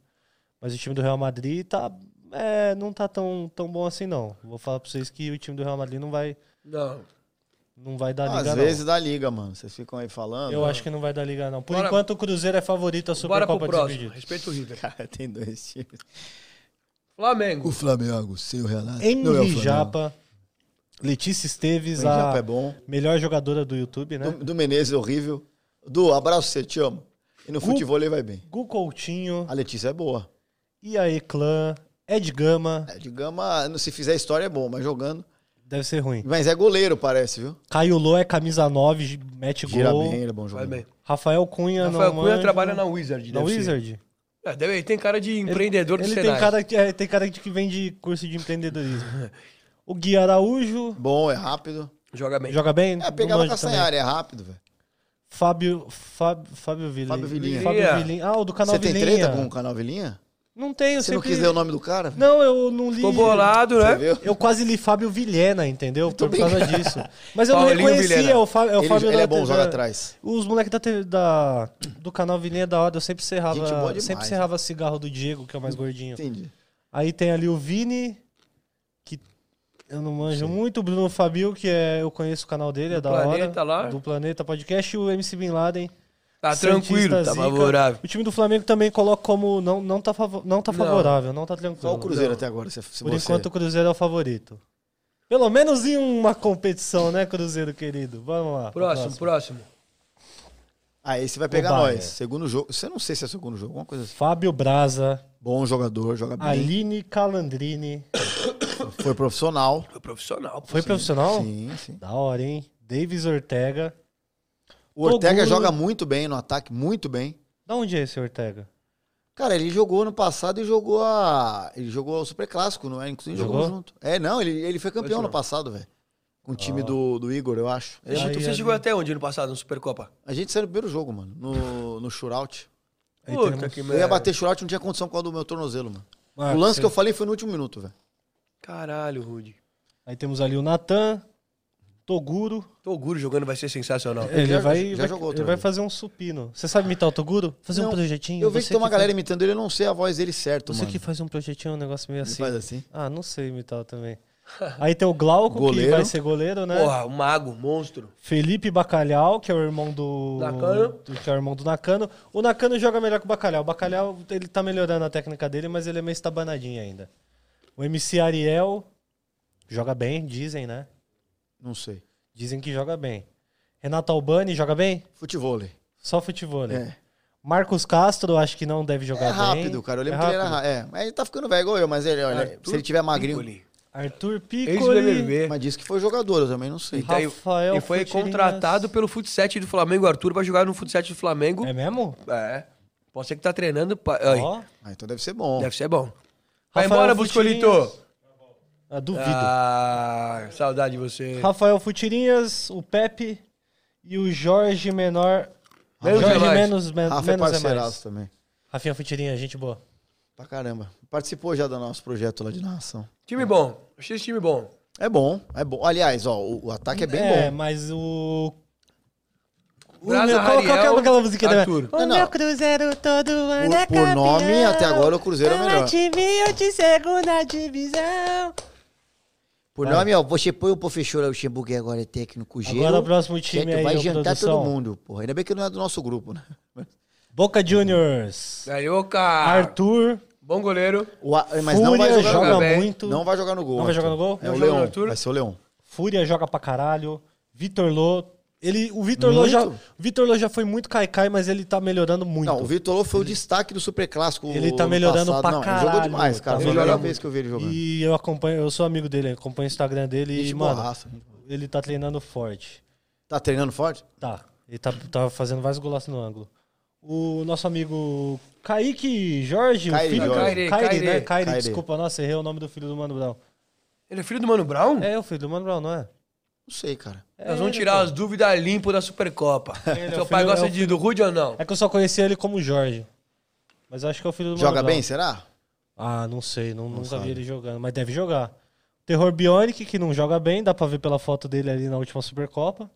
Mas o time do Real Madrid tá. É, não tá tão, tão bom assim, não. Vou falar pra vocês que o time do Real Madrid não vai,
Não.
não vai dar
né?
liga,
Às
não.
vezes dá liga, mano. Vocês ficam aí falando.
Eu acho que não vai dar liga, não. Por
Bora-
enquanto, o Cruzeiro é favorito à
Bora pro
Supercopa
próximo.
Despedida.
Respeita o River.
[laughs] Cara, tem dois times.
Flamengo.
O Flamengo, sem o Renato. não é o
Henry
Flamengo.
Japa, Letícia Esteves,
O Japa
a
é bom.
melhor jogadora do YouTube, né?
Do, do Menezes, horrível. Du, abraço, você te amo. E no
Gu-
futebol ele vai bem.
Gu Coutinho,
A Letícia é boa.
Iaê Clã, Ed Gama,
É, de gama, se fizer história é bom, mas jogando.
deve ser ruim.
Mas é goleiro, parece, viu?
Caio Lô é camisa 9, mete
Gira
gol.
bem, ele é bom
Vai
jogador.
bem.
Rafael Cunha
Rafael
não
Cunha
manjo.
trabalha na Wizard.
Na
deve ser.
Wizard.
É, deve- Ele tem cara de empreendedor
Ele
do
tem
Senai.
cara, que, é, tem cara de que vende curso de
[laughs]
empreendedorismo. o Gui Araújo
Bom, é rápido.
Joga bem.
joga bem?
É,
Não
pegava
manjo também.
Castanhari, é rápido, velho.
Fábio, Fábio, Fábio Vilinha.
Fábio Vilinha.
Fábio Vilinha. Ah, o do canal
Você tem
Vilinha.
treta com o canal Vilinha?
Não tenho,
Você não
sempre...
quis ler o nome do cara? velho?
Não, eu não é. li.
Ficou bolado,
Você
né?
viu?
Eu quase li Fábio Vilhena, entendeu? Por causa disso. Mas eu
Paulinho
não reconhecia.
Vilhena.
É o, Fá, é o
ele,
Fábio
ele
da
é bom
TV.
jogar atrás.
Os moleques da, TV da- do canal Vilinha é da hora, eu sempre serrava,
Gente boa demais,
sempre serrava cigarro do Diego, que é o mais gordinho.
Entendi.
Aí tem ali o Vini, que eu não manjo muito, o Bruno Fabio, que é, eu conheço o canal dele, é da
Planeta
hora.
lá.
Do Planeta Podcast, e o MC Bin Laden.
Tá
Santista
tranquilo, tá
Zica.
favorável.
O time do Flamengo também coloca como não, não, tá, favo- não tá
Não.
favorável, não tá tranquilo.
Só o Cruzeiro até agora, se, se
Por
você...
enquanto o Cruzeiro é o favorito. Pelo menos em uma competição, né, Cruzeiro querido? Vamos lá. pro
Próximo, próximo.
Aí você Ah, vai pegar
O Bayern.
nós. Segundo jogo. Você não sei se é segundo jogo, alguma coisa assim.
Fábio Braza,
Bom jogador, joga bem.
Aline Calandrini.
Foi profissional.
Foi profissional. pô.
Foi profissional?
Sim, sim.
Da hora, hein? Davis Ortega.
O Ortega
Toguro.
joga muito bem no ataque, muito bem.
Da onde é esse Ortega?
Cara, ele jogou ano passado e jogou a. Ele jogou o Super Clássico, não é? Inclusive jogou,
Jogou?
junto. É, não, ele, ele foi campeão ano passado, velho. Com o
Ah.
time do, do Igor, eu acho.
Você
Aí,
chegou- Você
ali.
chegou até onde no passado, na Supercopa?
A gente saiu no primeiro jogo, mano. No, no shootout.
Aí
Puta
temos-
que
Eu ia
merda.
bater shootout, não tinha condição com a do meu tornozelo, mano.
É. Ah,
o lance
você-
que eu falei foi no último minuto, velho.
Caralho, Rude.
Aí temos ali o Natan, Toguro.
Toguro jogando vai ser sensacional.
Ele
já-
vai,
já
vai-
jogou
ele
outra
vai
vez.
fazer um supino. Você sabe imitar o Toguro? Fazer um
Não,
projetinho.
Eu vi que
você
tem uma
faz-
galera imitando ele, eu não sei a voz dele certo,
Você
mano.
que faz um projetinho, um negócio meio
Ele
assim.
faz assim.
Ah, não sei imitar também. Aí tem o Glauco, que
Goleiro.
vai ser goleiro, né?
Porra, um mago, monstro.
Felipe Bacalhau, que é o irmão do,
Nakano.
do- que é o irmão do Nakano. O Nakano joga melhor que o Bacalhau. O Bacalhau, ele tá melhorando a técnica dele, mas ele é meio estabanadinho ainda. O MC Ariel joga bem, dizem, né?
Não sei.
Dizem que joga bem. Renato Albani joga bem?
Futevôlei.
Só futebol, né?
É.
Marcos Castro, acho que não deve jogar
É
bem.
rápido, cara. Eu lembro que ele era rápido. É, mas ele tá ficando velho igual eu, mas ele,
É,
olha,
Arthur
se ele tiver magrinho.
Piccoli,
Arthur Piccoli.
Ex-BBB.
Mas disse que foi jogador, eu também não sei.
Uhum.
Então, e-
Rafael
e foi
Futirinhas.
contratado pelo Futset do Flamengo. O Arthur vai jogar no Futset do Flamengo.
É mesmo?
É. Pode ser que tá treinando. pa- Ai,
Ó,
Ah, então deve ser bom.
Deve ser bom. Vai
Rafael
embora,
Futirinhas.
Buscolito.
ah, duvido.
Ah, saudade de você.
Rafael Futirinhas, o Pepe e o Jorge Menor.
Menos é
Jorge
mais.
menos, men-
Rafa é
menos é
parceiraço
mais.
também.
Rafinha Futirinha, gente boa.
Pra caramba. Participou já do nosso projeto lá de narração.
Time bom. Achei esse time bom.
É bom, é bom. Aliás, ó, o, o ataque é bem
é,
bom.
mas o.
Braza,
meu, qual, qual que é
Ariel,
aquela musiquinha da
Arthur.
O
Não, não.
meu cruzeiro todo ano é
Por, por nome,
campeão.
até agora o Cruzeiro é o melhor.
Time de segunda divisão.
Por nome, ó, você põe o professor Luxemburgo agora é técnico gelo.
Agora o próximo time
certo?
aí,
Vai
ô,
jantar
produção.
todo mundo, porra. Ainda bem que não é do nosso grupo, né?
Boca Juniors.
Carioca.
Arthur.
Bom goleiro.
O A- mas
Fúria
não vai jogar no
joga
gol.
bem.
muito.
Não vai jogar no gol.
Não vai jogar
Arthur.
no gol?
É
Não
o
joga no
Leão.
Arthur?
Vai ser o Leão.
Fúria joga pra caralho. Vitor Lô. Ele, o Vitor Lô,
Muito.
já, o Vitor Lô já foi muito caicai, mas ele tá melhorando muito.
Não, o Vitor Lô foi o destaque do Superclássico.
Ele tá
ano
melhorando
passado.
pra
não, Ele
caralho,
jogou demais,
tá
cara. Foi a primeira
melhorando.
vez que eu vi ele jogando.
E eu acompanho, eu sou amigo dele, acompanho o Instagram dele e,
Gente
mano,
borraça.
ele tá treinando forte.
Tá treinando forte?
Tá. Ele tá, tá fazendo vários golaços no ângulo. O nosso amigo Kaique Jorge,
Kaique
o filho
Jorge.
do.
Kairi,
Kairi,
Kairi.
né? Kairi,
Kairi.
desculpa, nossa, errei o nome do filho do Mano Brown.
Ele é filho do Mano Brown?
É, é o filho do Mano Brown, não é?
Não sei, cara.
É
Nós
ele,
vamos tirar
pô.
as dúvidas limpo da Supercopa.
é o
Seu pai
filho- é
gosta
o
de, do Rude ou não?
É que eu só conhecia ele como Jorge. Mas eu acho que é o filho do Mano
Joga
Brown.
bem, será?
Ah, não sei, não, nunca
sabe.
vi ele jogando, mas deve jogar. Terror Bionic, que não joga bem, dá pra ver pela foto dele ali na última Supercopa.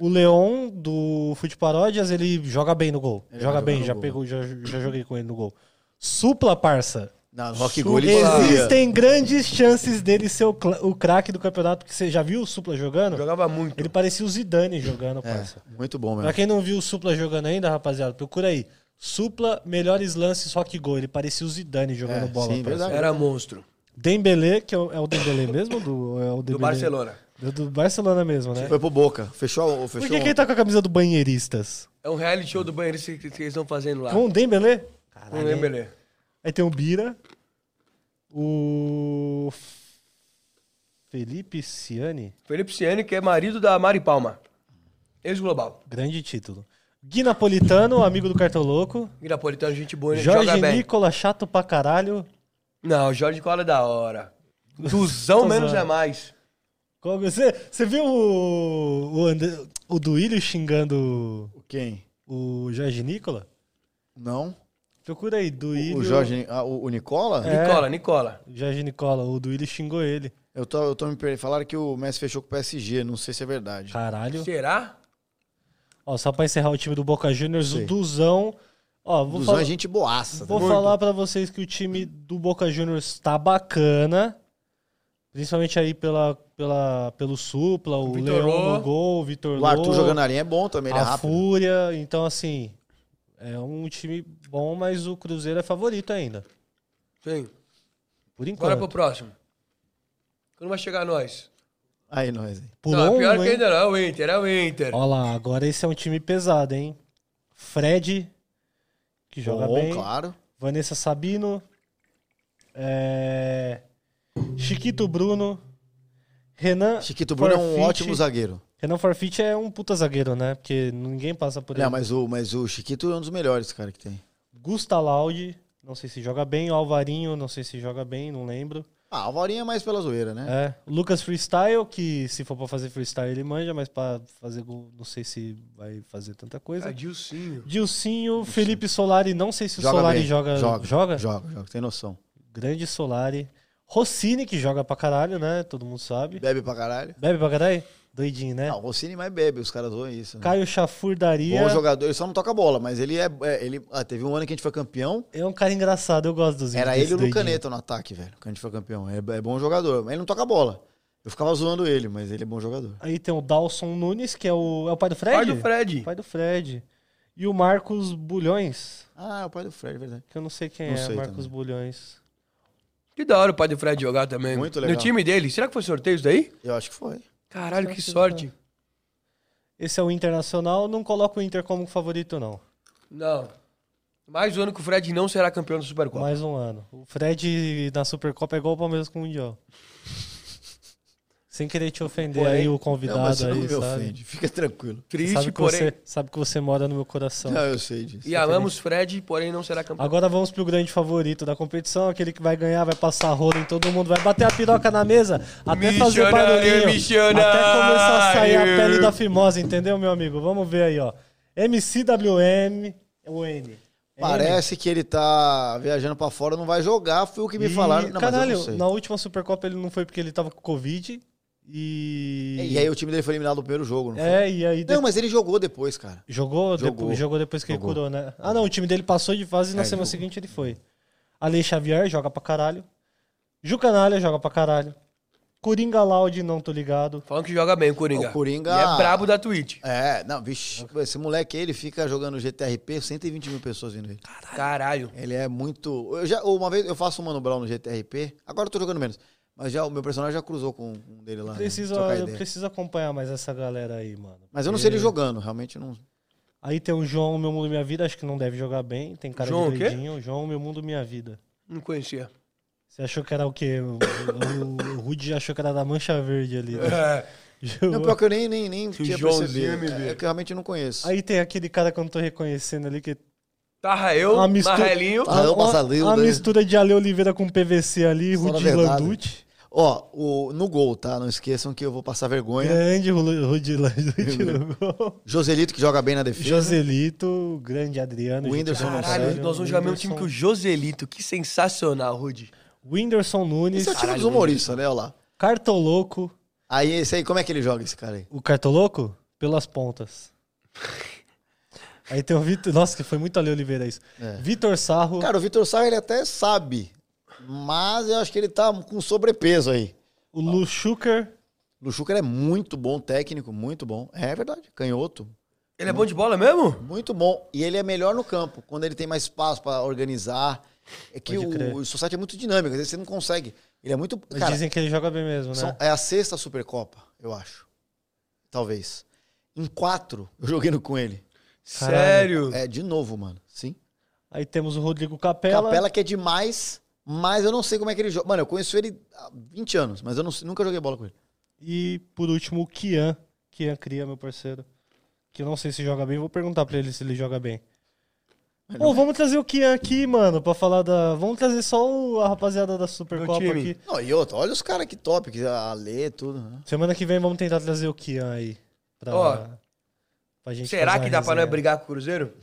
O Leon, do Fute Paródias, ele joga bem no gol.
Ele
joga
joga
bem,
no
já,
gol. né?
pegou, já, já joguei com ele no gol. Supla, parça.
Não, no Rock
Su-
Gol ele fazia.
Existem grandes chances dele ser o, cla- o craque do campeonato, que você já viu o Supla jogando?
Jogava muito.
Ele parecia o Zidane jogando, parça.
É, muito bom
Pra
mesmo.
quem não viu o Supla jogando ainda, rapaziada, procura aí. Supla, melhores lances, rock gol. Ele parecia o Zidane jogando
É,
tá bola.
sim,
parça.
verdade.
Era monstro.
Dembele, que é o, é o Dembele mesmo? Do, ou é o
Do
Dembélé?
Barcelona. Tipo,
Do, do Barcelona mesmo, né?
Foi pro Boca. Fechou,
Por
fechou.
que, que ele tá com a camisa do Banheiristas?
É um reality show do banheiro que, que eles estão fazendo lá.
Com o Dembele?
Não lembro ele.
Aí tem o Bira, o F- Felipe Ciani,
Felipe Ciani, que é marido da Mari Palma. Ex-global.
grande título. Gui Napolitano, amigo do Cartoloco.
Irapolitano, gente boa, né?
Jorge
joga bem.
Nicola, chato pra caralho.
Não, Jorge Cola é da hora. Duzão
[laughs] Tô
menos
zoando.
é mais.
Qual- é? Você, você viu o, o, André- o Duílio xingando
Quem?
o Jorge Nicola?
Não?
Procura aí, Duílio.
O Jorge... ah, o, o Nicola?
É.
Nicola, Nicola.
Jorge Nicola, o Duílio xingou ele.
Eu, tô, eu tô me perdendo. Falaram que o Messi fechou com o PSG. Não sei se é verdade.
Caralho.
Será?
Ó, só pra encerrar o time do Boca Juniors,
Sei.
o Duzão. Ó, vou,
Duzão
fal-
é gente boaça.
vou
né?
falar pra vocês que o time do Boca Juniors tá bacana. Principalmente aí pela, pela, pelo Supla, o
Vitor
Leão
Lô.
no gol, o Vitor
O Arthur
Lô,
jogando na linha é bom também, ele é
a
rápido.
Fúria. Então, assim, é um time bom, mas o Cruzeiro é favorito ainda.
Sim.
Por
Bora
enquanto.
pro próximo. Quando vai chegar nós?
Aí nós, hein?
Pulou
não, é pior
um,
que
hein?
ainda não. É o Inter, é o Inter.
Ó lá, agora esse é um time pesado, hein? Fred, que joga
bom,
bem.
claro.
Vanessa Sabino, é, Chiquito Bruno, Renan.
Chiquito Bruno é um
Forfit.
ótimo zagueiro.
Renan Forfit é um puta zagueiro, né? Porque ninguém passa por ele.
Não, É, mas o, mas o Chiquito é um dos melhores, cara, que tem.
Gusta Laude, não sei se joga bem. Alvarinho, não sei se joga bem, não lembro.
Ah, o Varinha é mais pela zoeira, né?
É, Lucas Freestyle, que se for pra fazer freestyle ele manja, mas pra fazer gol, não sei se vai fazer tanta coisa.
É.
Adilcinho.
Dilcinho, Felipe Solari, não sei se o Solari
bem.
joga.
joga.
joga?
Joga, joga, tem noção.
Grande Solari. Rossini, que joga pra caralho, né? Todo mundo sabe.
Bebe pra caralho.
Bebe pra caralho? Doidinho, né?
Não, o Rossini mais bebe, os caras zoam isso. Né?
Caio Chafur daria.
Bom jogador, ele só não toca bola, mas ele é. é- ele, ah, teve um ano que a gente foi campeão.
É um cara engraçado, eu gosto dos vídeos
Era ele e
desse
o
doidinho.
Lucaneta no ataque, velho. Quando a gente foi campeão. É, é bom jogador, mas ele não toca bola. Eu ficava zoando ele, mas ele é bom jogador.
Aí tem o Dalson Nunes, que é o, é o pai do Fred?
Pai do Fred.
Pai do Fred. E o Marcos Bulhões,
Ah, é o pai do Fred, é verdade.
que eu não sei quem
Não
é,
sei
Marcos
também.
Bulhões.
Que da hora o pai do Fred jogar também.
Muito legal.
No time dele. Será que foi sorteio isso daí?
Eu acho que foi.
Caralho,
Será
que
que
sorte.
Esse é o Internacional, não coloco o Inter como favorito, não.
Não. Mais um ano que o Fred não será campeão da Supercopa.
Mais um ano. O Fred na Supercopa é igual o Palmeiras com o Mundial. Sem querer te ofender
Porém,
aí o
não, mas
convidado
você não
aí,
me
sabe?
ofende. Fica tranquilo.
Sabe
Triste,
que,
porém.
você, sabe que você mora no meu coração.
Não, eu sei disso.
E amamos Fred, porém não será campeão.
Agora vamos pro grande favorito da competição, aquele que vai ganhar, vai passar rolo em todo mundo, vai bater a piroca na mesa, até fazer
Missionário,
barulhinho,
missionário.
até começar a sair a pele da fimosa, entendeu, meu amigo? Vamos ver aí, ó. MCWM, o N. né?
Parece que ele tá viajando pra fora, não vai jogar, foi o que me
E,
falaram. Não, mas eu
caralho,
não sei.
na última Supercopa ele não foi porque ele tava com Covid. E.
E aí o time dele foi eliminado no primeiro jogo, não foi?
É, e aí. de-
Não, mas ele jogou depois, cara.
Jogou,
Jogou.
Depois, jogou depois que
Jogou.
ele curou, né? Ah, não, o time dele passou de fase e na
É,
semana
jogou.
seguinte ele foi. Ale Xavier joga pra caralho. Ju Canalha joga pra caralho. Coringa Laude, não tô ligado.
Falando que joga bem o Coringa.
O Coringa-
E é brabo da Twitch.
É, não, vixe, esse moleque aí, ele fica jogando GTRP, 120 mil pessoas vindo ele.
Caralho.
Ele é muito. Eu já, uma vez eu faço o Mano Brown no GTRP, agora eu tô jogando menos. Mas já, o meu personagem já cruzou com um dele lá. né?
Preciso,
Trocar
eu
ideia.
preciso É. acompanhar mais essa galera aí, mano.
Mas eu não sei ele jogando, realmente não.
Aí tem o João, Meu Mundo, Minha Vida, acho que não deve jogar bem. Tem cara
João o
de
quê?
doidinho. João, Meu Mundo, Minha Vida.
Não conhecia.
Você achou que era o quê? O, o, o Rudy achou que era da Mancha Verde ali. Né?
É.
[laughs]
[laughs]
Não, pior que eu nem, nem, nem tinha
Joãozinho
percebido.
MB.
É, que eu realmente não conheço.
Aí tem aquele cara que eu não tô reconhecendo ali, que
Tarra eu,
Uma mistura-
Marrelinho.
Ah, é o
Uma-
Passaleu,
uma
né?
mistura de Ale Oliveira com PVC ali,
Fala a
Rudy
verdade.
Landucci.
Ó, o, no gol, tá? Não esqueçam que eu vou passar vergonha.
Grande Ru- [laughs] Rudy Landucci no gol.
Joselito, que joga bem na defesa.
Joselito, grande Adriano.
O
gente,
Whindersson não
caralho,
serve.
Caralho, nós vamos jogar mesmo um time que o Joselito. Que sensacional, Rudy.
Whindersson Nunes,
Esse é o time
Caralho,
dos humoristas, né? Olha lá.
Cartoloco.
Aí, esse aí, como é que ele joga esse cara aí?
O Cartoloco? Pelas pontas. Aí tem o Vitor. Nossa, que foi muito Ale Oliveira isso. Vitor Sarro.
É. Cara, o Vitor Sarra, ele até sabe. Mas eu acho que ele tá com sobrepeso aí.
O Lu Schuker.
Luchuca é muito bom técnico, muito bom. É verdade, canhoto.
Ele é bom de bola mesmo?
Muito bom. E ele é melhor no campo, quando ele tem mais espaço pra organizar. É que
Pode crer.
o, o Society é muito dinâmico, às vezes você não consegue. Ele é muito.
Mas
cara,
dizem que ele joga bem mesmo, né?
são- é a sexta Supercopa, eu acho. Talvez. Em quatro, eu joguei no com ele.
Caralho.
Sério.
É, de novo, mano. Sim.
Aí temos o Rodrigo Capela.
Capela. que é demais, mas eu não sei como é que ele joga. Mano, eu conheço ele há 20 anos, mas eu não- nunca joguei bola com ele.
E por último, o Kian. Kian Cria, meu parceiro. Que eu não sei se joga bem. Vou perguntar pra ele se ele joga bem. Pô, vamos trazer o Kian aqui, mano, pra falar da. Vamos trazer só o- a rapaziada da Supercopa
time.
aqui.
Não, e outra, olha os caras que top, que a Lê, tudo. Né?
Semana que vem vamos tentar trazer o Kian aí. Pra,
Ó,
pra gente
Será
fazer
que
uma
dá pra nós
resenha.
brigar com o Cruzeiro?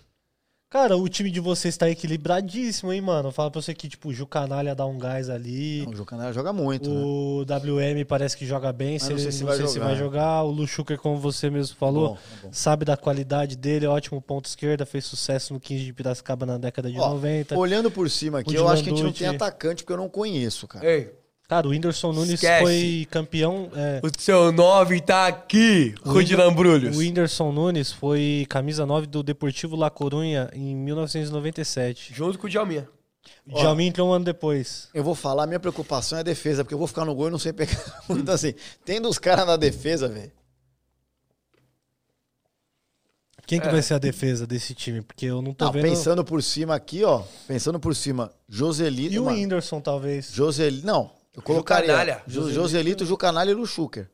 Cara, o time de vocês tá equilibradíssimo, hein, mano? Fala pra você que, tipo, o Ju Canalha dá um gás ali.
Não, o Jocanara joga muito, né?
O WM parece que joga bem,
Mas
se
não
ele,
sei
não
se
sei,
vai
se
jogar.
vai jogar. O Luchuker, como você mesmo falou,
Bom, tá bom.
sabe da qualidade dele, é ótimo ponto esquerda, fez sucesso no 15 de Piracicaba na década de
Ó,
90.
Olhando por cima aqui,
O é.
eu acho que a gente não
Dilanducci.
tem atacante, porque eu não conheço, cara.
É.
Ei,
Cara, o Whindersson Nunes
Esquece.
foi campeão. é,
o seu 9 tá aqui, Rudy Lambrulhos.
o Whindersson Nunes foi camisa 9 do Deportivo La Corunha em 1997.
Junto com o Djalminha.
O Djalmin entrou um ano depois.
Eu vou falar, minha preocupação é a defesa, porque eu vou ficar no gol e não sei pegar. [laughs] Então, assim, tendo os caras na defesa, velho.
Quem que vai ser a defesa desse time? Porque eu não tô
Não,
vendo.
É. tá pensando por cima aqui, ó. Pensando por cima, Joselito.
E o
mano,
Whindersson, talvez.
Joseli- Não, eu colocaria.
Canalha.
Ju- Joselito, Jucanalha e Luchuker.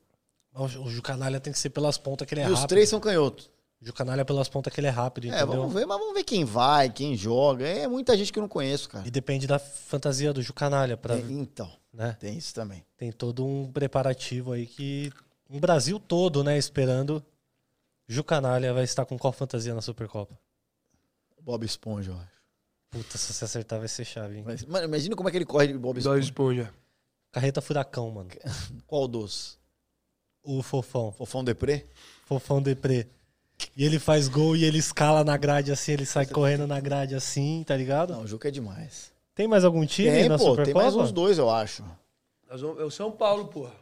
O Jucanalha tem que ser pelas pontas que ele é
E
rápido.
os três são canhotos.
O Jucanalha pelas pontas que ele é rápido,
É,
entendeu?
vamos ver, mas vamos ver quem vai, quem joga. É muita gente que eu não conheço, cara.
E depende da fantasia do Jucanalha. Pra,
É, então,
né?
tem isso também.
Tem todo um preparativo aí que. Um Brasil todo, né? Esperando. Jucanalha vai estar com qual fantasia na Supercopa?
Bob Esponja, eu acho.
Puta, se você acertar vai ser chave, hein?
Mas, mano, imagina como é que ele corre de Bob
Dois
Esponja.
esponja.
Carreta Furacão, mano.
Qual dos?
O Fofão.
Fofão Deprê?
Fofão Deprê. E ele faz gol e ele escala na grade assim, ele sai correndo na grade assim, tá ligado?
Não, o Juca é demais.
Tem mais algum time
Tem,
na
pô,
Supercopa?
tem mais uns dois, eu acho.
Nós vamos, é o São Paulo, porra.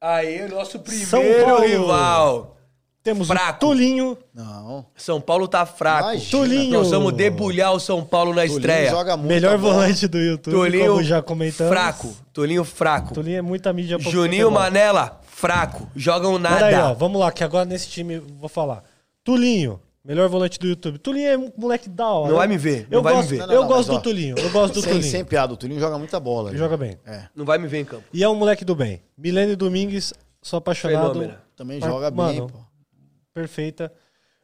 Aí, o nosso
São
primeiro
Paulo.
rival.
Temos
Fraco.
o Tulinho.
Não.
São Paulo tá fraco.
Imagina.
Tulinho.
Nós vamos debulhar o São Paulo na
Tolinho
estreia.
joga muito
Melhor
a bola.
volante do YouTube,
Tolinho
como já comentamos.
fraco. Tolinho fraco.
Tulinho é muita mídia pra
Juninho
futebol.
Manela, fraco. Jogam nada.
Peraí, ó, vamos lá, que agora nesse time eu vou falar. Tulinho, melhor volante do YouTube. Tulinho é um moleque da hora.
Não vai me ver, não
Eu
vai me
gosto,
ver.
Eu
Não, não, não,
gosto do
mas, ó,
Tulinho, eu gosto do
Sem,
Tulinho.
sem piada, o Tulinho joga muita bola.
Ele
né?
joga bem.
É,
Não vai me ver em campo.
E é um moleque do bem. Milene Domingues, sou apaixonado.
Fenômeno.
também
Mas,
joga
mano,
bem, pô. Um
Perfeita.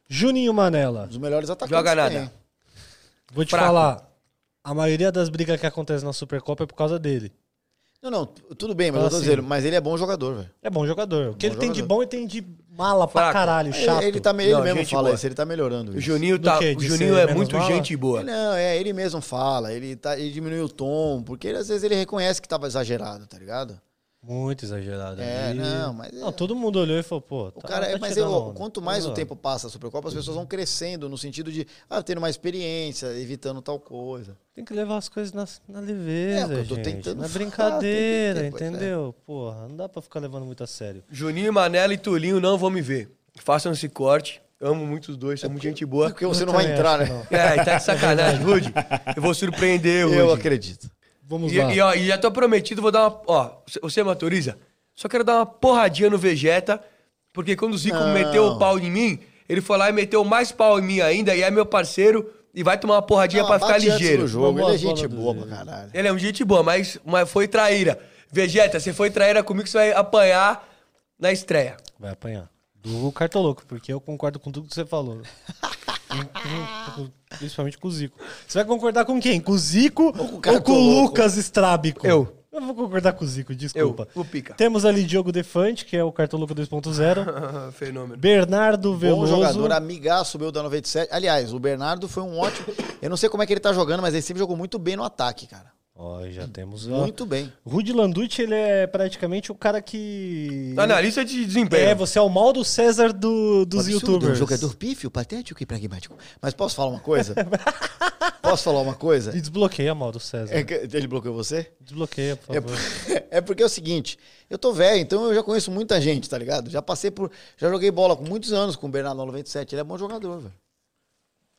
Juninho Manela.
dos melhores atacantes
Joga
que
nada.
tem.
Vou te
Fraco.
falar, a maioria das brigas que acontecem na Supercopa é por causa dele.
Não, não, t- tudo bem, mas
Fala
eu tô
assim.
dizendo, mas ele é bom jogador, velho.
É bom jogador. O que
Bom
ele tem de
jogador.
bom, ele tem de mala pra
Fraco.
caralho, é chato.
Ele, ele tá, me- ele
Não,
mesmo
gente
fala
boa.
isso, ele tá melhorando.
O
isso.
Juninho,
Do
tá,
quê?
o
De
Juninho
ser
é
menos
muito
mala?
gente boa.
Não, é, ele mesmo fala, ele, tá, ele diminui o tom, porque ele, às vezes ele reconhece que tava exagerado, tá ligado?
Muito exagerado.
É,
ali.
não, mas.
Não, todo mundo olhou e falou, pô,
O
tá-
cara,
tá
é, mas
tirando
eu-
onda.
quanto mais
Tá
o tempo passa a Supercopa, as pessoas vão crescendo no sentido de ah, tendo mais experiência, evitando tal coisa.
Tem que levar as coisas na, na leveza,
É, eu tô
gente.
tentando
na
falar,
brincadeira,
tem que ter, pois é.
entendeu? Porra, não dá pra ficar levando muito a sério.
Juninho, Manela e Tulinho não vão me ver. Façam esse corte. Amo muito os dois, são muito gente boa.
Porque você
Eu
não vai
também
entrar,
acho que
né?
não.
É, tá de
[laughs]
sacanagem, Rude. Eu vou surpreender, Rude.
Eu acredito.
Vamos
E,
lá.
e, ó, e já tô prometido, vou dar uma. Ó, você- você me autoriza? Só quero dar uma porradinha no Vegeta, porque quando o Zico
Não.
meteu o pau em mim, ele foi lá e meteu mais pau em mim ainda, e é meu parceiro, e vai tomar uma porradinha
Não,
pra ficar
bate antes do
ligeiro.
jogo,
Uma
ele
boa
é gente
bola do
boa pra
Zico.
caralho.
Ele é um gente boa, mas, mas foi traíra. Vegeta, você foi traíra comigo, você vai apanhar na estreia.
Vai apanhar. Do cartoloco, porque eu concordo com tudo que você falou. [laughs] Principalmente com o Zico. Você vai concordar com quem? Com o Zico ou com, o
cartoloco?
Lucas Estrábico?
Eu.
Eu vou concordar com o Zico, desculpa.
Eu, o Pica.
Temos ali Diogo Defante, que é o cartoloco 2.0.
[laughs] Fenômeno.
Bernardo
Bom
Veloso.
jogador, amigaço meu da 97. Aliás, o Bernardo foi um ótimo. Eu não sei como é que ele tá jogando, mas ele sempre jogou muito bem no ataque, cara.
Ó, já temos. ó.
Muito bem.
Rudy Landucci, ele é praticamente o cara que.
Analista Tá de desempenho.
É, você é o mal do César do, dos
Absurdo,
youtubers.
Um jogador pífio, patético e pragmático. Mas posso falar
[laughs]
uma coisa? posso falar uma coisa?
E desbloqueia mal do César.
É que ele bloqueou você?
Desbloqueia, por
É,
favor.
por- [laughs] é porque é o seguinte, eu tô velho, então eu já conheço muita gente, tá ligado? Já passei por. Já joguei bola com muitos anos com o Bernardo 97. Ele é bom jogador, velho.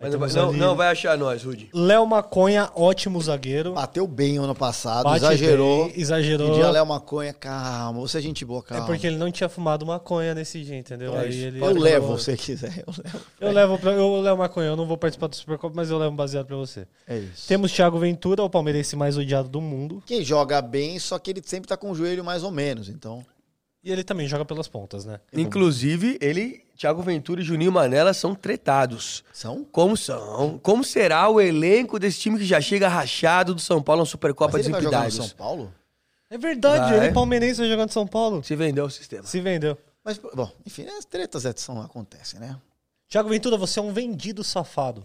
Mas
Aí temos
não,
ali-
não vai achar nós,
Tá
Rudy.
Léo Maconha, ótimo zagueiro.
Bateu bem ano passado,
Bate
exagerou.
bem, exagerou.
E dia Léo Maconha, calma, você é gente boa,
É
calma.
porque ele não tinha fumado maconha nesse dia, entendeu?
É
Aí
isso.
ele-
Eu levo, se você quiser, eu levo.
Eu levo, pra, eu levo maconha, eu não vou participar do Supercopa, mas eu levo um baseado pra você.
É isso.
Temos Thiago Ventura, o palmeirense mais odiado do mundo.
Que joga bem, só que ele sempre tá com o joelho mais ou menos, então.
E ele também joga pelas pontas, né?
Inclusive, ele, Thiago Ventura e Juninho Manela são tretados.
São?
Como são? Como será o elenco desse time que já chega rachado do São Paulo na Supercopa dos
Mas ele vai jogar no São
Impedidos?
Paulo?
É verdade,
Ah,
ele
é?
é palmeirense vai jogando em São Paulo.
Se vendeu o sistema.
Se vendeu.
Mas, bom, enfim, as tretas é, são, acontecem, né?
Thiago Ventura, você é um vendido safado.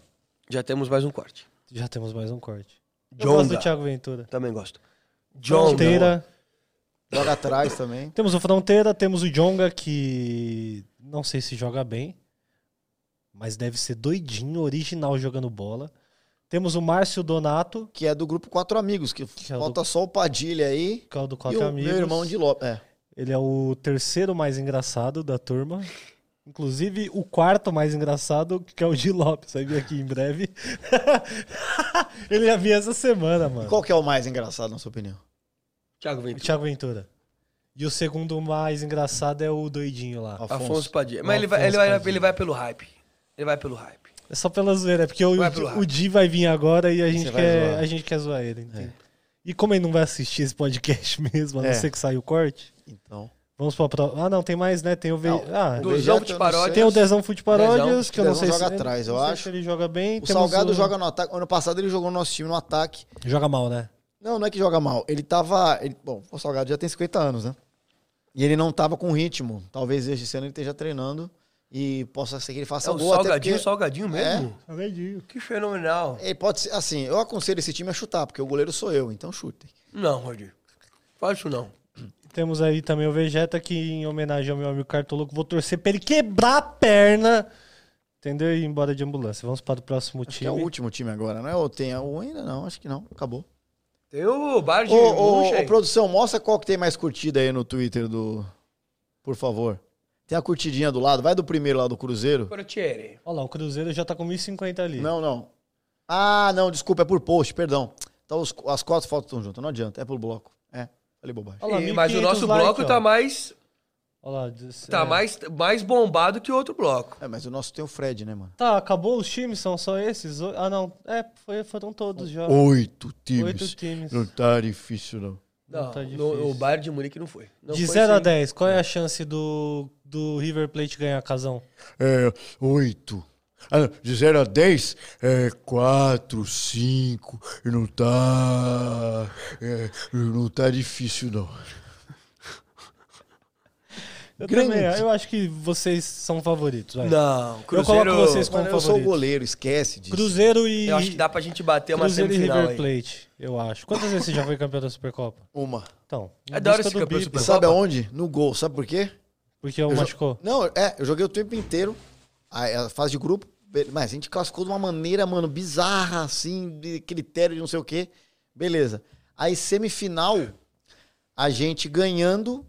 Já temos mais um corte.
Já temos mais um corte. Eu gosto do
Jonga.
Thiago Ventura.
Também gosto. Jonga.
Fronteira.
Joga atrás [laughs] também.
Temos o Fronteira, temos o Jonga, que não sei se joga bem, mas deve ser doidinho, original jogando bola. Temos o Márcio Donato,
Que é do grupo Quatro Amigos, que,
é o do-
falta só o Padilha aí.
que é o do
E
Quatro
o
Amigos.
meu irmão de Lopes. É.
Ele é o terceiro mais engraçado da turma. Inclusive, o quarto mais engraçado, que é o de Lopes, vai vir aqui em breve. [laughs] Ele ia vir essa semana, mano.
Qual que é o mais engraçado, na sua opinião?
Thiago
O
Ventura.
Thiago Ventura. né? E o segundo mais engraçado é o doidinho lá.
Afonso.
Afonso Padilha. Mas ele vai,
Afonso
ele, vai,
Padilha.
ele vai pelo hype. Ele vai pelo hype.
É só pela zoeira, é porque o,
Vai pro ar.
o Di vai vir agora e a
Você
gente,
vai
quer,
zoar. É.
a gente quer zoar ele. entende? E como ele não vai assistir esse podcast [laughs] mesmo, a não
É.
ser que saia o corte,
Então.
vamos pra próxima. Ah, não, tem mais, né? Tem o... Ve...
Não,
Ah,
do-
o
Dozão
Vegeta,
de
eu não
paródia.
sei.
tem o Dezão Fute Paródias,
Dezão.
que eu não
Dezão
sei se...
joga atrás, eu
não sei
acho.
se ele joga bem.
O
Temos
Salgado joga no ataque. Ano passado ele jogou no nosso time no ataque.
Joga mal, né?
Não, não é que joga mal. Ele tava. ele- bom, o Salgado já tem 50 anos, né? E ele não tava com ritmo. Talvez esse ano ele esteja treinando e possa ser que ele faça
É o
gol. até
salgadinho,
porque
salgadinho mesmo?
Salgadinho.
Que fenomenal.
Ele pode ser. Assim, eu aconselho esse time a chutar, porque o goleiro sou eu, então chutem.
Não, Rodrigo. Faz isso não.
Temos aí também o Vegeta, que em homenagem ao meu amigo Cartoloco, vou torcer pra ele quebrar a perna, entendeu? E ir embora de ambulância. Vamos para o próximo
Acho que
time.
é o último time agora, não é? Ou tem o ainda? Não, acho que não. Acabou.
Tem o bar de
Ô, ô,
Muncha
ô,
aí.
produção, mostra qual que tem mais curtida aí no Twitter do. Por favor. Tem a curtidinha do lado. Vai do primeiro lá do Cruzeiro.
Crotieri.
Olha lá, o Cruzeiro já tá com 1.050 ali.
Não, não. Ah, não, desculpa, é por post, perdão. Então os- as quatro fotos estão juntas, não adianta, é por bloco. É, falei bobagem.
Olha lá,
Sim, Mas o
1.500
nosso
like,
bloco
ó.
tá mais
Olha lá, dez-
Tá
é.
mais, mais bombado que outro bloco.
É, mas o nosso tem o Fred, né, mano?
Tá, acabou os times, são só esses? O- Ah, não. É, foi- foram todos já.
Oito
Oito times.
tá difícil, não.
Não,
Não tá
no-
difícil.
o Bayern de Munique não foi. Não
De
foi
0 a
sim. É.
10, qual é a chance do, do River Plate ganhar casão?
É, oito. Ah, não, de 0 a 10 é 4, 5. E não tá. é, não tá difícil, não.
Eu
Grande.
também, eu acho que vocês são favoritos. vai.
Não,
É. Eu coloco vocês como
Mano, eu sou o
favoritos.
goleiro, esquece disso.
Cruzeiro e.
Eu acho que dá pra gente bater uma
Cruzeiro e
semifinal
River
aí.
Plate, eu acho. Quantas vezes você já foi campeão da Supercopa?
Uma.
Então.
É
em
da
busca
hora esse
do
campeão da
bico,
E
Supercopa.
sabe aonde? No gol. Sabe por quê?
Porque eu
jo-
machucou.
Não, é, eu joguei o tempo inteiro. A, a fase de grupo, be- mas a gente classificou de uma maneira, mano, bizarra, assim, de critério de não sei o quê. Beleza. Aí, semifinal, a gente ganhando,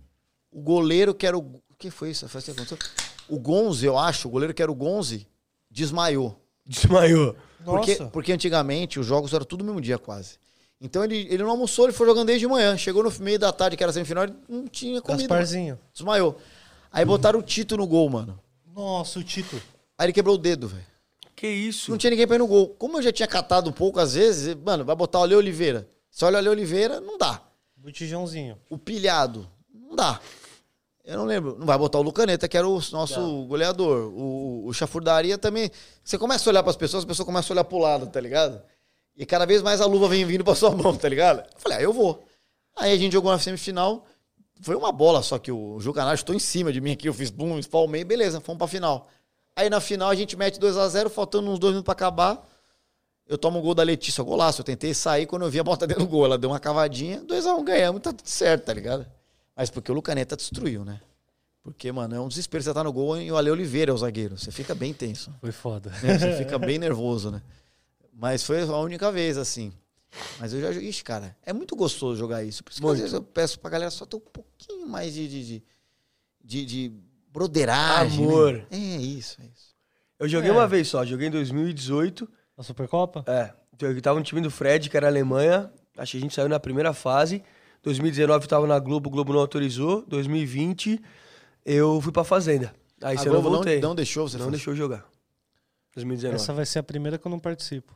o goleiro que era o. O que foi isso? Foi isso que aconteceu? O Gonze, eu acho, o goleiro que era o Gonze, desmaiou.
Desmaiou.
Porque, porque antigamente os jogos eram tudo no mesmo dia, quase. Então ele, ele não almoçou, ele foi jogando desde de manhã. Chegou no meio da tarde, que era semifinal, ele não tinha comido.
Gasparzinho.
Desmaiou. Aí botaram o Tito no gol, mano.
Nossa, o título.
Aí ele quebrou o dedo, velho.
Que isso?
Não tinha ninguém pra ir no gol. Como eu já tinha catado um pouco às vezes, mano, vai botar o Ale Oliveira. Se olha o Ale Oliveira, não dá.
Botijãozinho.
O Pilhado, não dá. Eu não lembro. Não vai botar o Lucaneta, que era o nosso goleador. O, o Chafurdaria também. Você começa a olhar pras pessoas, as pessoas começam a olhar pro lado, tá ligado? E cada vez mais a luva vem vindo pra sua mão, tá ligado? Eu falei, ah, eu vou. Aí a gente jogou na semifinal. Foi uma bola só que o Gil Canal estou em cima de mim aqui. Eu fiz boom, espalmei, beleza, fomos pra final. Aí na final a gente mete 2x0, faltando uns dois minutos pra acabar. Eu tomo um gol da Letícia, golaço. Eu tentei sair, quando eu vi a bola dentro do gol, ela deu uma cavadinha, 2x1 ganhamos, tá tudo certo, tá ligado? Mas porque o Lucaneta destruiu, né? Porque, mano, é um desespero. Você tá no gol e o Ale Oliveira é o zagueiro. Você fica bem tenso,
Foi foda.
né? Você fica bem nervoso, né? Mas foi a única vez, assim. Mas eu já joguei. Ixi, cara, é muito gostoso jogar isso. Por isso que às vezes eu peço pra galera só ter um pouquinho mais de. de, de, de, de broderagem. né?
Amor.
É isso, é isso.
Eu joguei
É.
uma vez só, joguei em 2018.
A Supercopa?
É, então eu tava no time do Fred, que era a Alemanha. Acho que a gente saiu na primeira fase. 2019 eu tava na Globo, o Globo não autorizou. 2020 eu fui pra Fazenda. Aí
A
você não
Globo não,
voltei.
não deixou você
Não
fazer.
deixou eu jogar. 2019.
Essa vai ser a primeira que eu não participo.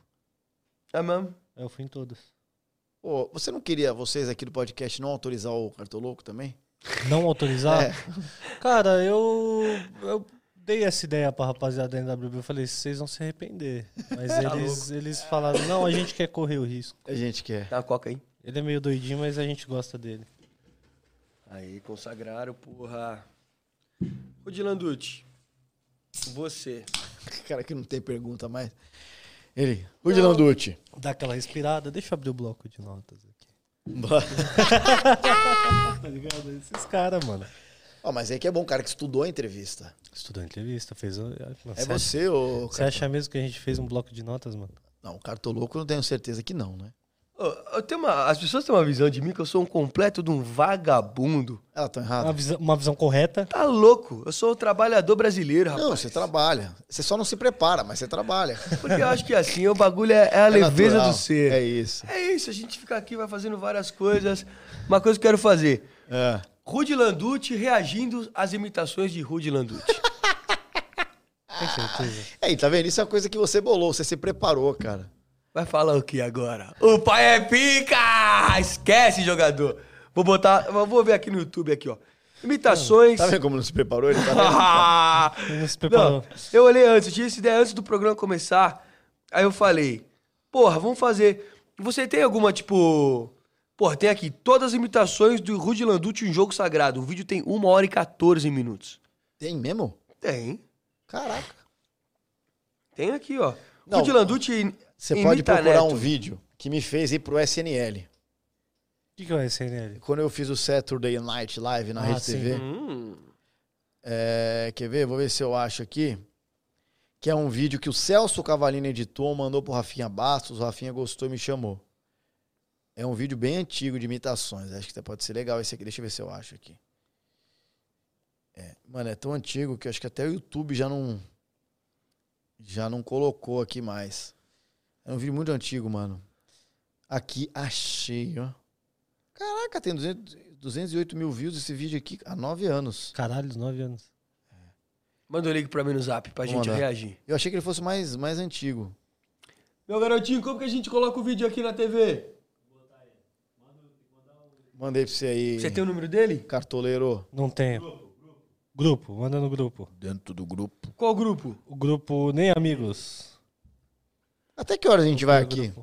É mesmo?
Eu fui em todas.
Pô, você não queria, vocês aqui do podcast, não autorizar o Cartoloco também?
Não autorizar?
É.
Cara, eu, eu dei essa ideia pra rapaziada da NWB. Eu falei, vocês vão se arrepender.
[laughs]
Mas
Tá
eles, eles falaram, não, a gente quer correr o risco.
A É gente quer.
Dá uma Tá, coca aí.
Ele é meio doidinho, mas a gente gosta dele.
Aí, consagraram, porra. Ô, Dilanducci, você.
[laughs] Cara que não tem pergunta mais. Ele, o Dilão Dutti.
Dá aquela respirada. Deixa eu abrir o bloco de notas aqui. Tá ligado? Esses caras, mano.
Ó, mas aí que é bom, cara, que estudou a entrevista.
Estudou entrevista, fez... o-
É
Você acha-
você, ô...
você acha mesmo que a gente fez um bloco de notas, mano?
Não, o Cartoloco eu não tenho certeza que não, né?
Ô, eu tenho uma- as pessoas têm uma visão de mim que eu sou um completo de um vagabundo.
Ela tá
Uma
errada.
visão, uma visão correta.
Tá louco? Eu sou um trabalhador brasileiro, Ah, rapaz.
Não, você tá- trabalha. Você só não se prepara, mas você trabalha.
Porque eu acho que assim, o bagulho é, é [laughs] a
É
leveza
natural.
do ser.
É isso.
É isso, a gente fica aqui, vai fazendo várias coisas. Uma coisa que eu quero fazer:
É.
Rude Landucci reagindo às imitações de Rude Landucci.
[laughs]
Tem certeza.
Aí, tá vendo? Isso é uma coisa que você bolou, você se preparou, cara.
Vai falar o que agora? O pai é pica! Esquece, jogador. Vou botar, eu vou ver aqui no YouTube aqui, ó. Imitações.
Tá vendo como não se preparou? Ele tá
[laughs]
vendo? [laughs]
Ah!
Não se preparou.
Não, eu olhei antes, eu tinha essa ideia antes do programa começar. Aí eu falei, porra, vamos fazer. Você tem alguma, tipo. Porra, tem aqui todas as imitações do Rudy Landucci em um Jogo Sagrado. O vídeo tem 1 hora e 14 minutos.
Tem mesmo?
Tem.
Caraca.
Tem aqui, ó.
Não,
Rudy Landucci.
Você
imita
pode procurar
Neto.
um vídeo que me fez ir pro SNL.
O que, que é o SNL?
Quando eu fiz o Saturday Night Live na
Ah,
Rede
sim.
TV,
Hum.
É, quer ver? Vou ver se eu acho aqui. Que é um vídeo que o Celso Cavalini editou, mandou pro Rafinha Bastos, o Rafinha gostou e me chamou. É um vídeo bem antigo de imitações. Acho que até pode ser legal esse aqui. Deixa eu ver se eu acho aqui. É, mano, é tão antigo que eu acho que até o YouTube já não. Já não colocou aqui mais. É um vídeo muito antigo, mano. Aqui, achei, ó. Caraca, tem 200, 208 mil views esse vídeo aqui há nove anos.
Caralho, 9 anos.
Manda o link pra mim no zap pra
Vou
gente
mandar.
reagir.
Eu achei que ele fosse mais, mais antigo.
Meu garotinho, como que a gente coloca o vídeo aqui na TV?
Mandei pra você aí,
Você tem um o número dele?
cartoleiro.
Não tem. Grupo, manda no grupo.
Dentro do grupo.
Qual grupo?
O grupo Nem Amigos.
Até que horas a gente vai aqui?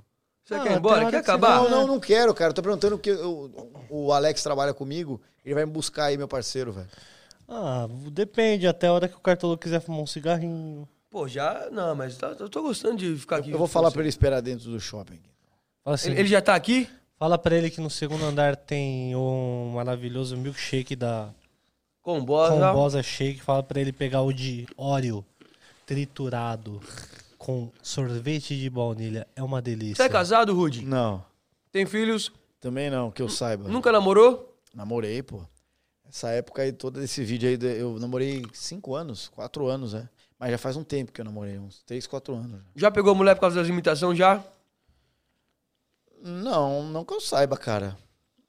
Você
Ah,
quer ir
tem
embora?
hora
Quer
que você
acabar?
Não, não, não quero, cara. Eu tô perguntando porque eu- o Alex trabalha comigo. Ele vai me buscar aí, meu parceiro, velho.
Ah, depende, até a hora que o cartolo quiser fumar um cigarrinho.
Pô, já. Não, mas tá- eu tô gostando de ficar aqui.
Eu vou falar pra ele esperar dentro do shopping.
Fala assim,
Ele, ele já tá aqui?
fala pra ele que no segundo andar tem um maravilhoso milkshake da
Com bola.
Combosa Shake. Fala pra ele pegar o de óleo triturado com sorvete de baunilha. É uma delícia.
Você é casado, Rude?
Não,
Tem filhos?
também não, que eu saiba.
Nunca namorou?
Namorei, pô. Essa época aí, todo esse vídeo aí, de- eu namorei cinco anos, quatro anos, né? Mas já faz um tempo que eu namorei, uns três, quatro anos.
Já pegou mulher por causa das imitações já?
Não, não que eu saiba, cara.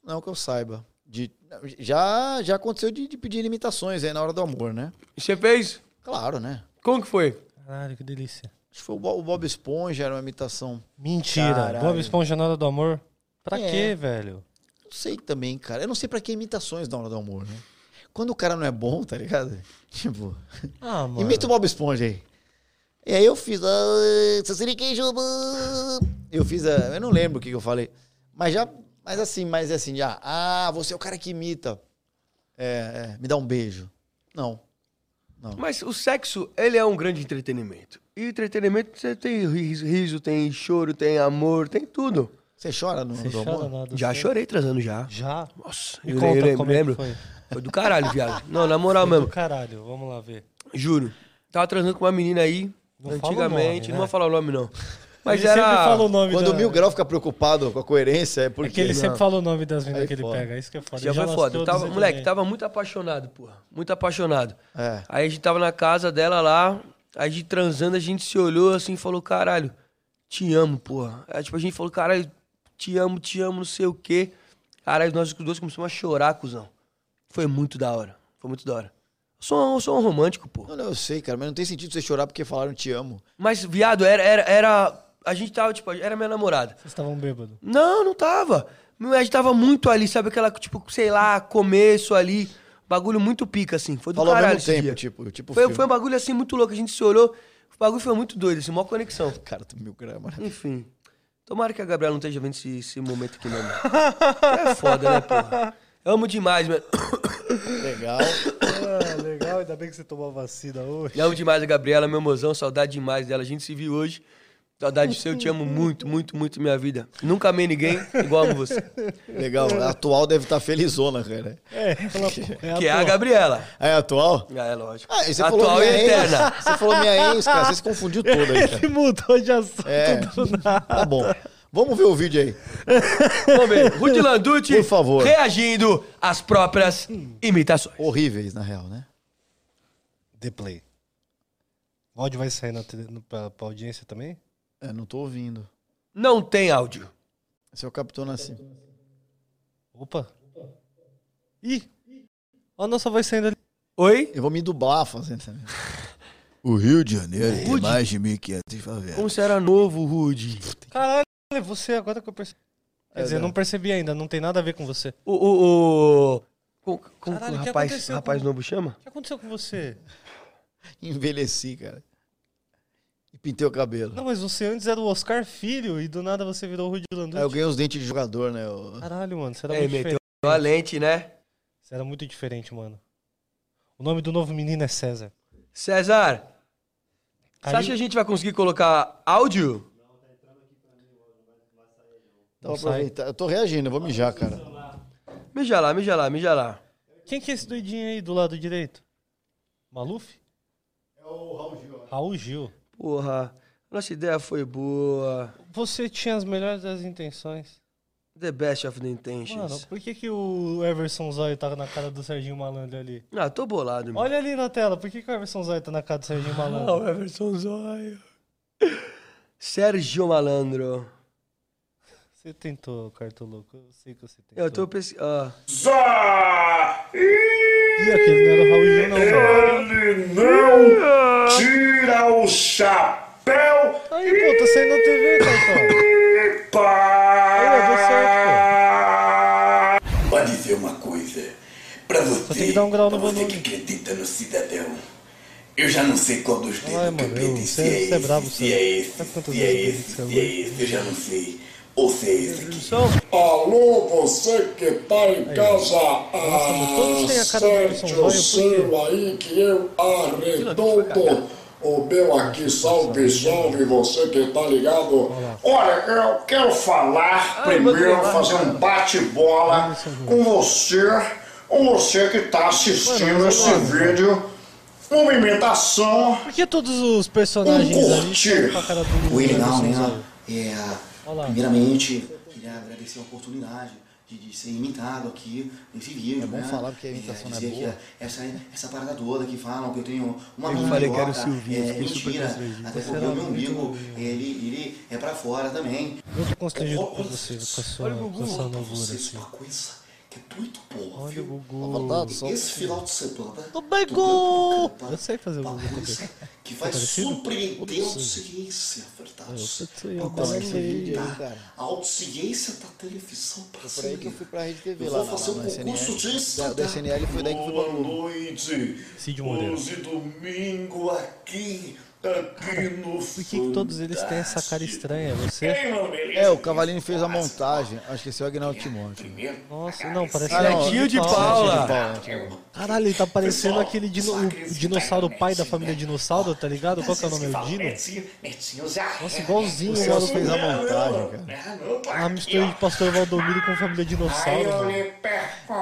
Não que eu saiba. De, já, já aconteceu de, de pedir limitações aí na hora do amor, né?
E você fez?
Claro, né?
Como que foi?
Caralho, que delícia.
Acho que foi o Bo- o Bob Esponja, era uma imitação.
Mentira.
Caralho.
Bob Esponja na hora do amor? Pra
É.
quê, velho?
Não sei também, cara. Eu não sei pra que imitações na hora do amor, né? Quando o cara não é bom, tá ligado? [laughs] Tipo,
Ah, mano.
imita o Bob Esponja aí. E aí eu fiz. ah, Sassiriqueijo. ah. Eu fiz. ah, Eu não lembro o que que eu falei. Mas já. Mas assim, mas assim, já. Ah, você é o cara que imita. É, é, me dá um beijo. Não.
Mas o sexo, ele é um grande entretenimento. E entretenimento, você tem riso, riso, tem choro, tem amor, tem tudo.
Você chora no
Você
do
chora
amor?
nada.
Já
você-
chorei transando já.
Já?
Nossa,
Me
eu,
conta
eu lembro,
como é que
lembro.
foi.
Foi do caralho, viado. Não, na moral
Foi do
mesmo,
caralho, vamos lá ver.
juro. Tava transando com uma menina aí,
Não fala o
antigamente,
nome,
não
né?
vou falar o nome não. Mas
ele sempre
era...
fala o nome
Quando
da...
o Mil Grau fica preocupado com a coerência, é
né? É
porque.
que ele sempre fala o nome das meninas
Aí
que ele
foda.
pega. Isso que é foda.
Já
Ele
foi
lascou
foda. Eu tava,
dos
moleque,
videogames.
tava muito apaixonado, porra. Muito apaixonado.
É.
Aí a gente tava na casa dela lá, a gente transando, a gente se olhou assim e falou, caralho, te amo, porra. Aí, tipo, a gente falou, caralho, te amo, te amo, não sei o quê. Caralho, nós os dois começamos a chorar, cuzão. Foi muito da hora. Foi muito da hora. Eu sou, um- eu sou um romântico, porra.
Não, não, eu sei, cara, mas não tem sentido você chorar porque falaram te amo.
Mas, viado, era, era, era. A gente tava, tipo, era minha namorada.
Vocês estavam bêbados.
Não, não tava. Meu, A gente tava muito ali, sabe? Aquela, tipo, sei lá, começo ali. Bagulho muito pica, assim. Foi do
Falou ao
caralho
mesmo
esse
tempo,
dia.
tipo, tipo
foi,
filme.
foi um bagulho, assim, muito louco. A gente se olhou. O bagulho foi muito doido, assim, maior conexão.
Cara, do Mil Grau é maravilhoso.
Enfim. Tomara que a Gabriela não esteja vendo esse, esse momento aqui, não. mano. É foda, né, porra? Eu amo demais, mano.
Legal.
Ah, legal, ainda bem que você tomou a vacina hoje.
Eu amo demais a Gabriela, meu mozão. Saudade demais dela. A gente se viu hoje. Saudade de você. Eu te amo muito, muito, muito, minha vida. Nunca amei ninguém igual amo você.
Tá Legal, a atual deve estar felizona, cara.
É, ela,
[laughs] Que é a Gabriela.
É atual?
Ah, é lógico.
Ah, e você
Atual
falou minha
e
ex.
eterna.
Você falou minha ex, cara. Você se confundiu toda aí, cara.
Ele mudou de assunto
É.
do nada.
Tá bom. Vamos ver o vídeo aí.
Vamos ver. Ruth Landucci
Por favor.
reagindo às próprias imitações.
Horríveis, na real, né?
The Play. O áudio vai sair na, tele- no- pra, pra audiência também?
É, não tô ouvindo.
Não tem áudio.
Esse é o Capitão Nascimento.
Opa. Ih. Olha a nossa voz saindo ali.
Oi?
Eu vou me dublar fazendo também.
O Rio de Janeiro tem
Rude.
mais de 1.500 favelas.
Como você era novo, Rude.
Caralho, é você agora que eu percebi. Quer
É,
dizer, eu
né?
não percebi ainda, não tem nada a ver com você.
O. o, o... Como, como
Caralho,
o
o que
rapaz,
aconteceu
rapaz
com-
novo chama?
O que aconteceu com você?
Envelheci, cara. E pintei o cabelo.
Não, mas você antes era o Oscar Filho e do nada você virou o Rudy Landucci.
Aí eu ganhei os dentes de jogador, né? Eu-
Caralho, mano, você era
É,
muito
meteu
diferente.
a lente, né?
Você era muito diferente, mano. O nome do novo menino é César.
César, você
Aí-
acha que a gente vai conseguir colocar áudio?
Então,
sai.
aproveitar. Eu tô reagindo, eu vou mijar, cara.
Mija lá, mija lá, mija lá.
Quem que é esse doidinho aí do lado direito? Maluf? É o Raul Gil. Raul Gil.
Porra, nossa ideia foi boa.
Você tinha as melhores das intenções.
The best of the
Mano,
intentions.
por que, que o Everson Zóio tá na cara do Serginho Malandro ali?
Ah, tô bolado, meu.
Olha ali na tela, por que, que o Everson Zóio tá na cara do [laughs] Serginho
Ah,
Malandro?
o Everson Zóio. Sérgio Malandro.
Você tentou, Cartoloco, eu sei que você tentou.
Eu tô pesquisando. Ah,
Ih, aquele não era o Raul Gil não, mano.
Ele não tira o chapéu
Aí, pô, tá saindo na TV, Cartão.
e
Aí, ó, Tá deu certo,
pá.
Pode dizer uma coisa.
Pra você,
tem que dar um grau no
pra você
volume.
que acredita no cidadão. Eu já não sei qual dos dedos
Ai,
que eu
mano,
perdi,
eu-
se
cê-
é
cê é
esse,
brabo,
se
cê.
é esse,
Sabe quantas
se é
vezes eu
esse,
perdi esse
se é esse, eu já não sei. Ou se é esse aqui.
Alô, você que tá em casa,
mas todos têm a cara do
acerte
Wilson Zóio,
o
por quê?
selo aí que eu arredondo o meu aqui, salve,
é
salve, você que tá ligado. Olha, eu quero falar
Ah,
primeiro, fazer um bate-bola com você, com você que tá assistindo esse
né?
vídeo. Movimentação,
Por que todos os
um
personagens ali
curtir.
estão com a cara do
Oi, legal,
Anderson
né?
Zóio?
É,
lá.
primeiramente, queria agradecer a oportunidade de, de ser imitado aqui nesse vídeo. É
bom falar, porque a imitação não é
dizer
boa.
que Essa, essa parada toda que falam que eu tenho uma
Eu
mão
falei
de
que era o
oca,
Silvinho,
é,
fiquei super
mentira,
constrangido.
até
Você
porque
era
o meu
muito
umbigo,
novinho.
ele, ele é pra fora também.
Eu tô constrangido com você, com a sua, com a sua
Pra
novura,
vocês
assim.
uma coisa que é muito boa,
Olha o
viu? Tá
Gugu.
Esse final de semana. tá?
Tô bem,
tô
Gu!
dando pra-
Eu sei fazer o
pra
Gugu também.
coisa Que vai
parecido?
surpreender a
Não sei.
audiência, verdade.
Eu sei, eu
A
também
audiência
sei.
militar,
cara.
A audiência da televisão pra
Por aí que eu
cima.
fui pra Rede TV
Eu
lá,
vou
na,
fazer
na
um concurso
SNL.
disso.
Da, da SNL foi daí que eu fui pra
Boa
Globo.
noite.
Cid Moreira.
11 domingo aqui, aqui no
Por que, que todos eles têm essa cara estranha? Você.
Ei, mano, beleza?
É, o Cavalini fez a montagem. Acho que esse é o Agnaldo
assim
Timóteo.
Nossa, não, parece
Ah, não,
um
Tio de
Paula.
Paula.
é um
Caralho, ele tá parecendo
Pessoal,
aquele dino-
saca
o
esse
dinossauro
cara,
pai da
Netinho,
família
né?
dinossauro, tá ligado? Qual que é o nome? O Dino?
Netinho, Netinho já.
Nossa, igualzinho,
O
mano.
Celso fez a montagem, cara.
A mistura de Pastor Valdomiro com família dinossauro, mano.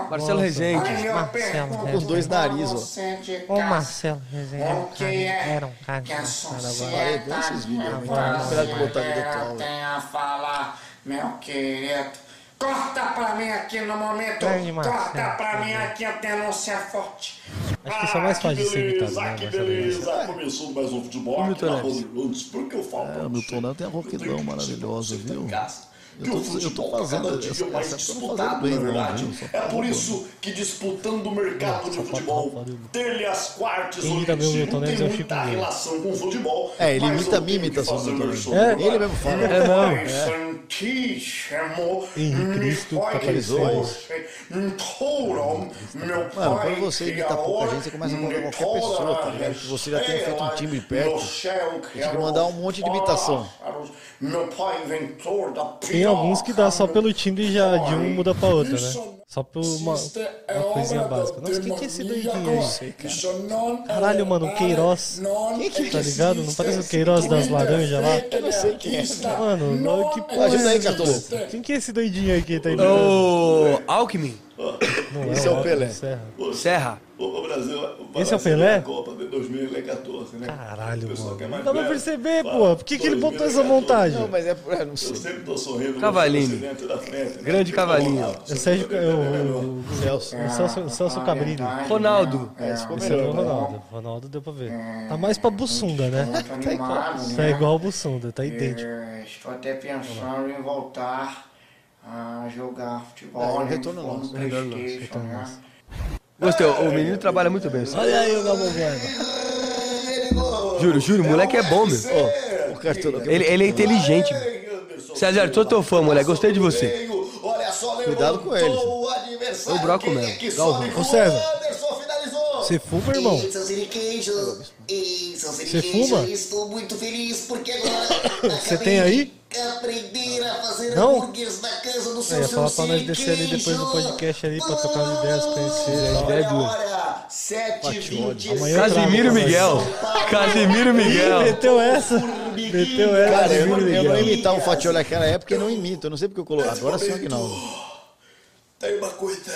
Marcelo Rezende.
Marcelo,
Os dois nariz, ó.
é
Ô,
Marcelo Rezende
é,
era um cara- era um
cara
que a sociedade
Parei, igual esses vídeos. né? Apesar de botar vida atual.
brasileira
né?
tem a falar, meu querido. Corta pra mim aqui no momento.
Grande Marcelo,
Corta pra mim
né?
aqui a denúncia é forte. Ah,
Acho que isso é mais fácil de ser imitado, né,
Que
Marcelo
beleza. Começou mais um futebol aqui
Milton
na
Neves.
Rose Lutz. Por que eu falo pra
É, o Milton
você?
Neves tem a
Eu
rouquidão
tenho que te
maravilhosa,
dizer que
viu?
em casa,
Eu
que
tô-
o
eu tô
futebol
fazendo
cada dia é
essa-
mais
essa eu tô fazendo
disputado,
bem,
na
não,
verdade.
viu? Só
É
tá
por
bom.
isso que disputando o mercado de futebol, dele as quartas,
Quem imita
hoje
mesmo o Milton
não tem
Neves é o Chico
muita
Mendes.
relação com o futebol.
É, ele
mas
imita
eu
a
tenho
minha
que
imitação do
fazer
Milton
meu
Neves.
show
É,
do
ele
lado.
mesmo fala.
Meu
É,
não,
Pai
é.
Santíssimo,
Henrique
me
Cristo tá
faz
aparecendo aí.
doce, me touram, meu
Mano,
Pai
quando você imita
Criador,
pouca gente, você começa a contar qualquer
me
pessoa, tá
todas
ligado? Que você já tenha feito um
elas
timbre perto.
no céu,
que
Criador.
mandar um monte de imitação.
Pássaros, Meu pai inventor da
Tem alguns que dá só pelo timbre já de um muda pra outra, né? Só por uma,
Isso é
uma coisinha
obra da
básica. Nossa, quem que é esse doidinho
demoníaca.
aí?
Isso não é
Caralho, mano, o Queiroz.
não
Quem que tá
existe.
ligado? Não parece o Queiroz das laranjas lá?
Eu não sei quem é.
Mano, não, que porra.
Ajuda
é
aí,
essa?
Catolo.
Quem que é esse doidinho aí que tá imitando?
Ô, Alckmin.
Não
esse é o
Otto
Pelé.
Serra.
Serra.
O Brasil, o
Esse é o
Brasil
Pelé?
na Copa de 2014, né?
Caralho,
O pessoal
mano.
quer
Não
mais
dá pra
velho.
perceber,
Fala,
pô. Por que, que ele botou essa
2014?
montagem?
Não, mas é, é, não
Eu
sei.
sempre tô sorrindo.
Cavalinho.
com o presidente da frente, né?
Grande Cavalinho.
É o Sérgio. É o, o,
Celso.
o Celso, o Celso Cabrini.
Ronaldo.
É, esse ficou
Esse é o
melhor. né?
Ronaldo. Ronaldo deu pra ver. Tá mais pra Bussunda, né?
Muito animado,
Tá
né?
igual o Bussunda, tá idêntico.
É, Estou até pensando em voltar a jogar futebol.
Ah,
É,
né,
retorno
de forma
nosso,
PlayStation, né?
Gostei, o menino trabalha muito bem.
Olha aí o Galvão Bueno.
Juro, juro, o moleque é bom, meu.
Ó, o cartão
Ele, ele é inteligente, meu.
Ei, Anderson,
César, sou teu fã, moleque. Gostei de você.
veio, Olha só,
Cuidado com ele.
O
Eu broco
Quem
mesmo.
É que
Galvão.
sobe
Ô,
com o
César.
Anderson finalizou.
Você fuma, irmão?
Ei, seus riquejos. Ei, seus
Você
riquejos,
fuma?
Estou muito feliz
[coughs]
porque agora.
Você
acabei
tem aí?
de Aprender a fazer
Não?
hambúrgueres na casa do
É,
seu
ia falar pra nós
seu
descer ali depois do
riquejo.
podcast ali pra trocar as ideias, conhecer.
Olha
aí.
ideia é
a
dura.
hora, 7h20.
Amanhã eu trago
Casimiro
pra nós.
Miguel. Casimiro Miguel.
Meteu essa. Meteu essa.
Cara, eu não, eu
Casimiro
não
Miguel.
imitava o Fatiol naquela época e não imito. Eu não sei porque eu coloquei. Agora sim o Agnaldo.
Tem uma coisa.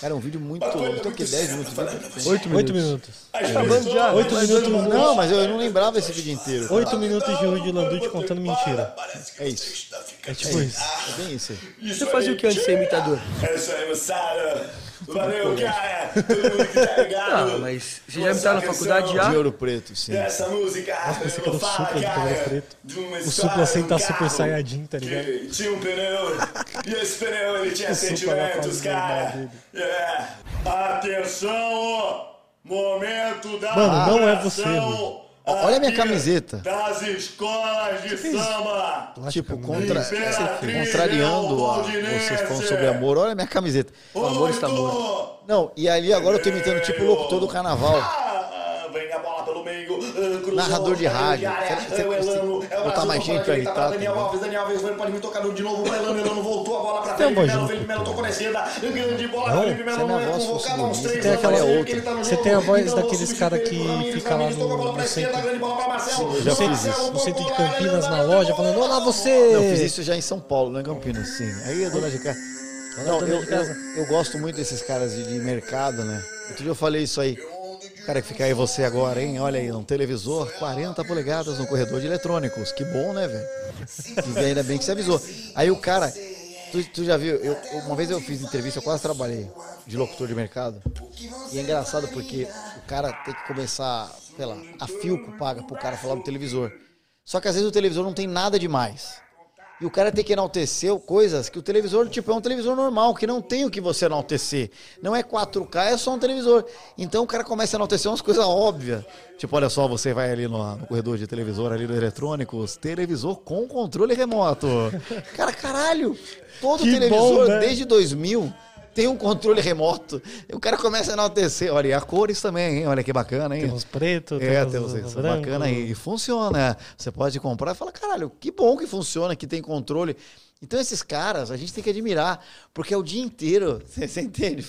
Cara, é um vídeo muito longo. Então que 10 minutos. né?
Oito
Oito
minutos.
minutos.
As
Acabando já.
pessoas-
Oito minutos.
Não, mas eu, eu não lembrava esse vídeo inteiro. cara.
Oito minutos de Rudy Landucci contando mentira.
Parece que
É
você
isso.
está ficando.
É tipo isso.
É bem isso aí.
Você fazia o que antes de ser imitador?
É isso aí, moçada. Valeu, cara. Todo mundo que tá ligado.
Ah, mas você já me tá na
Essa
faculdade
canção,
já?
De ouro preto, sim.
É.
Essa música.
pensei que era o
fala,
Supla de
cara,
cabelo preto.
de uma
O
história,
Supla sem
um
tá super
carro
saiyajin, tá
que
ligado?
Tinha um pneu. e esse pneu ele tinha
O Supla na
sentimentos,
fase normal
cara.
dele.
É. Atenção! Momento da
Mano, não é você,
atração.
mano.
Ó, Olha a minha
aqui
camiseta.
Das escolas de
é
samba.
Tipo, contra,
Isso, é,
é, contrariando a,
Valdinense.
vocês falando sobre amor. Olha a minha camiseta.
O
amor
tá
está morto.
Não, e ali agora eu tô imitando tipo o locutor do carnaval.
Ah, Vem a bola pelo meio. ah, cruzou,
Narrador de
saiu
rádio.
área,
Será que você
é o
consegue
Elano, é o
botar
Brasil,
mais gente
tocou na
pra
direita,
imitar,
Daniel
tá ligado?
Alves, Daniel Alves, Elano pode me tocar de novo. o Elano, Elano voltou a bola pra
tem uma
Felipe Melo.
voz
Felipe
muito
Melo tocou na esquerda. Grande bola.
Não,
Felipe Melo
se a minha
não é
voz fosse
convocado há uns
bonita,
três
tem
anos.
aquela
Você vê
outra.
que ele tá no
Você
jogo.
tem a voz
Então,
daqueles
substitui
cara
por
que
Ramires,
fica lá
Ramires
no-
tocou a bola
no
pra esquerda,
centro-
grande bola pra Marcelo.
eu já fiz
Marcelo
isso.
tocou
No centro de
lá,
Campinas, na
Leandro,
loja, falando, olá
Não, eu fiz
você!
isso já em São Paulo, não é em Campinas, sim. Aí a dona de casa. Não,
dona
eu,
de casa.
eu- eu gosto muito desses caras de, de mercado, né? Outro dia eu falei isso aí. Cara, que fica aí você agora, hein? Olha aí, um televisor, 40 polegadas no corredor de eletrônicos. Que bom, né, [laughs] velho? E ainda bem que você avisou. Aí o cara. Tu, tu já viu? eu- uma vez eu fiz entrevista, eu quase trabalhei de locutor de mercado. E é engraçado porque o cara tem que começar, sei lá, a Filco paga pro cara falar no televisor. Só que às vezes o televisor não tem nada demais. E o cara tem que enaltecer coisas que o televisor, tipo, é um televisor normal, que não tem o que você enaltecer. Não é 4K, é só um televisor. Então o cara começa a enaltecer umas coisas óbvias. Tipo, olha só, você vai ali no, no corredor de televisor, ali no eletrônicos, televisor com controle remoto. Cara, caralho! Todo
Que
televisor,
bom, né?
desde 2000, tem um controle remoto. E o cara começa a enaltecer. Olha, e a cores também, hein? Olha que bacana, hein?
Tem uns pretos, tem
É,
uns
tem uns
brancos.
bacana aí. E funciona. é. Você pode comprar e fala, caralho, que bom que funciona, que tem controle. Então esses caras, a gente tem que admirar, porque é o dia inteiro. [laughs] Você, você entende?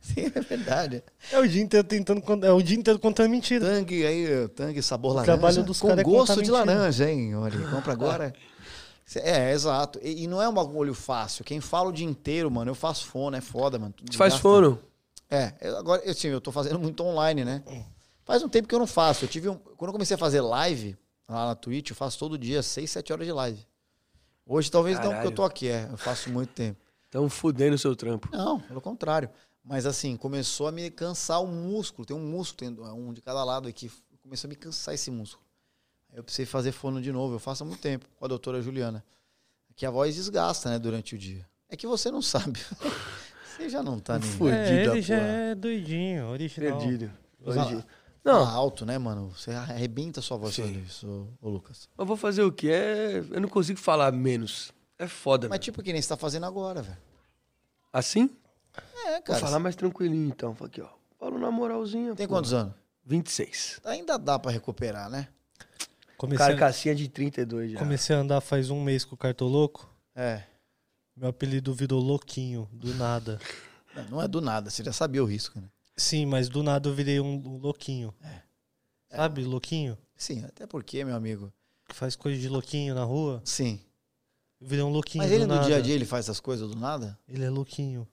Sim, é verdade.
É o dia inteiro tentando. cont- É o dia inteiro contando mentira.
Tangue aí, tangue sabor laranja.
trabalho dos
com
cara é
gosto
contar
de
mentira.
laranja, hein? Olha,
[laughs]
compra agora. Cê- É, exato. E, e não é um bagulho fácil. Quem fala o dia inteiro, mano, eu faço fono, é foda, mano.
Você faz
Desgasta.
fono?
É, eu, agora, eu, assim, eu tô fazendo muito online, né? Faz um tempo que eu não faço. Eu tive um- quando eu comecei a fazer live lá na Twitch, eu faço todo dia 6, 7 horas de live. Hoje talvez não, porque eu
Caralho.
tô aqui, é. Eu faço muito tempo.
Estão fudendo o seu trampo.
Não, pelo contrário. Mas assim, começou a me cansar o músculo. Tem um músculo, tem um de cada lado aqui. Começou a me cansar esse músculo. Aí eu precisei fazer fono de novo. Eu faço há muito tempo com a doutora Juliana. Que a voz desgasta, né, durante o dia. É que você não sabe. [laughs] você já não tá nem...
Fui.
É,
Perdido,
ele já
porra.
é doidinho, original.
Perdido.
Fala-
Hoje-
Não.
Não.
alto, né, mano? Você arrebenta a sua voz
Sim.
falando isso, ô, ô Lucas.
Mas vou fazer o quê? É... Eu não consigo falar menos. É foda,
Mas
velho.
tipo que nem você tá fazendo agora, velho.
Assim?
É,
Vou
cara.
falar mais tranquilinho, então. Fala Aqui, ó. Falo na moralzinha.
Tem
pô.
quantos anos?
26.
Ainda dá pra recuperar, né?
Comecei, a-
Carcassinha de 32 já.
comecei a andar faz um mês com o Cartoloco.
É.
Meu apelido virou Louquinho, do nada.
Não, não é do nada, você já sabia o risco, né?
Sim, mas do nada eu virei um, um louquinho.
É.
Sabe, louquinho?
Sim, até porque, meu amigo.
Que faz coisa de louquinho na rua.
Sim.
Eu virei um louquinho
Mas
do
ele no
nada.
dia a dia ele faz essas coisas do nada?
Ele é louquinho.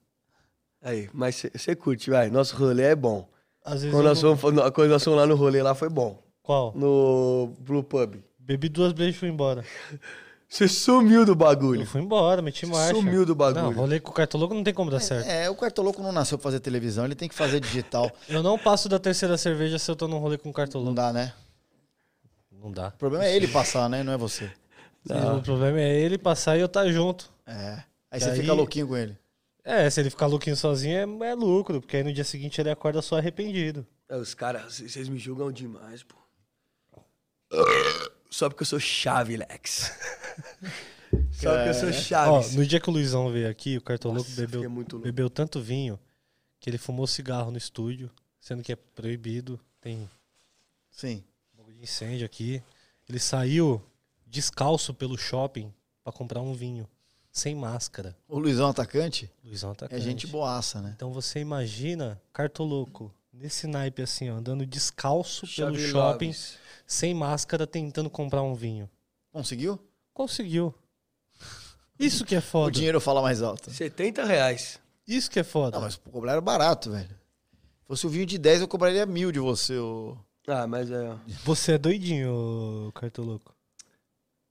Aí, mas você curte, vai. Nosso rolê é bom.
Às vezes
Quando
eu
nós,
não-
fomos, quando nós fomos lá no rolê, lá foi bom.
Qual?
No Blue Pub.
Bebi duas brejas e fui embora.
Você sumiu do
Eu
bagulho.
fui embora, meti marcha.
Sumiu do bagulho.
Não, rolê com o cartoloco não tem como dar certo.
É, o cartoloco não nasceu pra fazer televisão, ele tem que fazer digital.
Eu não passo da terceira cerveja se eu tô num rolê com o
não
cartoloco.
dá, né?
Não dá.
O problema é ele passar, né? Não é você.
O problema é ele passar e eu tá junto.
É.
E
Aí você
aí-
fica louquinho com ele.
É, se ele ficar louquinho sozinho é, é lucro, porque aí no dia seguinte ele acorda só arrependido.
É, Os caras, c- vocês me julgam demais, pô. Só porque eu sou chave, [laughs] Lex. Só porque eu sou
Ah,
Ó,
chave.
no dia que o Luizão veio aqui, o cartoloco
Nossa,
bebeu,
fiquei muito É. louco.
bebeu tanto vinho que ele fumou cigarro no estúdio, sendo que é proibido, tem
Sim.
fogo de incêndio aqui. Ele saiu descalço pelo shopping pra comprar um vinho, sem máscara.
O Luizão atacante
Luizão tá
é gente boaça, né?
Então você imagina cartoloco nesse naipe assim, ó, andando descalço
Chave
pelo shopping,
Loves.
sem máscara, tentando comprar um vinho.
Conseguiu?
Conseguiu. Isso que é
O
foda.
dinheiro fala mais alto.
70 reais.
Isso que é foda.
Não, mas cobraram barato, velho. Se fosse o vinho de 10, eu cobraria mil de você. O,
Ah, mas é. ó.
Você é doidinho, ô cartoloco.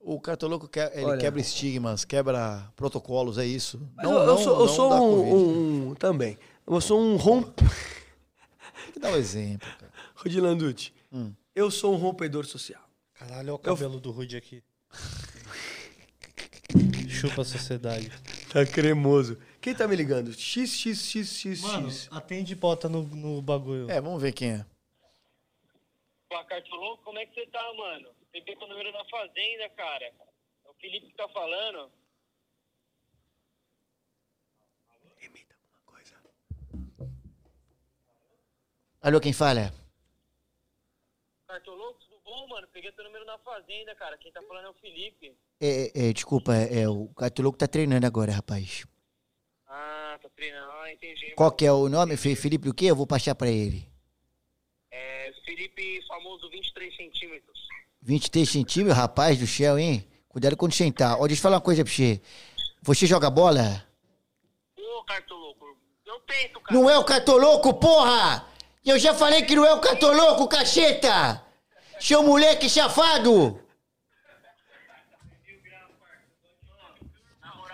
o cartoloco que, é, ele
Olha.
quebra estigmas, quebra protocolos, é isso.
Mas eu, eu sou, eu sou
dá
um,
Covid.
um- um- Também. Eu sou um romp. [laughs]
Tem que dar um exemplo, cara.
Rodilanducci. Eu sou um rompedor social.
Caralho, olha o cabelo do Rude aqui. Chupa a sociedade.
Tá cremoso. Quem tá me ligando? XXXX.
atende e bota no, no bagulho.
É, vamos ver quem é.
Placar tô louco, como é que você tá, mano? Peguei com o número da fazenda, cara. É o Felipe que tá falando.
Imita alguma coisa.
Alô, quem fala?
Cartoloco, tudo bom, mano? Peguei teu número na fazenda, cara. Quem tá falando é o Felipe.
É, é, é, desculpa, é, é, o Catuluco tá treinando agora, rapaz.
Ah, tá treinando. Ah, entendi.
Qual que é o nome? Fe- Felipe o quê? Eu vou passar pra ele.
É, Felipe, famoso 23 centímetros.
23 centímetros, rapaz do céu, hein? Cuidado quando sentar. Ó, deixa eu falar uma coisa pra você. Você joga bola?
Ô, Cartoloco, eu tento, cara.
Não é o Catoloco, porra! Eu já falei que não é o Catoloco, caceta! Seu moleque safado!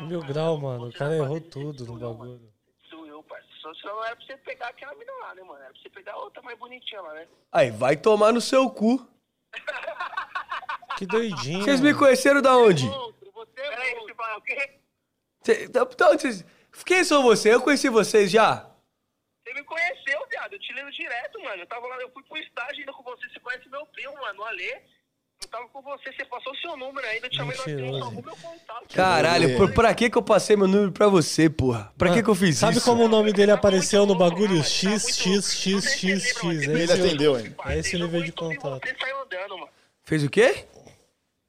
É, Mil grau, mano. O cara errou tudo no bagulho.
é-
Sou eu, parceiro. Só se não era pra você pegar aquela mina lá, né, mano? Era pra você pegar outra mais bonitinha lá, né?
Aí, vai tomar no seu cu.
Que doidinho.
Vocês me conheceram da onde?
Outro, você é Peraí, você fala o quê?
Cê, da- da onde vocês- Quem sou você? Eu conheci vocês já?
Você me conheceu, viado. Eu te lembro direto, mano. Eu tava lá, eu fui pro estágio ainda com você. Você conhece meu primo, mano, o Alê. Eu tava com você, você passou seu número ainda, eu te chamei na
Mentiroso.
atenção, meu contato.
Caralho, por, pra que que eu passei meu número pra você, porra? Pra que que eu fiz
Ah, Sabe
isso?
como o nome dele
Tá
apareceu
muito
no
louco,
bagulho?
mano. Tá
X,
muito
X,
louco.
X,
Não sei se
X,
você lembra,
X.
mas
Esse
Ele
é o-
atendeu, hein?
É esse o nível de
Jogou em tudo e
contato.
Você saiu andando, mano.
Fez o quê?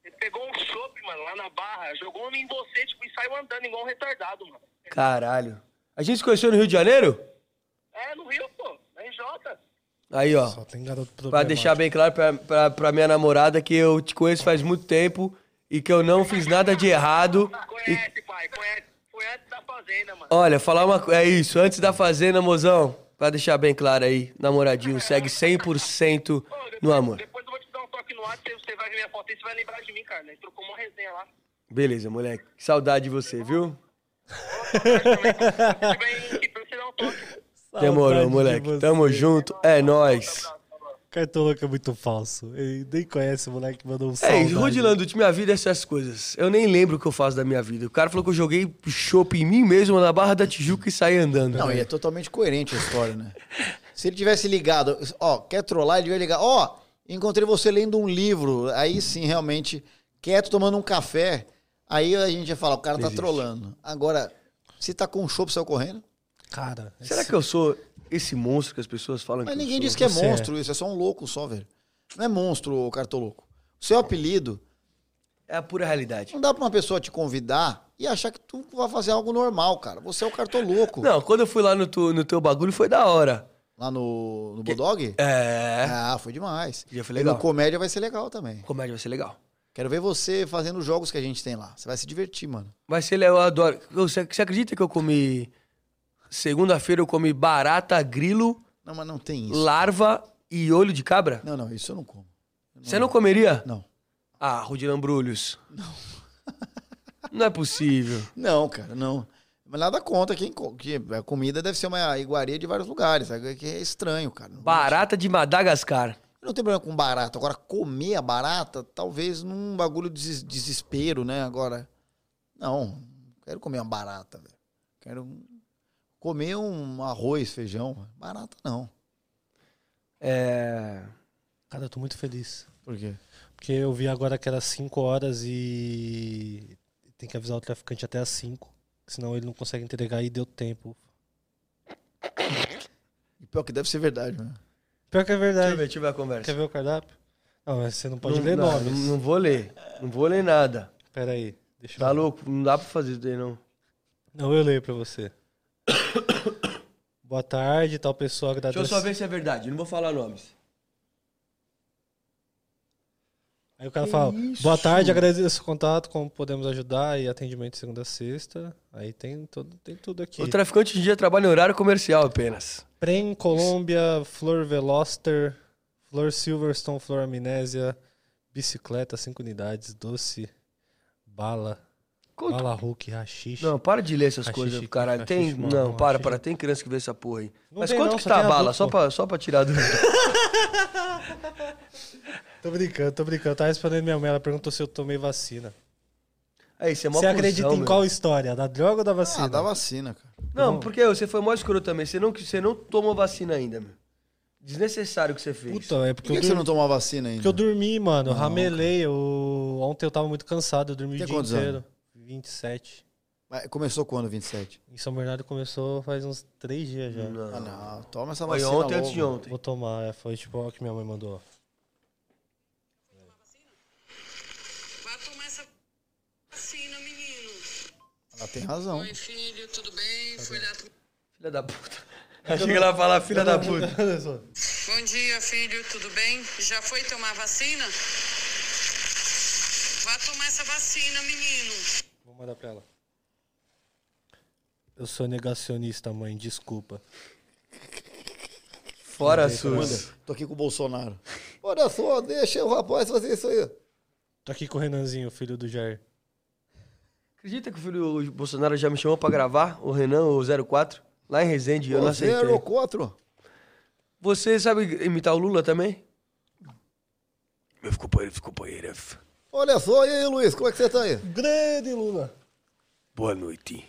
Ele pegou um chopp, mano, lá na barra, jogou em você, tipo, e saiu andando igual um retardado, mano.
Caralho. A gente se conheceu no Rio de Janeiro?
É, no Rio, pô, na RJ.
Aí, ó.
Só tem garoto
Pra
problemático.
deixar bem claro pra, pra, pra minha namorada que eu te conheço faz muito tempo e que eu não fiz nada de errado. E,
Ah, Conhece, pai, conhece. Conhece da fazenda, mano.
olha, falar uma coisa. É isso, antes da fazenda, mozão, pra deixar bem claro aí, namoradinho, segue 100%
Ô, depois-
no amor.
Depois eu vou te dar um toque no ar, você- você vai ver minha foto e você vai lembrar de mim, cara. Né? Trocou uma resenha lá.
Beleza, moleque. Saudade de você, viu?
Você vem aqui pra você dar um toque.
Saudade
Demorou,
de
moleque.
você.
Tamo junto. É nóis.
Cartoloco é muito falso. Ele nem conhece o moleque, mandou um
É,
salve.
isso, Rodilando, de minha vida é essas coisas. Eu nem lembro o que eu faço da minha vida. O cara falou que eu joguei chopp em mim mesmo na Barra da Tijuca e saí andando.
Não, e é totalmente coerente a
[laughs]
história, né? Se ele tivesse ligado, ó, quer trollar, ele ia ligar, ó, encontrei você lendo um livro, aí sim, realmente, quieto, tomando um café, aí a gente ia falar, o cara tá trollando. Agora, se tá com um chopp, saiu correndo,
Cara,
Será que eu sou esse monstro que as pessoas falam
mas
que
ninguém
eu sou?
diz que é
você é.
monstro isso, é só um louco só, velho. Não é monstro, ô cartoloco. Seu apelido,
É a pura realidade.
não dá pra uma pessoa te convidar e achar que tu vai fazer algo normal, cara. Você é o cartoloco.
Não, quando eu fui lá no, tu- no teu bagulho foi da hora.
Lá no, no Bulldog?
É.
Ah, foi demais.
Já foi
E
legal.
no comédia vai ser legal também.
Comédia vai ser legal.
Quero ver você fazendo os jogos que a gente tem lá. Você vai se divertir, mano.
Vai ser legal, eu adoro. Eu- Você você acredita que eu comi. Segunda-feira eu comi barata, grilo,
Não, mas não tem isso.
larva e olho de cabra?
Não, não, isso eu não como.
Você não comeria?
Não.
Ah, Rudilambrulhos. Não. Não é [laughs] possível.
Não, cara, não. Mas nada contra quem co- que a comida deve ser uma iguaria de vários lugares. sabe? Que é estranho, cara. Não-
Barata de Madagascar.
Eu não tenho problema com barata. Agora, comer a barata, talvez num bagulho de des- desespero, né? Agora, não. não Quero comer uma barata, velho. Quero um- comer um arroz, feijão. Barata, não.
É.
Cara, eu tô muito feliz.
Por quê?
Porque eu vi agora que era 5 horas e tem que avisar o traficante até às 5. Senão ele não consegue entregar e deu tempo.
E pior que deve ser verdade, né?
Pior que é
Deixa eu
verdade.
ver, deixa eu ver a
Quer
conversa.
ver o cardápio? Não, mas você não pode ler
não,
nomes.
Não, vou ler. Não vou ler nada.
Pera aí. Deixa
Tá
eu...
louco? Não dá pra fazer isso daí, não.
Não, eu leio pra você. Boa tarde, tal pessoa
Deixa
agradece.
eu só ver se é verdade. Não vou falar nomes.
Aí o cara fala, boa tarde, agradeço o contato, como podemos ajudar e atendimento de segunda a sexta. Aí tem, todo, tem tudo aqui.
O traficante hoje em dia trabalha em horário comercial apenas.
Prem, Colômbia, Flor Veloster, Flor Silverstone, Flor Amnésia, Bicicleta, 5 unidades, Doce, Bala,
Quanto-
Bala Hulk, Rachixe.
Não, para de ler essas
Achei
coisas,
chique,
caralho.
achei
Tem...
chique, mano.
Não, para,
Achei
para. Tem criança que vê essa porra aí.
Não
Mas
tem
quanto
não,
que
só
tá a
tem
bala?
adulto,
Só
pô.
pra, só pra tirar do...
Tô brincando, tô brincando. Eu tava respondendo minha mãe, ela perguntou se eu tomei vacina.
Aí, você é mó
Você acredita
cuzão,
em
meu.
qual história? Da droga ou da vacina?
Ah, dá vacina, cara.
Não, porque você foi mó escuro também. Você não, você não tomou vacina ainda, meu. desnecessário que você fez.
Puta, é
Por
porque
que,
eu,
que
dormi,
você não tomou a vacina ainda?
porque eu dormi, mano. Eu ramelei. Eu... Ontem eu tava muito cansado, eu dormi
Tem
o dia
quantos
inteiro. 27.
Mas Começou quando, 27?
Em São Bernardo começou faz uns três dias já.
Ah, não. Toma essa
Foi
vacina
ontem
logo.
antes de ontem.
Vou tomar, é, foi tipo ó, o que minha mãe mandou.
Vai tomar essa vacina, menino.
Ela Ah, tem razão.
Oi, filho, tudo bem? Fui lá pro...
Filha da puta. Aí chega lá e fala, filha da puta.
Bom dia, filho, tudo bem? Já foi tomar vacina? Vai tomar essa vacina, menino.
Vou mandar pra ela. Eu sou negacionista, mãe, desculpa.
Fora, SUS.
Tô aqui com o Bolsonaro.
Olha só, deixa o rapaz fazer isso aí.
Tô aqui com o Renanzinho, filho do Jair.
Acredita que o filho do Bolsonaro já me chamou pra gravar, o Renan, o 04, lá em Resende, eu não
é
aceitei.
04.
Você sabe imitar o Lula também? Meus companheiros, companheiras,
Olha só, e aí, Luiz, como é que você tá aí?
Grande Lula!
boa noite.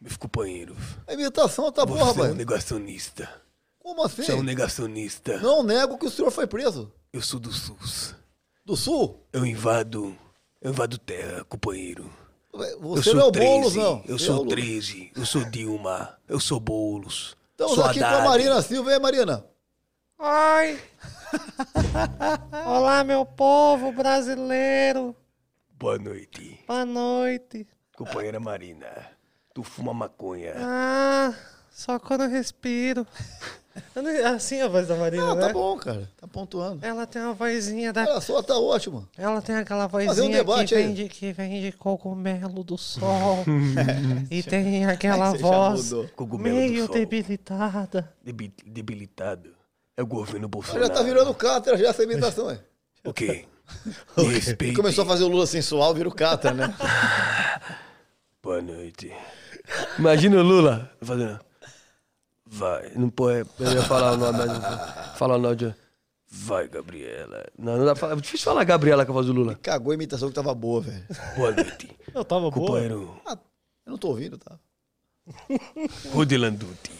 Meus companheiros,
A imitação tá boa,
você é um
rapaz.
negacionista.
Como assim?
Você é um negacionista.
Não nego que o senhor foi preso.
Eu sou do SUS.
Do Sul?
Eu invado, eu invado terra, companheiro. Eu
Você
sou
não é o
13,
Boulos, não.
Eu
Você é o
sou
Lula.
13, eu sou Dilma, eu sou Boulos.
Estamos
sou
aqui com
Haddad.
a Marina Silva, hein, Marina?
Ai! Olá, meu povo brasileiro!
Boa noite,
Boa noite!
companheira Marina. Tu fuma maconha.
Ah, só quando eu respiro. [laughs] Eu não- Assim a voz da Marina,
Ah,
né? É.
tá bom, cara. Tá pontuando.
Ela tem uma vozinha da.
Olha só, tá ótimo.
Ela tem aquela
Fazer
vozinha
um debate
que,
aí.
vem de, que vem de cogumelo do sol. e tem aquela
Você já
voz
mudou.
Cogumelo
meio
do sol.
debilitada.
Debi- debilitado. É o governo Bolsonaro.
Já tá virando cátedra já essa imitação, hein?
O quê? Me respeite.
Começou a fazer o Lula sensual, vira o Cata, né? [laughs]
Boa noite. Imagina o Lula fazendo. Vai. Não pode. Eu ia falar o nome, mas não vou falar o nome de. Vai, Gabriela. Não, não dá pra falar. É difícil falar Gabriela com a voz do Lula.
Cagou a imitação que tava boa, velho.
Boa noite.
Eu tava boa.
Companheiro
Ah, eu não tô ouvindo, tá?
Rudy Landucci.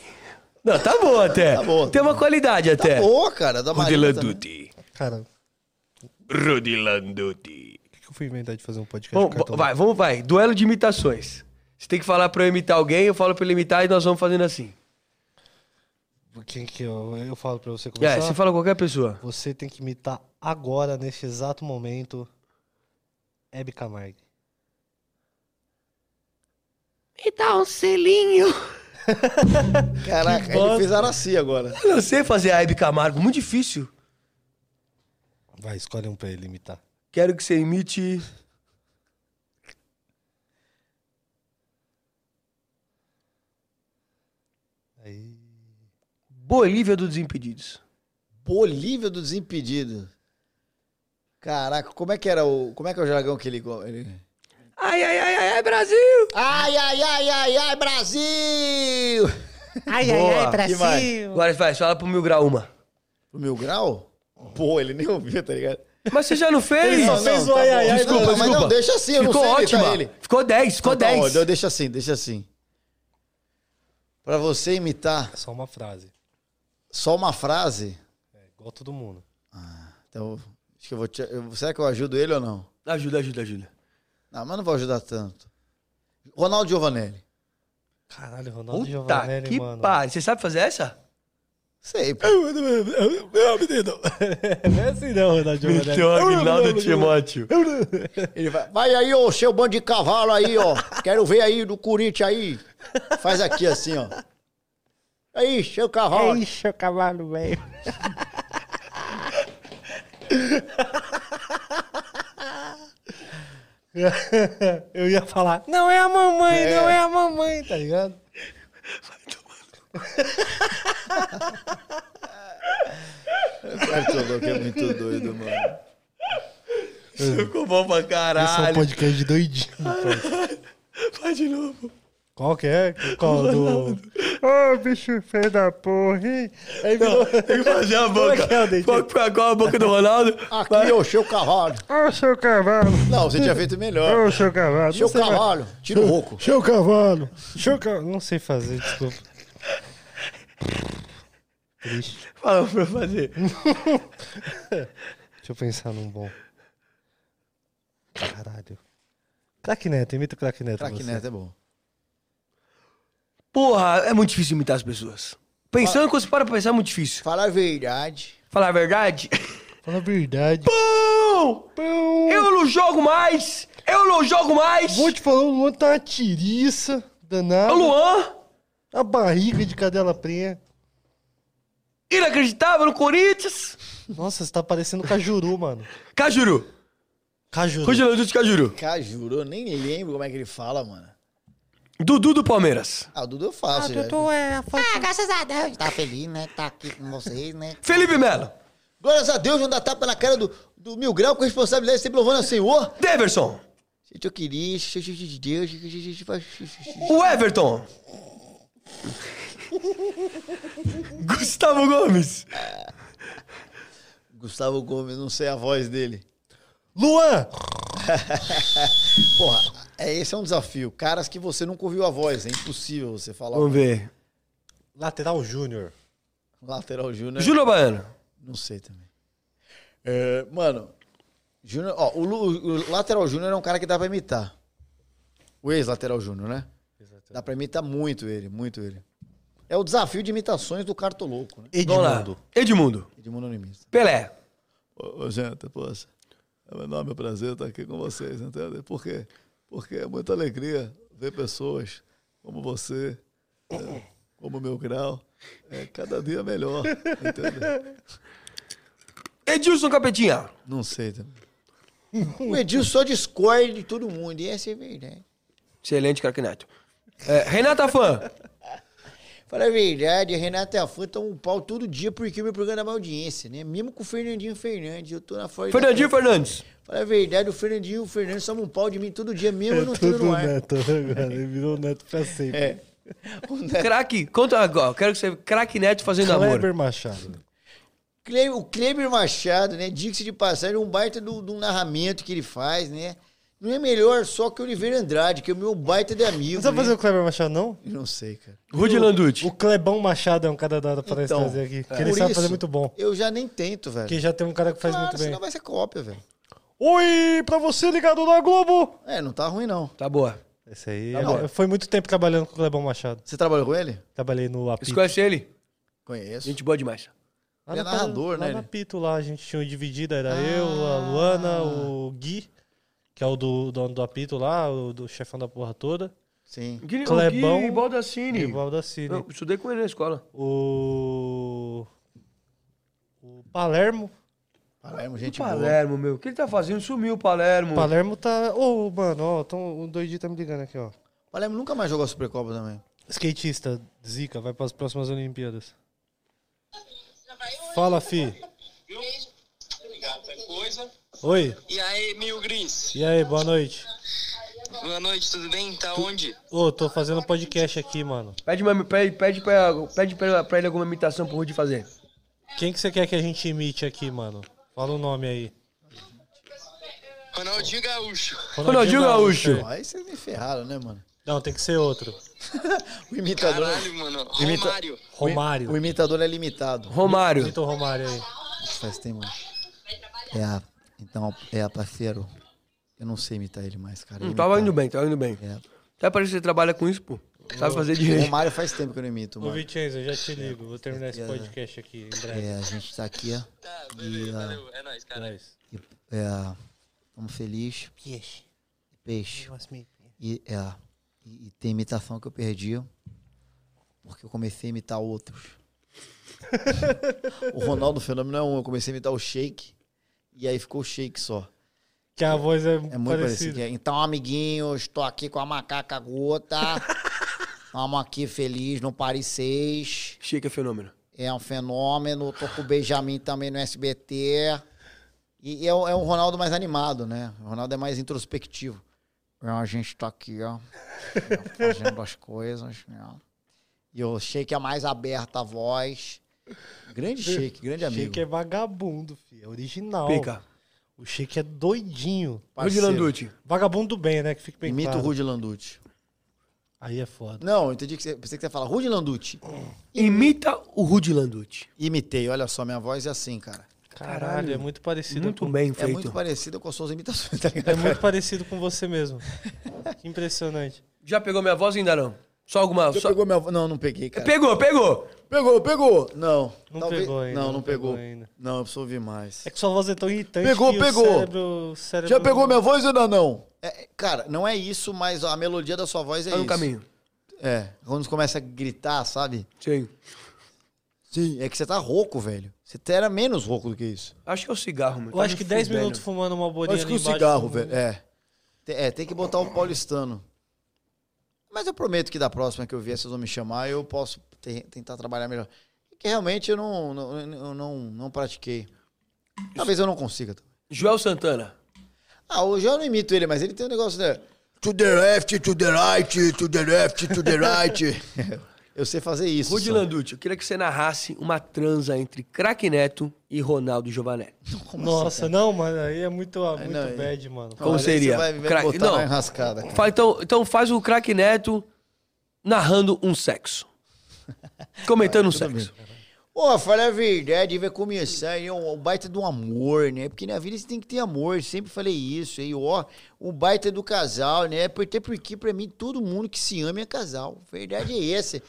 Não, tá bom até.
Tá bom.
Tem uma qualidade
Tá
até.
boa, cara. Da
Rudy
Marina também.
Landucci.
Cara,
Rudy Landucci.
por que eu fui inventar de fazer um podcast
Bom,
de cartão?
vai, vamos, vai. Duelo de imitações. Você tem que falar pra eu imitar alguém, eu falo pra ele imitar e nós vamos fazendo assim.
Quem que eu, eu falo pra você começar?
É, você fala qualquer pessoa.
Você tem que imitar agora, neste exato momento, Hebe Camargo.
Me dá um selinho.
Caraca, ele fez Araci agora.
Eu não sei fazer a Hebe Camargo, muito difícil.
Vai, escolhe um pra ele imitar.
Quero que você imite.
Aí.
Bolívia do Desimpedidos.
Bolívia do Desimpedido. Caraca, como é que era o. Como é que é o jargão que ele. go- ele-
Ai, ai, ai, ai, ai, Brasil!
Ai, ai, ai, ai, ai, Brasil!
Ai,
Boa, ai,
que vai?
Agora vai, fala pro Mil Grau uma.
O meu grau? Pô, ele nem ouviu, tá ligado? tá
Mas você [laughs] já não fez?
só fez o ai, ai, ai,
Desculpa,
não, mas
desculpa.
não, deixa assim, eu não
Ficou
sei imitar
ótima.
ele.
Ficou 10, ficou
Então,
10.
ó, deixa assim, deixa assim. Pra você imitar
É só uma frase.
só uma frase,
É igual todo mundo.
então acho que eu vou te, eu- será que eu ajudo ele ou não?
Ajuda, ajuda, ajuda.
Não, mas não vou ajudar tanto. Ronaldo Giovanelli.
Caralho, Ronaldo
Puta
Giovanelli,
que
mano. [laughs]
pariu. Você sabe fazer essa?
Sei, pô.
Não, menino. [laughs] Não é assim não, Ronaldo Giovanelli.
Aguinaldo Timóteo.
Ele vai, vai aí, ô, seu bando de cavalo aí, ó. Quero ver aí do Corinthians aí. Faz aqui assim, ó. Aí, seu cavalo.
Ixi, o cavalo velho. [laughs] Eu ia falar, não é a mamãe, não é a mamãe, tá ligado?
Arthur, que é muito doido, mano.
Ficou bom pra
Esse é um
caralho.
podcast de doidinho. [laughs] cara.
Vai de novo.
Qual que é? Qual do... Ô, bicho feio da porra, hein? Aí virou...
Tem que fazer a
Como é
boca.
que é o dedinho?
Qual que foi agora a boca do Ronaldo?
Aqui, ô, seu cavalo.
Ô, seu cavalo,
Não, você tinha feito melhor.
ô, seu cavalo.
Seu
não sei mais.
cavalo, tira o rouco.
Seu cavalo, seu cavalo. Não sei fazer, desculpa. Triste.
Fala pra eu fazer.
[laughs] Deixa eu pensar num bom. Caralho. Crack Neto, imita o Crack Neto.
Crack
você.
Neto é bom.
Porra, é muito difícil imitar as pessoas. Pensando,
Ah.
quando você para pra pensar, é muito difícil.
Fala a verdade.
Falar a verdade.
Fala a verdade.
Pão! Eu não jogo mais! Eu não jogo mais! É
Vou te falar, o Luan tá uma tiriça danada.
O Luan,
A barriga de cadela prenha.
inacreditável no Corinthians.
Nossa, você tá parecendo Cajuru, mano.
Cajuru.
Cajuru.
Continua, Dudu de Cajuru.
Cajuru, eu nem lembro como é que ele fala, mano.
Dudu do Palmeiras.
Ah, o Dudu eu faço, já.
Ah, graças a Deus. Tá feliz, né? Tá aqui com vocês, né?
Felipe Melo.
Glórias a Deus, não dá tapa na cara do, do Mil Grau com responsabilidade, sempre louvando ao Senhor.
Deverson.
Gente, eu queria, gente de Deus, gente, gente, gente, gente.
O [laughs] Everton. Gustavo Gomes.
Gustavo Gomes, não sei a voz dele.
Luan!
[laughs] Porra, é, esse é um desafio. Caras que você nunca ouviu a voz, é impossível você falar.
Vamos ver.
Lateral Júnior.
um Lateral Júnior.
Júnior Baiano.
Não sei também. É, mano, Júnior, ó, o, Lu- o lateral Júnior é um cara que dá pra imitar. O ex-lateral Júnior, né? Dá pra imitar muito ele, muito ele. É o desafio de imitações do Cartoloco, né?
Vamos lá.
Edmundo.
Edmundo.
Edmundo não imita.
Pelé.
Ô, ô, gente, poxa, é um enorme prazer estar aqui com vocês, entende? Por quê? Porque é muita alegria ver pessoas como você, é, como o meu grau, é, cada dia melhor, entende?
Edilson Capetinha.
Não sei também.
O Edilson só discorda de todo mundo, e essa é a verdade.
Excelente, craque Neto. É, Renata Fã.
Fala a verdade, a Renata e a Fã estão um pau todo dia porque o meu programa é uma audiência, né? Mesmo com o Fernandinho Fernandes, eu tô na Florida.
Fernandinho Fernandes.
Fala a verdade, o Fernandinho e o Fernandes somam um pau de mim todo dia, mesmo
[laughs]
eu não tendo
É Tudo
no ar.
neto agora. Ele virou neto pra sempre. É.
O Neto-
Craque. Conta agora. Quero que você. Craque Neto fazendo amor.
Kleber Machado.
Cle- o Kleber Machado, né? Diga-se de passagem, um baita do, do narramento que ele faz, né? Não é melhor só que o Oliveira Andrade, que é o meu baita de amigo.
Não sabe
né?
fazer o Kleber Machado, não?
Eu Não sei, cara.
Rudy Landucci.
O Clebão Machado é um cara da hora pra nós
Então,
trazer aqui. Que ele
Por
sabe
isso,
fazer muito bom.
Eu já nem tento, velho.
Porque já tem um cara que faz
claro,
muito bem.
senão vai ser cópia, velho.
Oi, pra você ligado na Globo!
É, não tá ruim, não.
Tá boa.
Esse aí.
Tá
eu-
bom.
eu fui muito tempo trabalhando com o Clebão Machado.
Você trabalhou com ele?
Trabalhei no
Você
apito.
conhece ele?
Conheço.
Gente boa demais.
Lá
Ele é
na casa-
narrador, né,
Lá no
ele?
apito lá, a gente tinha um dividido, era eu, a Luana, o Gui, que é o do dono do apito lá, o do chefão da porra toda.
Sim.
Clebão
Gui Baldacini.
E o Valdacini.
Eu estudei com ele na escola.
O. O Palermo.
Palermo, gente boa.
Palermo, meu. O que ele tá fazendo? Sumiu o Palermo.
Palermo tá. Ô, mano, ó, tão, o doidinho tá me ligando aqui, ó.
Palermo nunca mais jogou a Supercopa também.
Skatista, Zica, vai pras próximas Olimpíadas. Fala, Fi.
Coisa.
Oi.
E aí, Mil Gris?
E aí, boa noite.
Boa noite, tudo bem? Tá onde?
Ô, tô fazendo podcast aqui, mano.
Pede, uma, pede, pede, pra, pede pra, pra ele alguma imitação pro Rudy fazer.
Quem que você quer que a gente imite aqui, mano? Fala o nome aí.
Ronaldinho Gaúcho.
Ronaldinho Gaúcho.
é.
Aí vocês me ferraram, né, mano?
Não, tem que ser outro.
O imitador,
Caralho, mano.
Imita-
Romário.
Romário.
o imitador é limitado.
Romário.
Imita o Romário aí.
Faz tempo. É a, então, é a parceiro. Eu não sei imitar ele mais, cara.
Hum,
Ele
tava
imita-
indo bem, tava indo bem.
Então. É.
Até parece que você trabalha com isso, pô. Sabe fazer
O
direito.
Romário faz tempo que eu não imito,
Ô,
mano.
Vicenzo, eu já te ligo. Vou terminar esse podcast aqui em breve.
É, a gente tá aqui, ó,
Tá, beleza, valeu. É nóis, cara.
Mas-
e, é, estamos felizes,
Peixe.
peixe. E, é, e, e tem imitação que eu perdi, porque eu comecei a imitar outros. [laughs] o Ronaldo Fenômeno é um, eu comecei a imitar o Shake, e aí ficou o Shake só.
Que a voz é,
É muito parecido.
parecida.
que é, Então, amiguinhos, estou aqui com a macaca gota. Estamos aqui feliz no Paris 6.
Chique é fenômeno.
É um fenômeno. Tô com o Benjamin também no SBT. E é, o- é um Ronaldo mais animado, né? O Ronaldo é mais introspectivo. É, A gente tá aqui, ó, fazendo as coisas. Né? E o Shake é mais aberto a voz. Grande Shake, grande
O
amigo.
Shake é vagabundo, filho. É original.
Pica.
O Shake é doidinho.
Rudy
Parceiro.
Landucci.
Vagabundo do bem, né? Que fica bem
Imita
claro.
o Rudy Landucci.
Aí é foda.
Não, eu entendi que você, pensei que você ia falar Rudy Landucci.
Imita o Rudy Landucci.
Imitei, olha só, minha voz é assim, cara.
Caralho, é muito parecido.
Muito
com...
bem
É
feito.
muito parecido com as suas imitações, tá ligado?
[laughs] É muito parecido com você mesmo. Que impressionante.
Já pegou minha voz ainda não? Só alguma.
Você
só-
pegou minha... Não, não peguei, cara.
Pegou, pegou.
Pegou, pegou. Não.
Não pegou ainda,
Não, não,
não
pegou.
pegou ainda.
Não, eu preciso ouvir mais.
É que sua voz é tão irritante
Pegou,
que
pegou.
o cérebro... o cérebro-
Já pegou minha voz ainda não?
É, cara, não é isso, mas a melodia da sua voz é
Tá no
isso.
caminho.
É, quando você começa a gritar, sabe?
Sim.
Sim. É que você tá rouco, velho. Você até era menos rouco do que isso.
Acho que é o cigarro, mano.
Eu acho que 10 minutos fumando uma bolinha
Acho
ali
que o
um
embaixo...
cigarro,
não-
velho.
É. Te- É, tem que botar o paulistano. Mas eu prometo que da próxima que eu vier, vocês vão me chamar eu posso te- tentar trabalhar melhor. É Que realmente eu não, não, eu não, não pratiquei. Talvez eu não consiga.
Joel Santana.
Ah, hoje eu não imito ele, mas ele tem um negócio, né?
To the left, to the right, to the left, to the right.
[laughs] Eu sei fazer isso.
Rudy
só.
Landucci, eu queria que você narrasse uma transa entre Craque Neto e Ronaldo Giovanetti.
Como assim,
Nossa,
cara?
não, mano. Aí é muito, ah, muito
não, aí-
bad, mano.
Como
Olha,
seria?
Você vai me
Craque-
botar
Não.
na enrascada. cara.
Fala, então, então faz o Craque Neto narrando um
[laughs]
sexo. Comentando um sexo.
Pô, fala a verdade, vai começar aí o baita do amor, né? Porque na vida você tem que ter amor, sempre falei isso aí, ó, o baita do casal, né? Até porque pra mim todo mundo que se ama é casal, verdade é essa.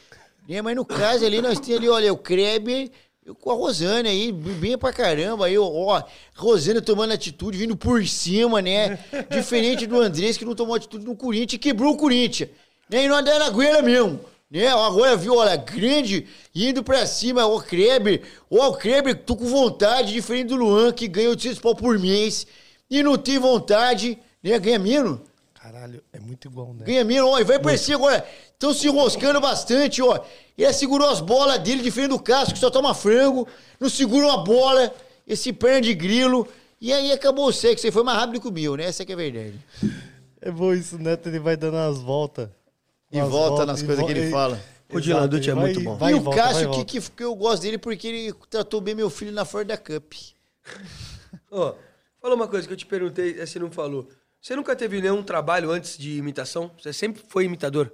Né? Mas no caso ali nós temos ali, olha, o Kreber eu com a Rosane aí, bem pra caramba aí, ó, ó, Rosane tomando atitude, vindo por cima, né? Diferente do Andrés que não tomou atitude no Corinthians e quebrou o Corinthians. Né? E não andar na goela mesmo né? Agora viu, olha, grande indo pra cima, ó, Kreber, ó, o Kreber, tô com vontade, diferente do Luan, que ganha 800 pau por mês e não tem vontade, né? Ganha menos,
Caralho, é muito igual, né?
ganha menos, ó, e vai pra cima agora, estão se enroscando bastante, ó. Ele segurou as bolas dele diferente do Casco, que só toma frango, não segurou a bola, esse perna de grilo, e aí acabou o sexo, você foi mais rápido que o meu, né? Essa que é a verdade.
É bom isso, Neto. Ele vai dando as voltas.
E
Umas
volta
voltas,
nas
e
coisas
vo-
que ele
e-
fala.
O de
Exato,
Landucci é
ele vai-
muito bom.
vai
e o
volta, vai
Cássio,
volta.
que, que, que eu gosto dele porque ele tratou bem meu filho na Florida Cup.
Ó, fala uma coisa que eu te perguntei, eh, você não falou. Você nunca teve nenhum trabalho antes de imitação? Você sempre foi imitador?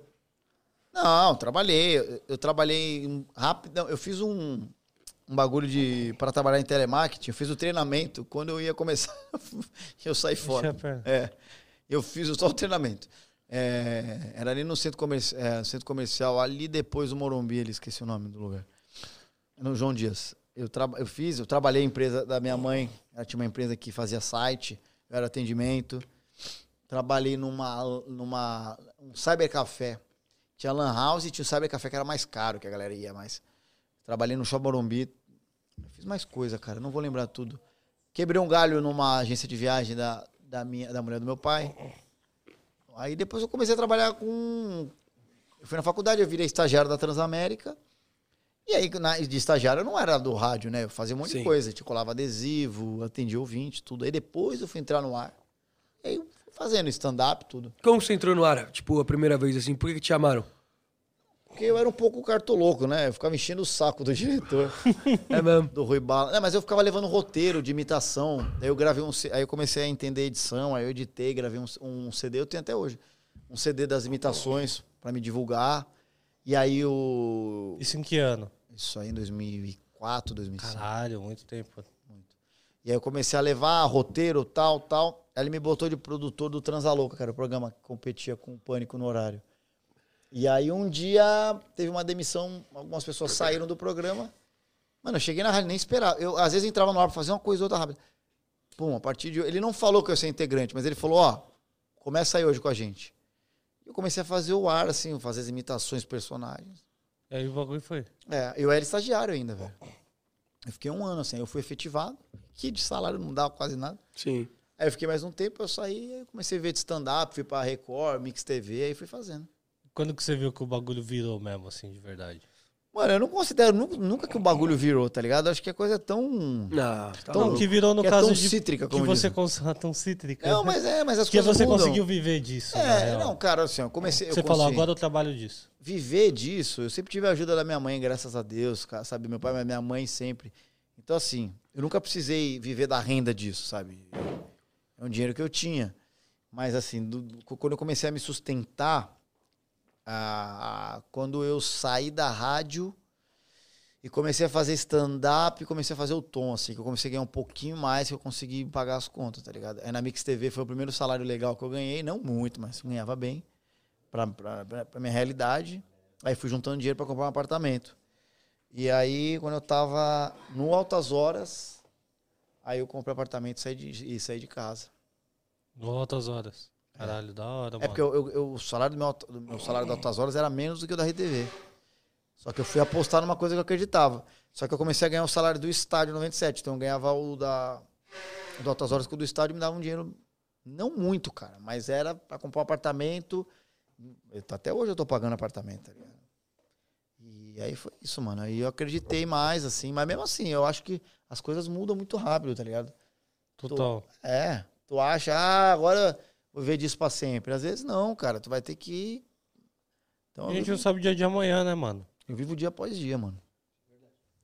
Não, trabalhei. Eu, eu trabalhei um- rápido. não, Eu fiz um, um bagulho de para trabalhar em telemarketing. Eu fiz o treinamento quando eu ia começar. [laughs] eu saí fora.
a perna.
É, eu fiz só o treinamento. É, era ali no centro, comerci é, centro comercial, ali depois do Morumbi, ele esqueci o nome do lugar. No João Dias. Eu, traba- eu fiz, eu trabalhei em empresa da minha mãe. Ela tinha uma empresa que fazia site, eu era atendimento. Trabalhei numa, numa um cybercafé. Tinha Lan House e tinha o cybercafé que era mais caro, que a galera ia mais. Trabalhei no Shopping Morumbi. Fiz mais coisa, cara, não vou lembrar tudo. Quebrei um galho numa agência de viagem da, da, minha, da mulher do meu pai. Aí depois eu comecei a trabalhar com. Eu fui na faculdade, eu virei estagiário da Transamérica. E aí, na- de estagiário, eu não era do rádio, né? Eu fazia um monte
Sim.
de coisa. Te colava adesivo, atendia ouvinte, tudo. Aí depois eu fui entrar no ar. Aí eu fui fazendo stand-up, tudo.
Como você entrou no ar, tipo, a primeira vez, assim? Por que que te [laughs] chamaram?
Porque eu era um pouco cartoloco, né? Eu ficava enchendo o saco do [laughs] diretor.
É mesmo?
do Rui Bala. Não, mas eu ficava levando roteiro de imitação. Aí eu gravei um, C- aí eu comecei a entender edição, aí eu editei, gravei um, C- um CD, eu tenho até hoje. Um CD das imitações pra me divulgar. E aí o
Isso em que ano?
isso aí em 2004, 2005.
Caralho, muito tempo.
E aí eu comecei a levar roteiro, tal, tal. Aí ele me botou de produtor do Transalouca, cara, o programa que competia com o Pânico no horário. E aí um dia teve uma demissão, algumas pessoas saíram do programa. Mano, eu cheguei na rádio, nem esperava. Eu, às vezes entrava no ar pra fazer uma coisa ou outra rápida. Pum, a partir de. Ele não falou que eu ia ser integrante, mas ele falou: ó, começa aí hoje com a gente. Eu comecei a fazer o ar, assim, fazer as imitações, personagens.
E aí o bagulho foi.
É, eu era estagiário ainda, velho. Eu fiquei um ano assim, eu fui efetivado, que de salário não dava quase nada.
Sim.
Aí eu fiquei mais um tempo, eu saí, aí eu comecei a ver de stand-up, fui pra Record, Mix TV, aí fui fazendo.
Quando que você viu que o bagulho virou mesmo, assim, de verdade?
Mano, eu não considero nu- nunca, que o bagulho virou, tá ligado? Acho que a coisa é tão.
Não, tá
Então,
Não,
maluco.
que virou no
que é
caso
tão
de...
cítrica,
que
como
você
dizem.
cons- [laughs] tão cítrica. [laughs]
Não, mas é, mas as
Que
coisas
você
mudam.
conseguiu viver disso, na
É,
real.
não, cara, assim, eu comecei.
Você
eu
falou,
consegui.
agora eu trabalho disso.
viver disso, eu sempre tive a ajuda da minha mãe, graças a Deus, cara, sabe? Meu pai, mas minha mãe sempre. Então, assim, eu nunca precisei viver da renda disso, sabe? É um dinheiro que eu tinha. Mas, assim, do- do- quando eu comecei a me sustentar, Ah, quando eu saí da rádio e comecei a fazer stand-up, comecei a fazer o tom, assim, que eu comecei a ganhar um pouquinho mais que eu consegui pagar as contas, tá ligado? Aí na Mix TV foi o primeiro salário legal que eu ganhei, não muito, mas ganhava bem pra, pra, pra, pra minha realidade. Aí fui juntando dinheiro pra comprar um apartamento. E aí, quando eu tava no Altas Horas, aí eu comprei apartamento e saí de, e saí de casa.
No altas horas. Caralho, da hora, mano.
É porque eu, eu- eu- o salário do meu, alt- do meu salário da Altas Horas era menos do que o da RTV. Só que eu fui apostar numa coisa que eu acreditava. Só que eu comecei a ganhar o salário do estádio em 97. Então eu ganhava o da o do Altas Horas que o do estádio me dava um dinheiro não muito, cara, mas era pra comprar um apartamento. Eu tô- até hoje eu tô pagando apartamento, tá ligado? E aí foi isso, mano. Aí eu acreditei mais, assim. Mas mesmo assim, eu acho que as coisas mudam muito rápido, tá ligado? Tu-
Total.
é, tu acha, ah, agora vou ver disso pra sempre. Às vezes não, cara, tu vai ter que ir. Então,
A
eu
gente
vivo-
não sabe o dia de amanhã, né, mano?
Eu vivo dia após dia, mano.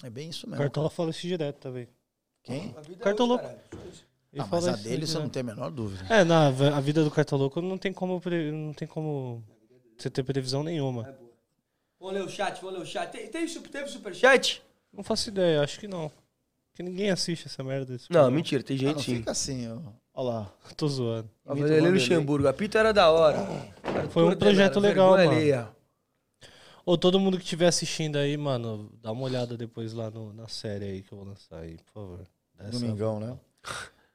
É bem isso mesmo.
Cartola fala isso direto também.
Quem?
é
Cartoloco. Ele
Ah, mas
fala isso
a
né?
dele você
direto.
não tem a menor dúvida.
É, na, a vida do Cartoloco não tem como pre- não tem como você ter previsão nenhuma.
Vamos ler o chat, vamos ler o chat. Tem, tem, super- teve superchat?
Não faço ideia, acho que não. Porque ninguém assiste essa merda. desse
Ah, Não,
programa.
mentira, tem gente
não
sim.
fica assim, ó. Olha lá.
Tô zoando.
A Vanderlei Luxemburgo, apito era da hora.
Foi um
Arthur
projeto
Delano,
legal,
vergonha
mano.
alheia.
Ou todo mundo que estiver assistindo aí, mano, dá uma olhada depois lá no- na série aí que eu vou lançar aí, por favor. Dá essa-
Domingão, né?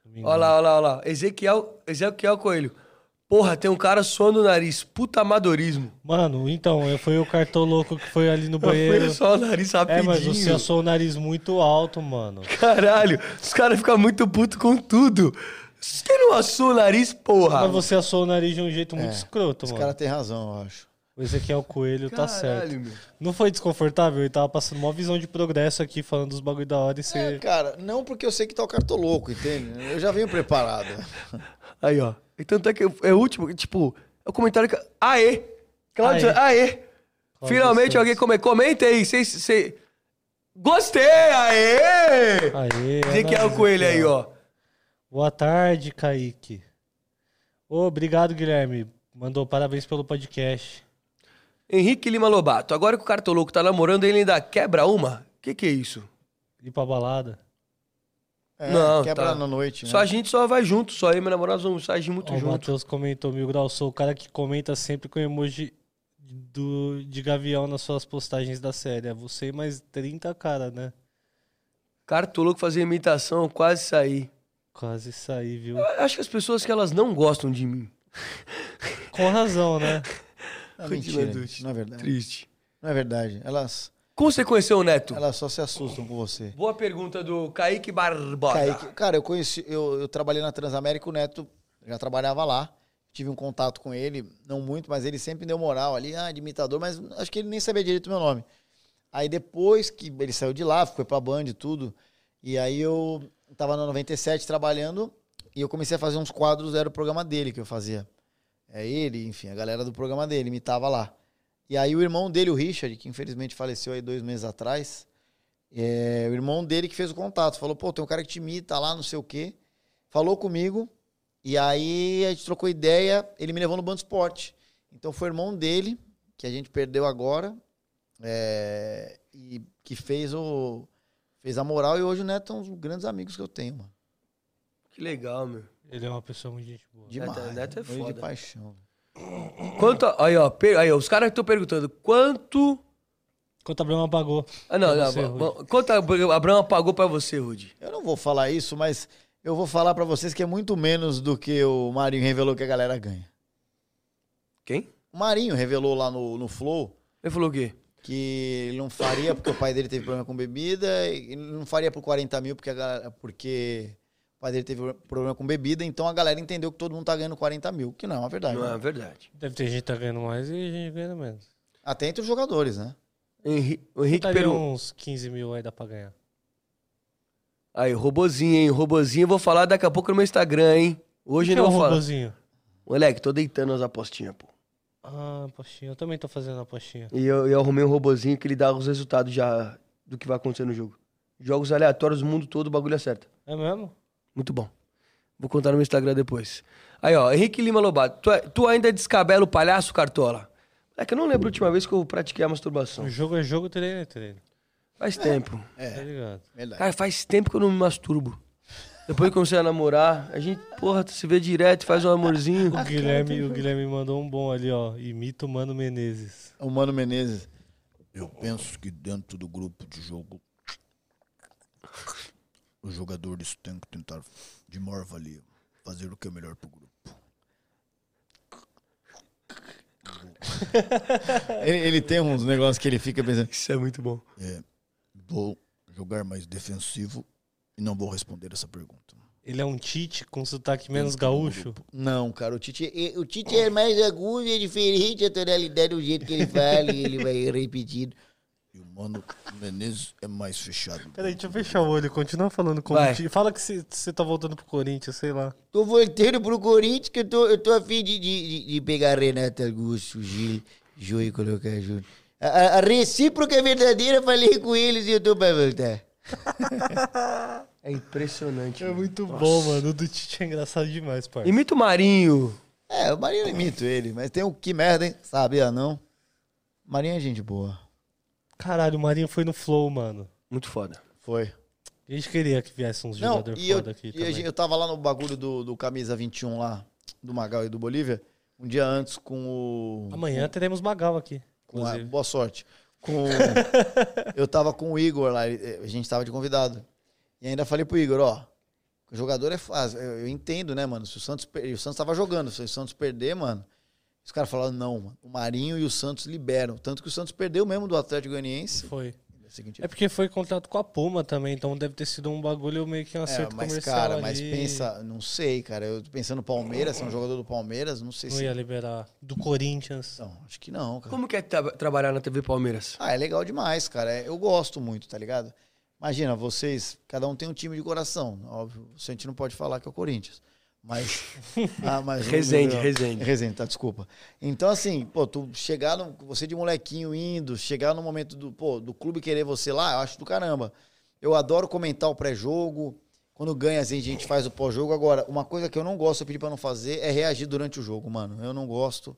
Domingão.
Olha lá, olha lá, olha lá. Ezequiel, Ezequiel Coelho. Porra, tem um cara suando o nariz. Puta amadorismo.
Mano, então, eu- foi o cartoloco que foi ali no
[laughs] Foi
banheiro.
só o nariz
É, mas
rapidinho.
você assou o nariz muito alto, mano.
Caralho, os caras ficam muito putos com tudo. Quem não assou o nariz, porra?
Mas você assou o nariz de um jeito muito
É,
escroto,
Esse
mano.
cara tem razão, eu acho.
Esse aqui é o coelho, tá certo.
Caralho, meu.
Não foi desconfortável? Ele tava passando uma visão de progresso aqui, falando dos bagulho da hora e você.
É,
É, Cara, não porque eu sei que tá o cartoloco, entende? Eu já venho preparado.
Aí, ó. E tanto é que é o último, tipo, é o comentário que. Aê! Cláudio,
Aê.
aê! Finalmente alguém come... comenta aí. Cês, cê- Gostei! Aê!
Aê!
Dizer que é o
análise
coelho
aqui,
aí, ó.
Boa tarde, Kaique. Ô, obrigado, Guilherme. Mandou parabéns pelo podcast.
Henrique Lima Lobato. Agora que o cartoloco tá namorando, ele ainda quebra uma? Que que é isso?
Ir pra balada.
É,
não,
quebra
tá.
na noite, né?
Só a gente só vai junto, só eu e meu namorado nós vamos sair muito
É. Ó, o
junto.
Matheus comentou, Mil Grau, sou o cara que comenta sempre com emoji do, de gavião nas suas postagens da série. É Você e mais 30 cara, né?
Cartoloco fazer imitação, eu quase saí.
Quase saí, viu?
Eu acho que as pessoas que elas não gostam de mim.
Com razão, né?
Ah,
Rodila
mentira,
Dutti.
não é verdade.
Triste.
Não é verdade. Elas,
Como você conheceu o Neto?
elas só se assustam com você.
Boa pergunta do Kaique Barbosa.
Kaique, cara, eu conheci, eu, eu trabalhei na Transamérica, o Neto já trabalhava lá. Tive um contato com ele, não muito, mas ele sempre deu moral ali, ah, de imitador, mas acho que ele nem sabia direito o meu nome. Aí depois que ele saiu de lá, foi pra Band e tudo, e aí eu tava na 97 trabalhando e eu comecei a fazer uns quadros, era o programa dele que eu fazia. É ele, enfim, a galera do programa dele imitava lá. E aí o irmão dele, o Richard, que infelizmente faleceu aí dois meses atrás, é, o irmão dele que fez o contato. Falou, pô, tem um cara que te imita lá, não sei o quê. Falou comigo. E aí a gente trocou ideia. Ele me levou no Bando Esporte. Então foi o irmão dele, que a gente perdeu agora. é, e que fez o... Fez a moral e hoje o Neto é um dos grandes amigos que eu tenho, mano.
Que legal, meu.
Ele é uma pessoa muito gente boa.
Demais.
Neto- Neto é
Morri
foda.
de paixão.
Quanto. a- Aí, ó. per- Aí, ó, os caras estão perguntando quanto.
Quanto Abrão tá apagou.
Ah, não,
Pra
não.
você,
bom, Quanto a Abraão pagou pra você, Rude?
Eu não vou falar isso, mas eu vou falar pra vocês que é muito menos do que o Marinho revelou que a galera ganha.
Quem?
O Marinho revelou lá no, no Flow
Ele falou o quê?
que ele não faria porque o pai dele teve problema com bebida, e ele não faria por 40 mil porque, a galera- porque o pai dele teve problema com bebida, então a galera entendeu que todo mundo tá ganhando 40 mil, que não é uma verdade.
Não
né?
é verdade.
Deve ter gente que tá ganhando mais e gente ganhando menos.
Até entre os jogadores, né?
Henri- O Henrique
Botaria
Peru.
uns 15 mil aí dá pra ganhar.
Aí, robozinho, hein? Robozinho, eu vou falar daqui a pouco no meu Instagram, hein? Hoje
Que
eu não
é o
vou falar.
robozinho?
Moleque, tô deitando as apostinhas, pô.
Ah, postinha. Eu também tô fazendo a postinha.
E eu, eu arrumei um robozinho que ele dá os resultados já do que vai acontecer no jogo. Jogos aleatórios, mundo todo, o bagulho acerta.
É mesmo?
Muito bom. Vou contar no meu Instagram depois. Aí, ó, Henrique Lima Lobato. Tu, é- tu ainda descabela o palhaço, Cartola? É que eu não lembro a última vez que eu pratiquei a masturbação.
O jogo é jogo, treino é treino.
Faz tempo.
É. Tá ligado? Verdade.
Cara, faz tempo que eu não me masturbo. Depois que eu comecei a namorar, a gente, porra, se vê direto, faz um amorzinho.
O Guilherme, o Guilherme mandou um bom ali, ó. Imita o Mano Menezes.
O Mano Menezes.
Eu penso que dentro do grupo de jogo, os jogadores têm que tentar, de maior valia, fazer o que é melhor
[laughs]
pro grupo.
Ele, ele tem uns negócios que ele fica pensando.
Isso é muito bom.
É, vou jogar mais defensivo e não vou responder essa pergunta.
Ele é um Tite com sotaque menos gaúcho.
Não, cara, o Tite. e- O Tite
Tite é mais agudo, é diferente a tonalidade do jeito que ele fala e ele vai repetindo.
E o Mano Menezes é mais fechado.
Peraí, deixa eu fechar o olho, continua falando como
Vai.
Tite. Fala que você tá voltando pro Corinthians, sei lá.
Tô voltando pro Corinthians que eu tô, eu tô afim de, de, de- de pegar Renato Augusto, Gil, Jô e colocar junto. A, a- a recíproca é verdadeira, falei com eles e eu tô pra voltar.
É impressionante. É
muito Bom, mano, o do Tite é engraçado demais, parça.
Imita o Marinho.
É, o Marinho eu imito ele, mas tem o que merda, hein?
ah,
Sabia não? Marinho é gente boa.
Caralho, o Marinho foi no flow, mano.
Muito foda.
Foi.
A gente queria que viesse uns
Não,
jogadores
e eu,
foda aqui
e a
também.
gente- eu tava lá no bagulho do, do Camisa 21 lá, do Magal e do Bolívia, um dia antes com o.
Amanhã teremos Magal aqui.
Com a-
inclusive.
boa sorte.
[laughs]
Com, eu tava com o Igor lá, ele- eh, a gente tava de convidado. E ainda falei pro Igor, ó, o jogador é fácil. Eu, eu entendo, né, mano? Se o Santos per... e o Santos tava jogando, se o Santos perder, mano, os caras falaram, não, mano, o Marinho e o Santos liberam. Tanto que o Santos perdeu mesmo do Atlético Goianiense.
Foi.
Seguinte,
É porque foi contrato com a Puma também, então deve ter sido um bagulho meio que um acerto
É, mas,
comercial
cara,
ali.
mas pensa, não sei, cara. Eu tô pensando no Palmeiras, se é um jogador do Palmeiras, não sei
Não
se.
ia liberar. Do Corinthians.
Não, acho que não, cara.
Como que é tra- trabalhar na TV Palmeiras?
Ah, é legal demais, cara. É, Eu gosto muito, tá ligado? Imagina, vocês, cada um tem um time de coração. Óbvio, a gente não pode falar que é o Corinthians.
[laughs]
Mas. Ah, mas
Resende, Resende.
Resende, tá, desculpa. Então, assim, pô, tu chegar no. Você de molequinho indo, chegar no momento do, pô, do clube querer você lá, eu acho do caramba. Eu adoro comentar o pré-jogo. Quando ganha, assim, a gente faz o pós-jogo. Agora, uma coisa que eu não gosto, eu pedi pra não fazer, é reagir durante o jogo, mano. Eu não gosto.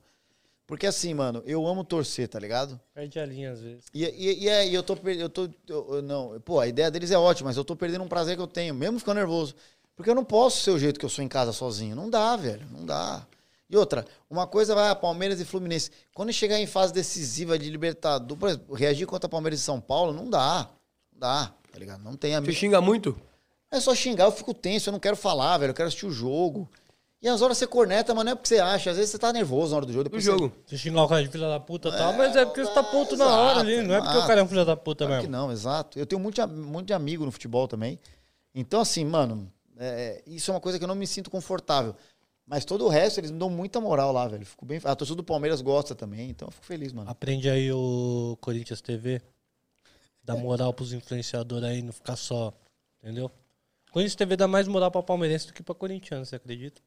Porque assim, mano, eu amo torcer, tá ligado?
Perde a linha às vezes.
E, e, e é, e eu tô perdendo. Eu tô, eu- eu não, pô, a ideia deles é ótima, mas eu tô perdendo um prazer que eu tenho, mesmo ficando nervoso. Porque eu não posso ser o jeito que eu sou em casa sozinho. Não dá, velho. Não dá. E outra, uma coisa vai a Palmeiras e Fluminense. Quando chegar em fase decisiva de Libertadores, por exemplo, reagir contra Palmeiras e São Paulo, não dá. Não dá, tá ligado? Não tem
Você
amigo.
xinga muito?
É só xingar, eu fico tenso, eu não quero falar, velho. Eu quero assistir o jogo. E às horas você corneta, mas não é porque você acha. Às vezes você tá nervoso na hora do jogo. Depois Você...
Se xingar o cara de filha da puta e tal, mas é porque você tá puto na hora ali. Não é porque o
exato.
cara é um filho da puta
Claro que
mesmo.
não, exato. Eu tenho muito, am- muito de amigo no futebol também. Então, assim, mano, é, isso é uma coisa que eu não me sinto confortável. Mas todo o resto, eles me dão muita moral lá, velho. Fico bem... A torcida do Palmeiras gosta também, então eu fico feliz, mano.
Aprende aí o Corinthians TV. Dá moral pros influenciadores aí, não ficar só. Entendeu? Corinthians TV dá mais moral pra palmeirense do que pra corintiano, você acredita?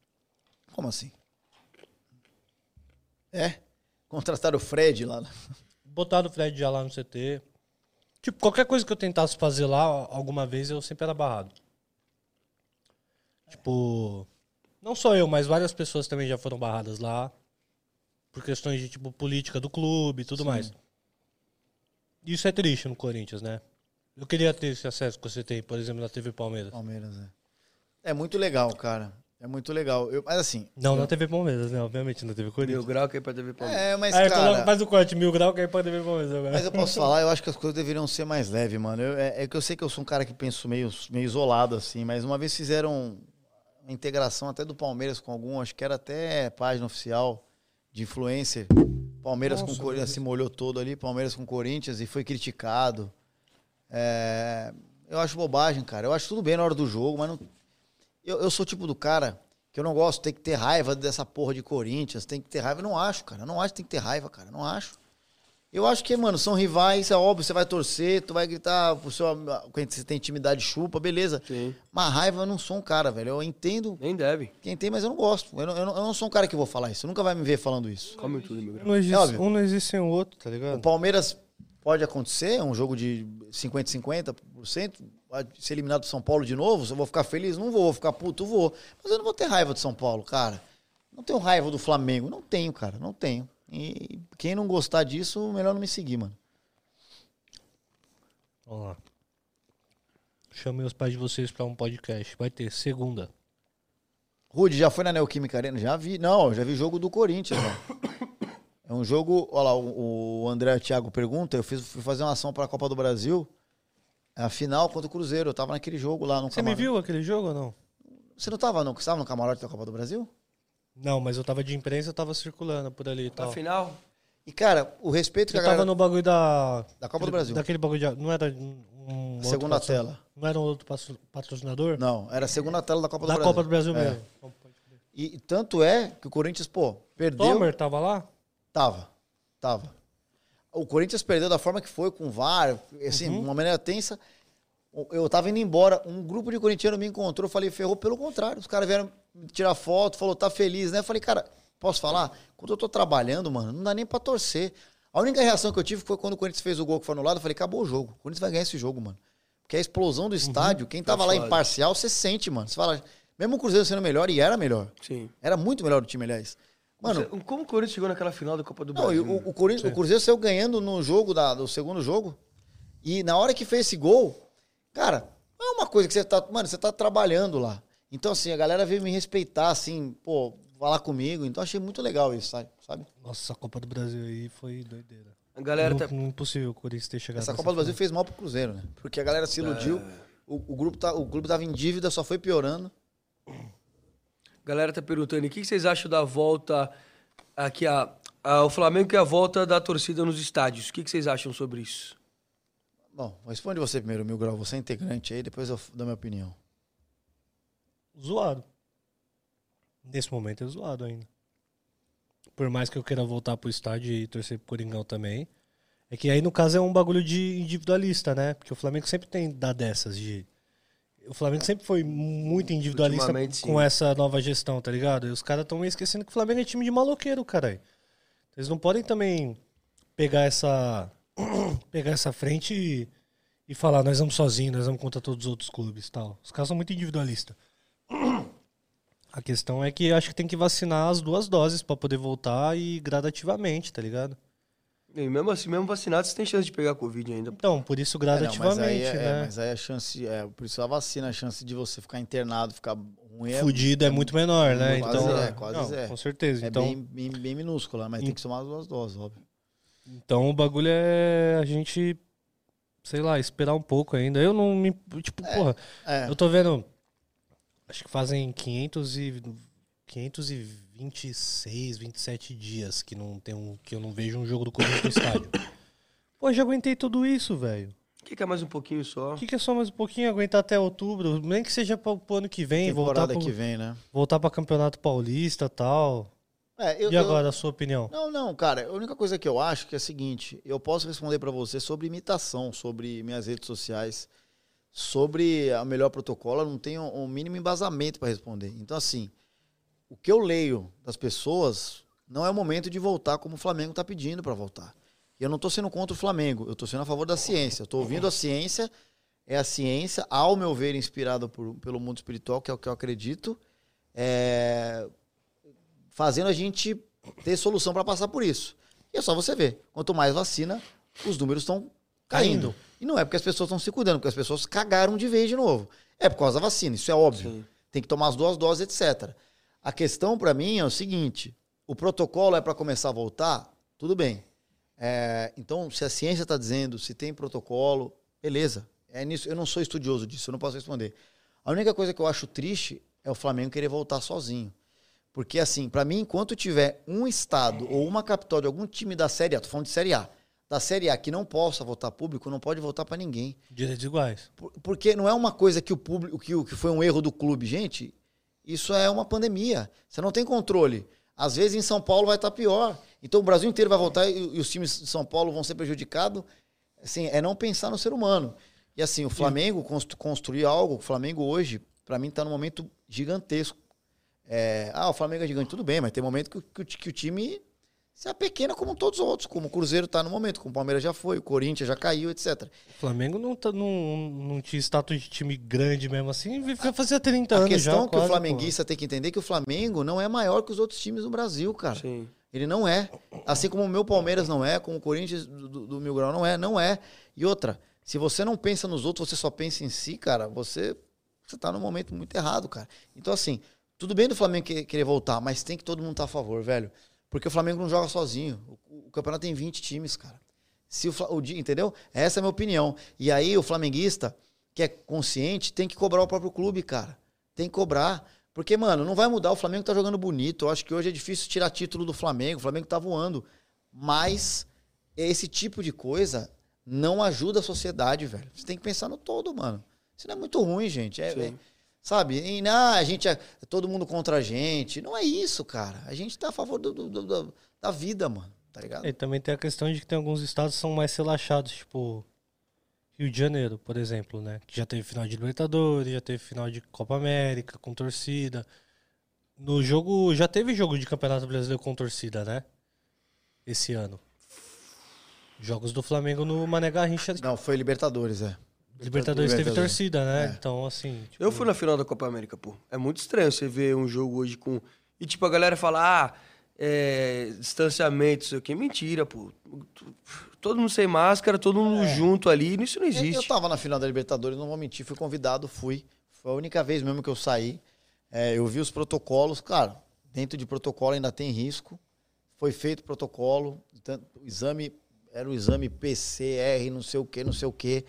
Como assim? É? Contrataram o Fred lá. né?
Botaram o Fred já lá no CT. Tipo, qualquer coisa que eu tentasse fazer lá alguma vez, eu sempre era barrado. Tipo, não só eu, mas várias pessoas também já foram barradas lá. Por questões de, tipo, política do clube e tudo
Sim.
mais. Isso é triste no Corinthians, né? Eu queria ter esse acesso que você tem, por exemplo, na TV Palmeiras.
Palmeiras, é. É muito legal, cara. É muito legal. Eu- mas assim.
Não,
eu-
na TV Palmeiras, né? Obviamente, na TV Corinthians.
Mil grau que é pra TV Palmeiras.
É, mas
aí
cara.
coloca mais o corte, mil grau, que aí pode ver Palmeiras agora.
Mas eu posso falar, eu acho que as coisas deveriam ser mais leves, mano. Eu- é, é que eu sei que eu sou um cara que penso meio, meio isolado, assim, mas uma vez fizeram uma integração até do Palmeiras com algum, acho que era até página oficial de influencer. Palmeiras
Nossa,
com Corinthians se molhou todo ali, Palmeiras com Corinthians e foi criticado. É, eu acho bobagem, cara. Eu acho tudo bem na hora do jogo, mas não. Eu, eu sou o tipo do cara que eu não gosto, tem que ter raiva dessa porra de Corinthians, tem que ter raiva. Eu não acho, cara. Eu não acho que tem que ter raiva, cara. Eu não acho. Eu acho que, mano, são rivais, é óbvio, você vai torcer, tu vai gritar pro seu am- quando você tem intimidade, chupa, beleza. Mas raiva eu não sou um cara, velho. Eu entendo.
Nem deve.
Quem tem, mas eu não gosto. Eu não, eu não- eu não sou um cara que vou falar isso. Nunca vai me ver falando isso.
Come tudo, meu
Não existe-
É óbvio.
um não existe sem o outro, tá ligado?
O Palmeiras pode acontecer, é um jogo de 50-50%. pode Ser eliminado do São Paulo de novo, se eu vou ficar feliz? Não vou, vou ficar puto, vou. Mas eu não vou ter raiva do São Paulo, cara. Não tenho raiva do Flamengo. Não tenho, cara, não tenho. E quem não gostar disso, melhor não me seguir, mano.
Vamos lá. Chamei os pais de vocês pra um podcast. Vai ter segunda.
Rude, já foi na Neoquímica Arena? Já vi. Não, já vi jogo do Corinthians, mano. É um jogo. Olha lá, o, o André Thiago pergunta. Eu fiz, fui fazer uma ação pra Copa do Brasil. A final contra o Cruzeiro. Eu tava naquele jogo lá no
Você me viu aquele jogo ou não?
Você não tava, não? Você tava no camarote da Copa do Brasil?
Não, mas eu tava de imprensa, eu tava circulando por ali e tal.
Afinal.
E, cara, o respeito Tá que
Eu
a galera.
tava no bagulho da.
Da Copa do Brasil.
Daquele bagulho de. Não era um. um outro
Segunda
patro-
tela.
Não era um outro patro- patrocinador?
Não, era a segunda tela da Copa do
Da
Brasil.
Copa do Brasil
É.
mesmo.
E e tanto é que o Corinthians, pô, perdeu.
Tomer tava lá?
Tava. Tava. O Corinthians perdeu da forma que foi, com o VAR, assim, de uma maneira tensa. O- Eu tava indo embora, um grupo de corintiano me encontrou, eu falei, ferrou, pelo contrário. Os caras vieram tirar foto, falou, tá feliz, né? Eu falei, cara, posso falar? Quando eu tô trabalhando, mano, não dá nem pra torcer. A única reação que eu tive foi quando o Corinthians fez o gol que foi anulado, eu falei, acabou o jogo. O Corinthians vai ganhar esse jogo, mano. Porque a explosão do estádio, quem tava lá
Suave.
imparcial, você sente, mano. Você fala, mesmo o Cruzeiro sendo melhor, e era melhor.
Sim.
Era muito melhor do time, aliás. Mano,
Você- como o Corinthians chegou naquela final da Copa do
não, e
Brasil?
o, o, Corinthians, o Cruzeiro saiu ganhando no jogo da- do segundo jogo. E na hora que fez esse gol, cara, é uma coisa que você tá. Mano, você tá trabalhando lá. Então, assim, a galera veio me respeitar, assim, pô, falar comigo. Então, achei muito legal isso, sabe? sabe?
Nossa, a Copa do Brasil aí foi doideira.
A galera
não,
tá-
não é impossível o Corinthians ter chegado
Essa
nessa
Copa do Brasil
final.
fez mal pro Cruzeiro, né? Porque a galera se
É.
iludiu. O, o grupo tá, o clube tava em dívida, só foi piorando.
galera tá perguntando, o que que vocês acham da volta aqui a, a- o Flamengo que é a volta da torcida nos estádios? O que que vocês acham sobre isso?
Bom, responde você primeiro, Mil Grau. Você é integrante aí, depois eu f- dou minha opinião.
Zoado. Nesse momento é zoado ainda. Por mais que eu queira voltar pro estádio e torcer pro Coringão também. É que aí, no caso, é um bagulho de individualista, né? Porque o Flamengo sempre tem dá dessas de. O Flamengo sempre foi muito individualista
Ultimamente, sim.
com essa nova gestão, tá ligado? E os caras estão meio esquecendo que o Flamengo é time de maloqueiro, caralho. Eles não podem também pegar essa. [clears throat] pegar essa frente e, e falar, nós vamos sozinhos, nós vamos contra todos os outros clubes tal. Os caras são muito individualistas. A questão é que acho que tem que vacinar as duas doses pra poder voltar e gradativamente, tá ligado?
E mesmo assim, mesmo vacinado, você tem chance de pegar Covid ainda.
Então, por isso
É, não, mas aí
gradativamente,
é- é,
né?
mas aí a chance, é, por isso a vacina, a chance de você ficar internado, ficar ruim é.
Fudido é muito menor, né?
Quase
Então,
é, quase
não,
é.
com certeza.
É
Então-
bem, bem, bem minúscula, mas tem que tomar as duas doses, óbvio.
Então o bagulho é a gente, sei lá, esperar um pouco ainda. Eu não me. Tipo, porra,
é.
eu tô vendo. Acho que fazem 500 e. 526, 27 dias que, não tem um, que eu não vejo um jogo do Corinthians no
[coughs]
estádio. Pô, já aguentei tudo isso, velho.
O que, que é mais um pouquinho só?
O que, que é só mais um pouquinho? Aguentar até outubro, nem que seja pro, pro ano que vem, voltar
Temporada
pro,
que vem, né?
voltar pra Campeonato Paulista e tal.
É, eu-
e
eu-
agora, a sua opinião?
Não, não, cara, a única coisa que eu acho que é a seguinte, eu posso responder pra você sobre imitação, sobre minhas redes sociais, sobre o melhor protocolo, eu não tenho o mínimo embasamento pra responder. Então assim, o que eu leio das pessoas não é o momento de voltar como o Flamengo tá pedindo pra voltar. E eu não tô sendo contra o Flamengo, eu tô sendo a favor da ciência. Eu tô ouvindo a ciência, é a ciência, ao meu ver, inspirada por- pelo mundo espiritual, que é o que eu acredito, é, fazendo a gente ter solução para passar por isso. E é só você ver. Quanto mais vacina, os números estão caindo. E não é porque as pessoas estão se cuidando, porque as pessoas cagaram de vez de novo. É por causa da vacina, isso é óbvio. Tem que tomar as duas doses, etc. A questão para mim é o seguinte: o protocolo é para começar a voltar? Tudo bem. É, então, se a ciência está dizendo, se tem protocolo, beleza. É nisso. Eu não sou estudioso disso, eu não posso responder. A única coisa que eu acho triste é o Flamengo querer voltar sozinho. Porque, assim, pra mim, enquanto tiver um estado ou uma capital de algum time da Série A, tô falando de Série A, da Série A que não possa votar público, não pode votar pra ninguém.
Direitos iguais.
Por- porque não é uma coisa que o público que, o- que foi um erro do clube, gente. Isso é uma pandemia. Você não tem controle. Às vezes em São Paulo vai estar pior. Então o Brasil inteiro vai voltar e, e os times de São Paulo vão ser prejudicados. Assim, é não pensar no ser humano. E assim, o Flamengo constru- construir algo, o Flamengo hoje, pra mim, tá num momento gigantesco. É, ah, o Flamengo é gigante, tudo bem, mas tem momento que, o- que o ti- que o time se apequena como todos os outros, como o Cruzeiro tá no momento, como o Palmeiras já foi, o Corinthians já caiu, etc.
O Flamengo não, tá, não, não tinha status de time grande mesmo assim, vai fazer 30 anos
A questão
já.
que o flamenguista tem que entender é que o Flamengo não é maior que os outros times do Brasil, cara. Ele não é. Assim como o meu Palmeiras não é, como o Corinthians do, do- do Mil Grau não é, não é. E outra, se você não pensa nos outros, você só pensa em si, cara, você, você tá num momento muito errado, cara. Então, assim, tudo bem do Flamengo que- querer voltar, mas tem que todo mundo estar a favor, velho. Porque o Flamengo não joga sozinho. O, o campeonato tem 20 times, cara. Se o, Fla- o dia- entendeu? Essa é a minha opinião. E aí o flamenguista que é consciente tem que cobrar o próprio clube, cara. Tem que cobrar. Porque, mano, não vai mudar. O Flamengo tá jogando bonito. Eu acho que hoje é difícil tirar título do Flamengo. O Flamengo tá voando. Mas esse tipo de coisa não ajuda a sociedade, velho. Você tem que pensar no todo, mano. Isso não é muito ruim, gente. É, é- sabe? E, ah, a gente é todo mundo contra a gente. Não é isso, cara. A gente tá a favor do- do- do- do- da vida, mano. Tá ligado?
E também tem a questão de que tem alguns estados que são mais relaxados, tipo Rio de Janeiro, por exemplo, né? Que já teve final de Libertadores, já teve final de Copa América com torcida. No jogo, já teve jogo de Campeonato Brasileiro com torcida, né? Esse ano. Jogos do Flamengo no Mané Garrincha.
Não, foi Libertadores, é.
Libertadores, teve
Libertadores. É.
torcida, né? Então, assim,
Eu fui na final da Copa América, pô. É muito estranho você ver um jogo hoje com. E tipo, a galera fala, ah, é, distanciamento, isso aqui. Mentira, pô. Todo mundo sem máscara, todo mundo junto ali. Isso não
Eu, eu
existe.
tava na final da Libertadores, não vou mentir, fui convidado, fui. Foi a única vez mesmo que eu saí. É, eu vi os protocolos, cara, dentro de protocolo ainda tem risco. Foi feito protocolo, tanto- o exame era o exame PCR, não sei o que, não sei o que.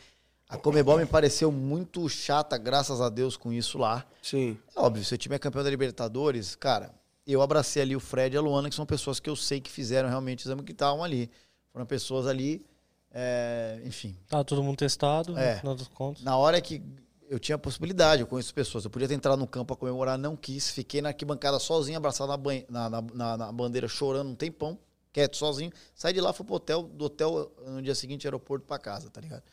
A Comebol me pareceu muito chata, graças a Deus, com isso lá.
Sim.
É óbvio, se o time é campeão da Libertadores, cara, eu abracei ali o Fred e a Luana, que são pessoas que eu sei que fizeram realmente o exame que estavam ali. Foram pessoas ali, é, enfim,
tá todo mundo testado,
É.
no final dos contos.
na hora que eu tinha a possibilidade, eu conheço pessoas, eu podia ter entrado no campo pra comemorar, não quis, fiquei na arquibancada sozinho, abraçado na, banhe- na, na- na- na bandeira, chorando um tempão, quieto, sozinho. Saí de lá, fui pro hotel, do hotel no dia seguinte, aeroporto pra casa, tá ligado?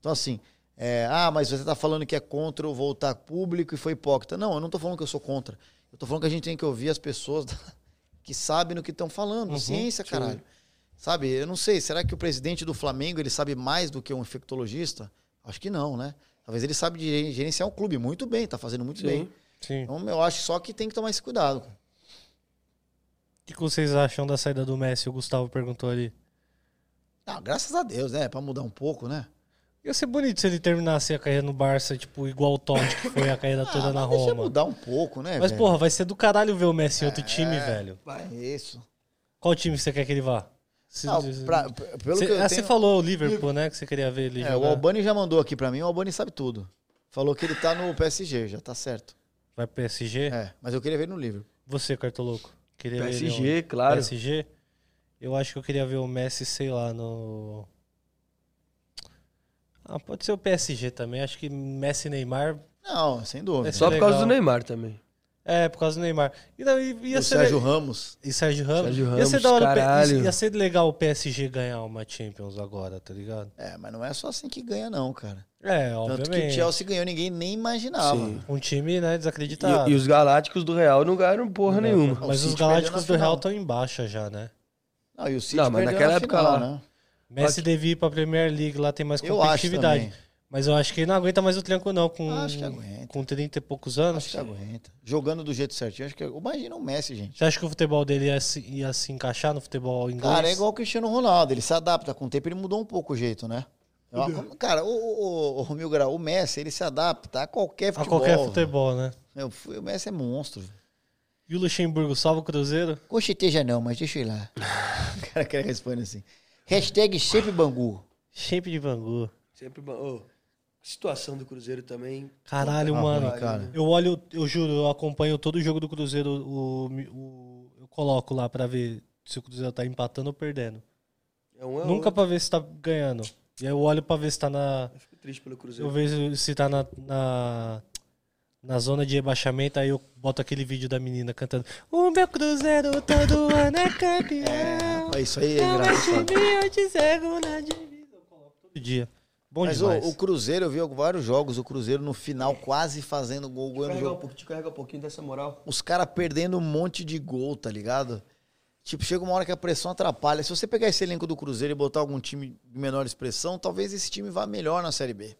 Então, assim, é, ah, mas você tá falando que é contra eu voltar público e foi hipócrita. Não, eu não tô falando que eu sou contra. Eu tô falando que a gente tem que ouvir as pessoas [laughs] que sabem no que estão falando.
Uhum,
ciência,
sim.
caralho. Sabe, eu não sei, será que o presidente do Flamengo ele sabe mais do que um infectologista? Acho que não, né? Talvez ele sabe gere- gerenciar um clube muito bem, tá fazendo muito
Sim,
bem.
sim.
Então eu acho só que tem que tomar esse cuidado. cara.
O que que vocês acham da saída do Messi? O Gustavo perguntou ali.
Ah, graças a Deus, né? Pra mudar um pouco, né?
Ia ser bonito se ele terminasse a carreira no Barça, tipo, igual o Totti, que foi a carreira toda tá na
Ah, Deixa
Roma.
mudar um pouco, né?
Mas,
velho?
porra, vai ser do caralho ver o Messi em outro time,
É,
velho.
É isso.
Qual time você quer que ele vá? Se-
Não,
se-
pra- pra- pelo
Cê-
que eu
ah, você
tenho-
falou o Liverpool, né? Que você queria ver ele
É,
jogar.
o Albani já mandou aqui pra mim, o Albani sabe tudo. Falou que ele tá no PSG, já tá certo.
Vai pro PSG?
É, mas eu queria ver ele no livro.
Você, Cartoloco. Queria ver
PSG,
ele onde?
claro.
PSG? Eu acho que eu queria ver o Messi, sei lá, no... Ah, pode ser o PSG também. Acho que Messi e Neymar...
Não, sem dúvida.
vai ser
Só por causa
legal.
do Neymar também.
É, por causa do Neymar. E, não, e- ia
o
ser
Sérgio
le-
Ramos.
E Sérgio Ramos.
Sérgio
ia, ser
Ramos,
da hora, o P-
caralho.
ia ser legal o PSG ganhar uma Champions agora, tá ligado?
É, mas não é só assim que ganha, não, cara.
É,
Tanto que o
obviamente.
Chelsea ganhou, ninguém nem imaginava.
Sim.
Um time, né,
E,
desacreditado.
e os Galácticos do Real não ganharam porra
Não,
nenhuma.
Mas
O
os
City perdeu
Galácticos
na
do Real
final.
estão em baixa já, né?
Não, e o City
Não, mas
perdeu
naquela
na
época
final,
lá.
Né?
Messi devia ir pra Premier League, lá tem mais
Eu acho
competitividade.
também.
Mas eu acho que ele não aguenta mais o tranco, não, com,
Acho que aguenta.
com 30 e poucos anos.
Acho que aguenta. Jogando do jeito certinho, acho que. Imagina o Messi, gente.
Você acha que o futebol dele ia se, ia se encaixar no futebol inglês?
Cara, é igual o Cristiano Ronaldo, ele se adapta. Com o tempo ele mudou um pouco o jeito, né? É uma- Cara, o, o, o, o Mil Grau, o Messi, ele se adapta a qualquer
A
futebol.
qualquer futebol, né?
Meu, fui- o Messi é monstro. velho.
E o Luxemburgo salva o Cruzeiro?
Com certeza não, mas deixa eu ir lá. [laughs] o cara que responde assim. Hashtag sempre Bangu.
Shape de Bangu.
Sempre. ba- Ô, a situação do Cruzeiro também. né?
Caralho,
Tá
mano.
ruim, cara.
Eu olho, eu juro, eu acompanho todo jogo do Cruzeiro. O, o- eu coloco lá pra ver se o Cruzeiro tá empatando ou perdendo.
É um a
Nunca
outro.
pra ver se tá ganhando. E aí eu olho pra ver se tá na.
Eu Fico triste pelo Cruzeiro.
Eu vejo se tá na. na... na zona de rebaixamento, aí eu boto aquele vídeo da menina cantando O meu cruzeiro todo ano é campeão
É isso aí, é
Não é
engraçado.
time, eu te cego na divisa Eu coloco todo dia Bom
Mas o,
demais
o Cruzeiro, eu vi vários jogos, o Cruzeiro no final quase fazendo gol, ganhando
Carrega
jogo.
um pouco, te carrega um pouquinho dessa moral.
os caras perdendo um monte de gol, tá ligado? Tipo, chega uma hora que a pressão atrapalha. Se você pegar esse elenco do Cruzeiro e botar algum time de menor expressão, talvez esse time vá melhor na Série B.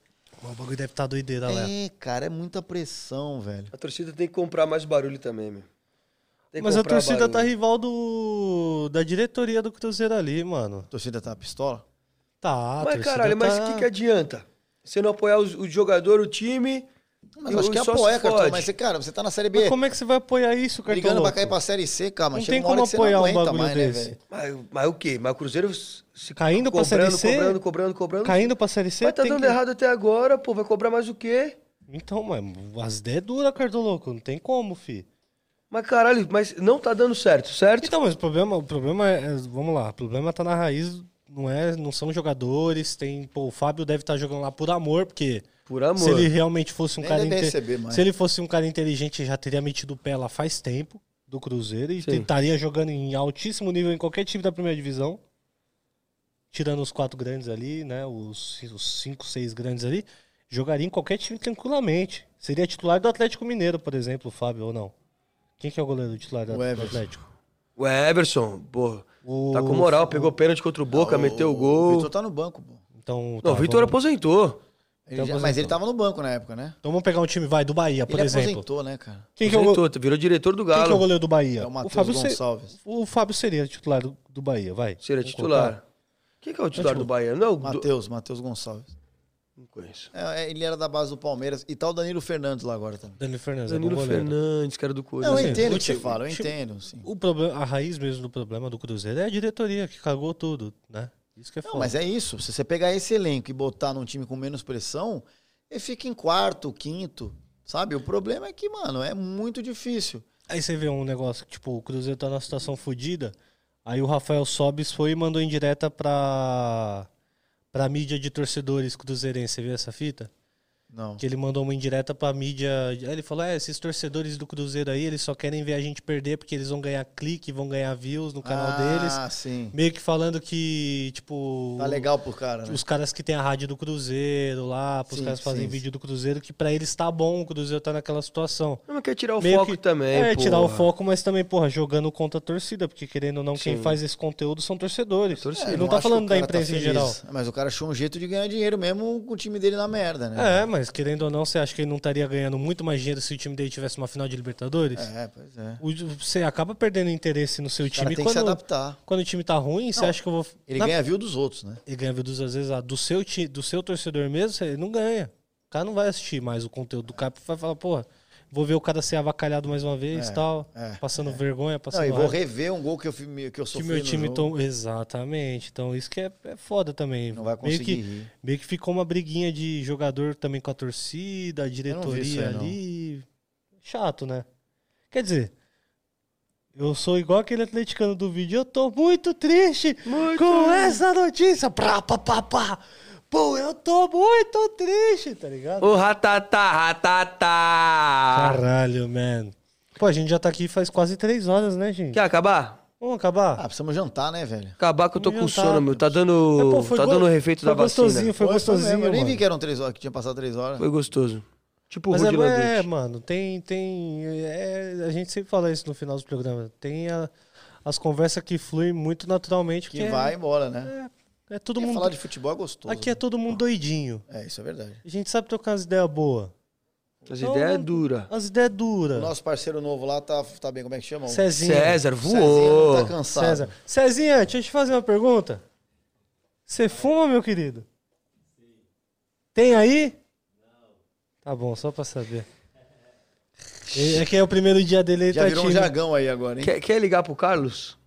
O bagulho deve estar tá doideira, Léo
É, cara, é muita pressão, velho.
A torcida tem que comprar mais barulho também, meu. Tem que
Mas a
comprar
torcida tá
barulho.
rival do do, da diretoria do Cruzeiro ali, mano. A
torcida tá pistola?
Tá, a
mas
torcida
caralho, mas o
tá-
que, é que adianta? Você não apoiar os- o jogador, o time.
Mas
e
eu acho
o-
que
só se
apoia, Cartola.
fode.
é
Mas, você, cara, você tá na Série B.
Mas como é que você vai apoiar isso, Cartola?
Brigando pra cair pra Série C, cara. mas
Não
chega
tem
uma hora
como
que você não
apoiar um
aguenta
bagulho
mais, né,
desse.
velho?
Mas, mas o quê? Mas o Cruzeiro se
Caindo pra
cobrando,
Série C?
cobrando, cobrando, cobrando.
Caindo pra Série C?
Mas tá
tem
dando
que-
errado até agora, pô. Vai cobrar mais o quê?
Então, mano, as ideias é dura, Cartoloco. Não tem como, fi.
Mas caralho, mas não tá dando certo, certo?
Então, mas o problema, o problema é, é- vamos lá, o problema tá na raiz, não é, não são jogadores, tem, pô, o Fábio deve estar jogando lá por amor, porque
Por amor.
se ele realmente fosse um
Nem
cara
deve
inte-
receber mais.
se ele fosse um cara inteligente, já teria metido o pé lá faz tempo do Cruzeiro e
Sim.
estaria jogando em altíssimo nível em qualquer time da primeira divisão. Tirando os quatro grandes ali, né, os, os cinco, seis grandes ali, jogaria em qualquer time tranquilamente. Seria titular do Atlético Mineiro, por exemplo, o Fábio ou não? Quem que é o goleiro titular do
O Everson.
Atlético?
O Everson, porra.
O-
Tá com moral,
o-
pegou pênalti contra o Boca, meteu o
O
gol.
Vitor tá no banco, pô.
Então,
Não, o
tá,
Vitor
vamos-
aposentou.
Ele
Então
já- mas ele
aposentou.
tava no banco na época, né?
Então vamos pegar um time, vai, do Bahia, por
ele
exemplo.
aposentou, né, cara?
Quem que, é o,
Aposentou, virou diretor do
quem que é o
Galo.
goleiro do Bahia?
É o Matheus
Fábio se-
Gonçalves.
o Fábio seria titular do, do Bahia, vai.
Seria
Vamos
titular.
colocar.
Quem que é o titular do Bahia? Não, é o do-
Matheus, Matheus Gonçalves.
não conheço.
É, é, ele era da base do Palmeiras e tal Danilo Fernandes lá agora também.
Danilo Fernandes, é bom
Danilo
goleiro.
Fernandes, cara do Coisa.
Não,
assim,
eu entendo
o
o que você
time-
fala, eu
o time-
entendo, sim.
O problema, a raiz mesmo do problema do Cruzeiro é a diretoria que cagou tudo, né? Isso que é foda.
Não, mas é isso. Se você pegar esse elenco e botar num time com menos pressão, ele fica em quarto, quinto, sabe? O problema é que, mano, é muito difícil.
Aí você vê um negócio que, tipo, o Cruzeiro tá numa situação fodida, aí o Rafael Sobis foi e mandou em direta pra, pra mídia de torcedores cruzeirense. Você viu essa fita?
Não.
Que ele mandou uma indireta pra mídia. Aí ele falou: é, esses torcedores do Cruzeiro aí, eles só querem ver a gente perder porque eles vão ganhar clique, vão ganhar views no canal
Ah,
deles.
sim.
Meio que falando que, tipo.
Tá legal pro cara, né?
Os caras que tem a rádio do Cruzeiro lá, os
Sim,
caras que fazem
sim,
vídeo do Cruzeiro, que pra eles tá bom, o Cruzeiro tá naquela situação.
Não, mas quer tirar o
Meio
foco
que-
também,
É, tirar o
porra.
foco, mas também, porra, jogando contra a torcida, porque querendo ou não, quem
Sim.
faz esse conteúdo são torcedores.
torcida.
Ele
É, eu
não, tá
acho que
falando
o
da
cara tá
imprensa em
feliz.
geral.
Mas o cara achou um jeito de ganhar dinheiro mesmo com o time dele na merda, né?
É, mas querendo ou não, você acha que ele não estaria ganhando muito mais dinheiro se o time dele tivesse uma final de Libertadores?
É, pois é.
O- Você acaba perdendo interesse no seu
O cara
time.
tem que se
quando,
adaptar.
quando o time tá ruim, você
Não,
acha que eu vou.
Ele
Na-
ganha view dos outros, né?
ele ganha views, às vezes, ah, do seu, ti- do seu torcedor mesmo, você não ganha. O cara não vai assistir mais o conteúdo do cara, porque vai falar, porra, vou ver o cara ser avacalhado mais uma vez
É,
tal,
é,
passando vergonha, passando.
Não, e vou
raiva.
rever um gol que eu, fi- que eu
que
sofri
meu time
no jogo.
tom... Exatamente. Então isso que é, é foda também.
Não vai
meio
conseguir
que,
rir.
meio que ficou uma briguinha de jogador também com a torcida, a
não vi isso
diretoria
aí, não.
ali. Chato, né? Quer dizer, eu sou igual aquele atleticano do vídeo. Eu tô muito triste com essa notícia. Pra, pá, pá, pá. Pô, eu tô muito triste, tá ligado?
Ô, ratatá, ratatá.
Caralho, man. Pô, a gente já tá aqui faz quase três horas, né, gente?
Quer acabar?
Vamos acabar?
Ah, precisamos jantar, né, velho?
Acabar que eu tô
Não
com
jantar.
sono, meu. Tá dando,
Mas, É, pô, foi
tá
go-
dando o refeito
foi
da vacina.
gostosinho, foi, gostosinho.
mesmo, Eu nem
mano.
vi que eram três horas, que tinha passado três horas.
Foi gostoso. Tipo o
Mas é,
Rudy
é,
Landucci.
mano, tem. tem é, a gente sempre fala isso no final dos programas. Tem a- as conversas que fluem muito naturalmente.
que
porque
vai
É,
embora, né?
é todo
Porque
mundo.
falar de futebol é gostoso.
Aqui é todo mundo doidinho.
É, isso é verdade.
A gente sabe trocar as ideias boas.
As
Então,
ideias é
não-
dura.
As ideias
O
duras.
nosso parceiro novo lá tá, tá bem, como é que chama? O
Cezinha.
César
Cezinha
voou.
não tá cansado.
César. Cezinha, deixa eu te fazer uma pergunta. Você fuma, meu querido? Tem aí? Tá bom, só pra saber. É que é o primeiro dia dele, ele
Já
tá
virou um
tímido.
jargão aí agora, hein?
Quer, quer ligar pro Carlos?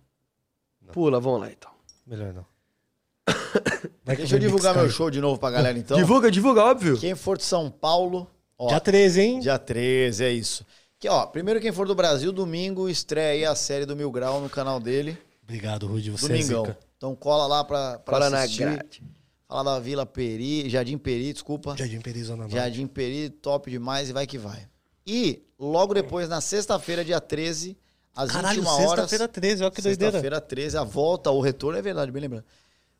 Pula, vamos lá então.
Melhor
[coughs]
não.
Deixa eu divulgar meu show de novo pra galera, então.
divulga, divulga, óbvio.
Quem for de São Paulo, ó,
Dia 13, hein?
dia 13, é isso. Que, ó, primeiro quem for do Brasil, domingo estreia aí a série do Mil Grau no canal dele,
Obrigado, Rudy. Você é
domingão.
zica.
Então cola lá pra, pra
Fala na
assistir.
grade.
Fala da Vila Peri, Jardim Peri, desculpa.
Jardim Perizona Norte.
Jardim Peri, top demais e vai que vai. E logo depois, na sexta-feira, dia 13, às
Caralho,
21 horas.
sexta-feira 13, olha que doideira.
Sexta-feira 13, a volta, o retorno, é verdade, bem lembrando.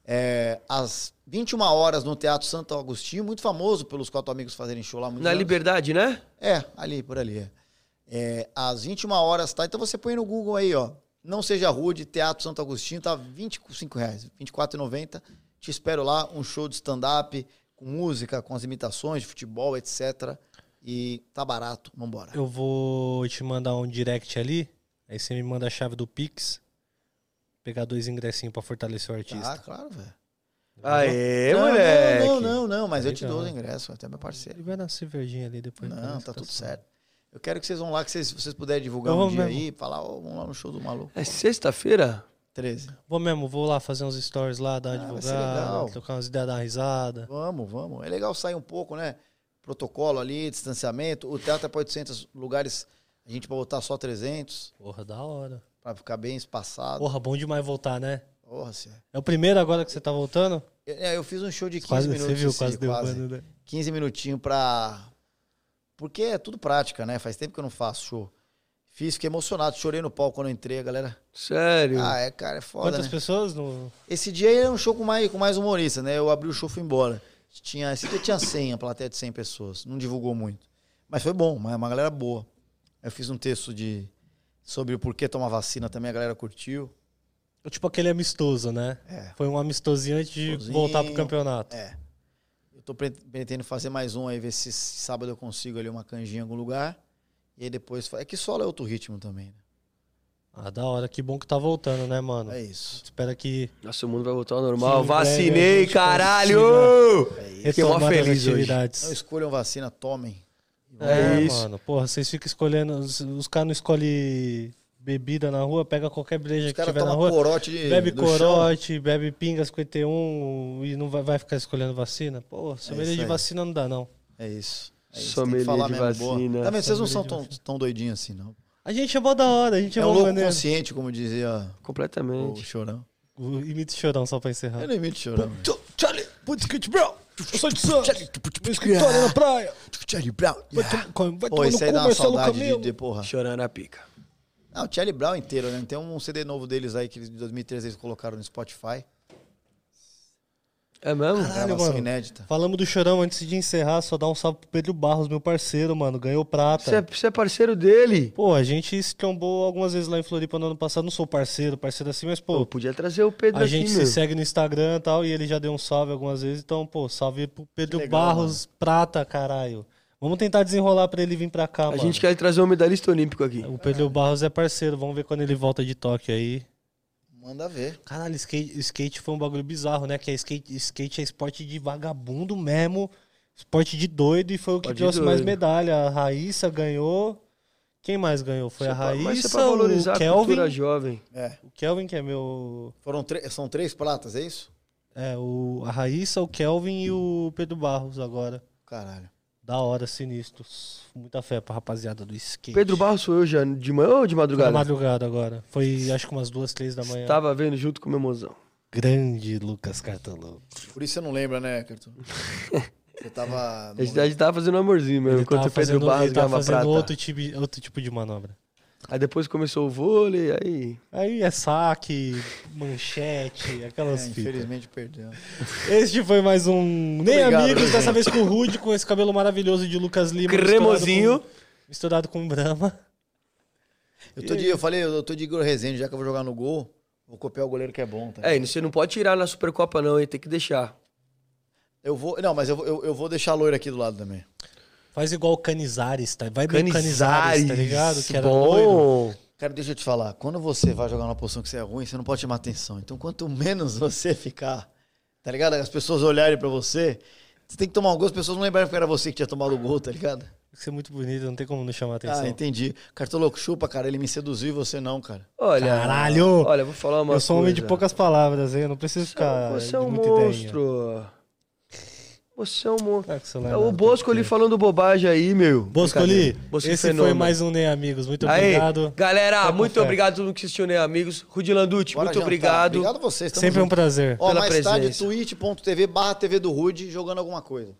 É, às 21 horas no Teatro Santo Agostinho, muito famoso pelos quatro amigos fazerem show lá. há muitos
Na
anos.
liberdade, né?
É, ali, por ali. É. É, às 21 horas, tá? Então você põe no Google aí, ó. Não seja rude, Teatro Santo Agostinho, tá R$ 25 reais, R$ 24,90. Te espero lá, um show de stand-up, com música, com as imitações de futebol, etc. E tá barato, vambora.
Eu vou te mandar um direct ali. Aí você me manda a chave do Pix. Pegar dois ingressinhos pra fortalecer o artista.
Ah, claro, velho.
Aê,
não,
moleque.
Não, não, não, mas eu te
Legal.
dou os ingressos, até meu parceiro.
Ele vai nascer verdinho ali depois.
Não, tá tudo certo. Eu quero que vocês vão lá, que vocês, vocês puderem divulgar
Eu
um
vou
dia
mesmo.
aí, falar, ó, vamos lá no show do maluco.
É sexta-feira?
13.
Vou mesmo, vou lá fazer uns stories lá, dar uma
Ah, vai ser legal.
divulgada, tocar umas ideias, dar uma risada.
Vamos, vamos. É legal sair um pouco, né? Protocolo ali, distanciamento. O teatro é pra 800 lugares, a gente vai botar só 300,
Porra, da hora.
pra ficar bem espaçado.
Porra, bom demais voltar, né?
Porra, Cê.
É o primeiro agora que você tá voltando?
Eu, eu fiz um show de 15
Quase,
minutos.
você viu,
assim,
quase deu banda, né?
15 minutinhos pra. Porque é tudo prática, né? Faz tempo que eu não faço show. Fiz, fiquei emocionado, chorei no palco quando eu entrei, a galera.
Sério?
Ah, é, cara, é foda.
Quantas
né?
pessoas? No...
Esse dia era um show com mais, com mais humorista, né? Eu abri o show e fui embora. Tinha, esse dia tinha 100, a plateia de 100 pessoas. Não divulgou muito. Mas foi bom, uma, uma galera boa. Eu fiz um texto de sobre o porquê tomar vacina também, a galera curtiu.
Tipo aquele amistoso, né?
É.
Foi um amistosinho antes de
Amistosinho.
voltar pro campeonato.
É. Eu tô pre- pretendendo fazer mais um aí, ver se esse sábado eu consigo ali uma canjinha em algum lugar. E aí depois. fa- É que solo é outro ritmo também, né?
Ah, da hora, que bom que tá voltando, né, mano?
É isso.
Espera que
Nossa, o mundo vai voltar ao normal.
Sim, breve a
Vacinei,
gente tá
caralho!
É
Fiquei mó
retomar as
feliz hoje.
atividades.
Não Então escolham vacina, tomem.
É isso.
mano. Porra, vocês ficam escolhendo. Os, os caras não escolhem bebida na rua, pega qualquer breja
Os
que
caras
tiver na
tomam
rua.
corote de,
bebe
do chão.
corote, bebe pinga 51 e não vai, vai ficar escolhendo vacina. Pô, sommelier
É isso
de
aí.
vacina não dá, não.
É isso. É isso. Tem que
Sommelier
falar
de
mesmo, boa.
vacina.
Tá vendo? Vocês não são
Sommelier de
tão, tão doidinhos assim, não.
A gente é mó da hora, a gente é,
É um
mó
louco
maneiro.
consciente, como dizia o
Completamente.
Chorão.
O- Imita o chorão só pra encerrar.
Eu não imito Chorão. velho.
Charlie, putz, que bro. Eu sou de Santos. Meu
escritório na praia.
Charlie Brown.
Pô, Ah. isso aí dá uma saudade de, de porra.
Chorando a pica.
Não, o Charlie Brown inteiro, né? Tem um CD novo deles aí que eles, de 2013 eles colocaram no Spotify.
É mesmo?
gravação
mano.
inédita.
Falamos do chorão antes de encerrar, só dar um salve pro Pedro Barros, meu parceiro, mano. Ganhou prata.
Você é, você é parceiro dele?
Pô, a gente se trombou algumas vezes lá em Floripa no ano passado. Não sou parceiro, parceiro assim, mas,
Pô,
pô,
podia trazer o Pedro
a
é
aqui,
gente
meu.
se segue no Instagram e tal, e ele já deu um salve algumas vezes. Então, pô, salve pro Pedro
legal,
Barros Prata, caralho. Vamos tentar desenrolar pra ele vir pra cá,
A
mano.
gente quer trazer um medalhista olímpico aqui.
O Pedro Barros é parceiro, vamos ver quando ele volta de toque aí.
Manda ver.
Caralho, skate, skate foi um bagulho bizarro, né? Que é skate, skate é esporte de vagabundo mesmo, esporte de doido, e foi o que
Esporte de
trouxe mais
doido.
medalha. A Raíssa ganhou. Quem mais ganhou? Foi a
Isso é pra- mas
Raíssa,
isso é pra valorizar
o
a
Kelvin.
cultura jovem.
O Kelvin, que é meu.
Foram tre- são três pratas, é isso?
É, o, a Raíssa, o Kelvin e o Pedro Barros agora.
Caralho.
Da hora, sinistros. Muita fé pra rapaziada do skate.
Pedro Barros sou eu já de manhã ou de
Foi na
madrugada?
madrugada agora. Foi acho que umas duas, três da manhã.
Tava vendo junto com o meu mozão.
Grande Lucas Cartolão.
Por isso você não lembra, né, Cartão? Você tava. é,
A gente a gente tava fazendo um amorzinho mesmo, enquanto o Pedro Barros
ele tava
ganhava
fazendo
prata.
outro, tipo, outro tipo de manobra.
Aí depois começou o vôlei, aí...
Aí é saque, manchete, aquelas
É,
fitas.
infelizmente perdeu.
Este foi mais um Nem
Obrigado,
Amigos, dessa
gente.
vez com o Rude, com esse cabelo maravilhoso de Lucas Lima.
Cremosinho.
Misturado com, misturado com Brahma.
Eu, tô de, eu falei, eu tô de Igor Rezende, já que eu vou jogar no gol, vou copiar o goleiro que é bom, tá?
É, e você não pode tirar na Supercopa não, hein? Tem que deixar.
Eu vou. Não, mas eu, vou- eu, eu vou deixar a loira aqui do lado também.
Faz igual o Canizares, tá? Vai bem Canizares,
Canizares,
tá ligado? Que era loiro.
bom.
Cara, deixa eu te falar. Quando você vai jogar numa posição que você é ruim, você não pode chamar atenção. Então, quanto [laughs] menos você ficar, tá ligado? As pessoas olharem pra você, você tem que tomar um gol, as pessoas não lembrarem que era você que tinha tomado o gol, tá ligado?
Isso é muito bonito, não tem como não chamar atenção.
Ah, entendi. Cartoloco, chupa, cara. Ele me seduziu e você não, cara.
Olha,
Caralho!
Olha, vou falar uma
eu sou um homem de
coisa.
poucas palavras, hein? Eu não preciso
Você é
ficar
um- Você é
de
um
muita ideia.
monstro. Você é um monstro.
Claro que você não é
É o
nada,
Bosco ali
porque-
falando bobagem aí, meu.
Boscoli,
Brincadeira. Bosco
é
esse foi
fenômeno.
mais um Nem Amigos. Muito
Aí,
obrigado.
galera,
Tá com
muito
fé.
obrigado a todo mundo que assistiu, né, amigos? Rudi Landucci,
Bora
muito
jantar.
obrigado.
Obrigado a vocês. tamo
Sempre é um
junto.
prazer.
Ó,
pela
mais tarde,
presença.
twitch.tv barra TV do Rude jogando alguma coisa.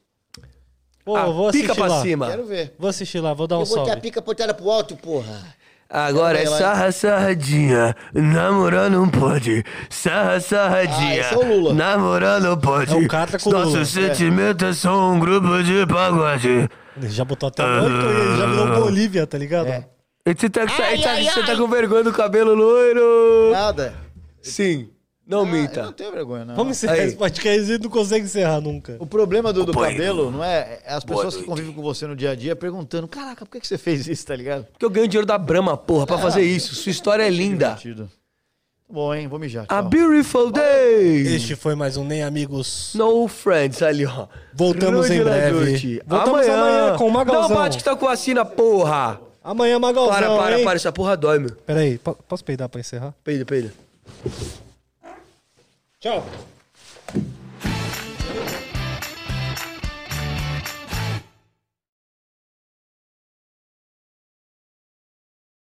Pô,
Ah,
vou assistir
pica pra
lá.
cima.
Quero ver.
Vou assistir lá, vou dar um
Então
eu vou ter a
salve.
pica pontada pro alto, porra.
Agora é
Vai lá,
sarra, sarradinha. Namorar não pode. Sarra,
Ah,
sarradinha.
esse é o Lula.
Namorar não pode.
É o Catra com o
Nossos
Lula.
sentimentos são um grupo de pagode.
Ele É, já botou até o Oito e ele já
Ah.
virou Bolívia, tá ligado?
É.
E Você tá, você tá- você tá com vergonha do cabelo loiro?
Nada. Ah,
Sim. Não
Eu não
minta.
tenho vergonha, não.
Vamos encerrar
Aí.
esse podcast, ele não consegue encerrar nunca.
O problema do, do
Companheiro.
cabelo não é, é as
Boa
pessoas que
noite.
convivem com você no dia a dia perguntando: caraca, por que, que você fez isso, tá ligado?
Porque eu ganho dinheiro da Brahma, porra, pra fazer isso. Sua história é linda.
Divertido. Tá Bom, hein? Vou mijar.
A beautiful day!
Este foi mais um Nem Amigos.
No Friends, ali, ó.
Voltamos em breve. Voltamos
amanhã.
amanhã com o Magalzão.
Não, bate que tá com vacina, porra.
Amanhã, Magalzão,
Para, para,
hein?
para. Essa porra dói, meu.
Peraí, po- posso peidar pra encerrar?
Peida, peida.
Tchau.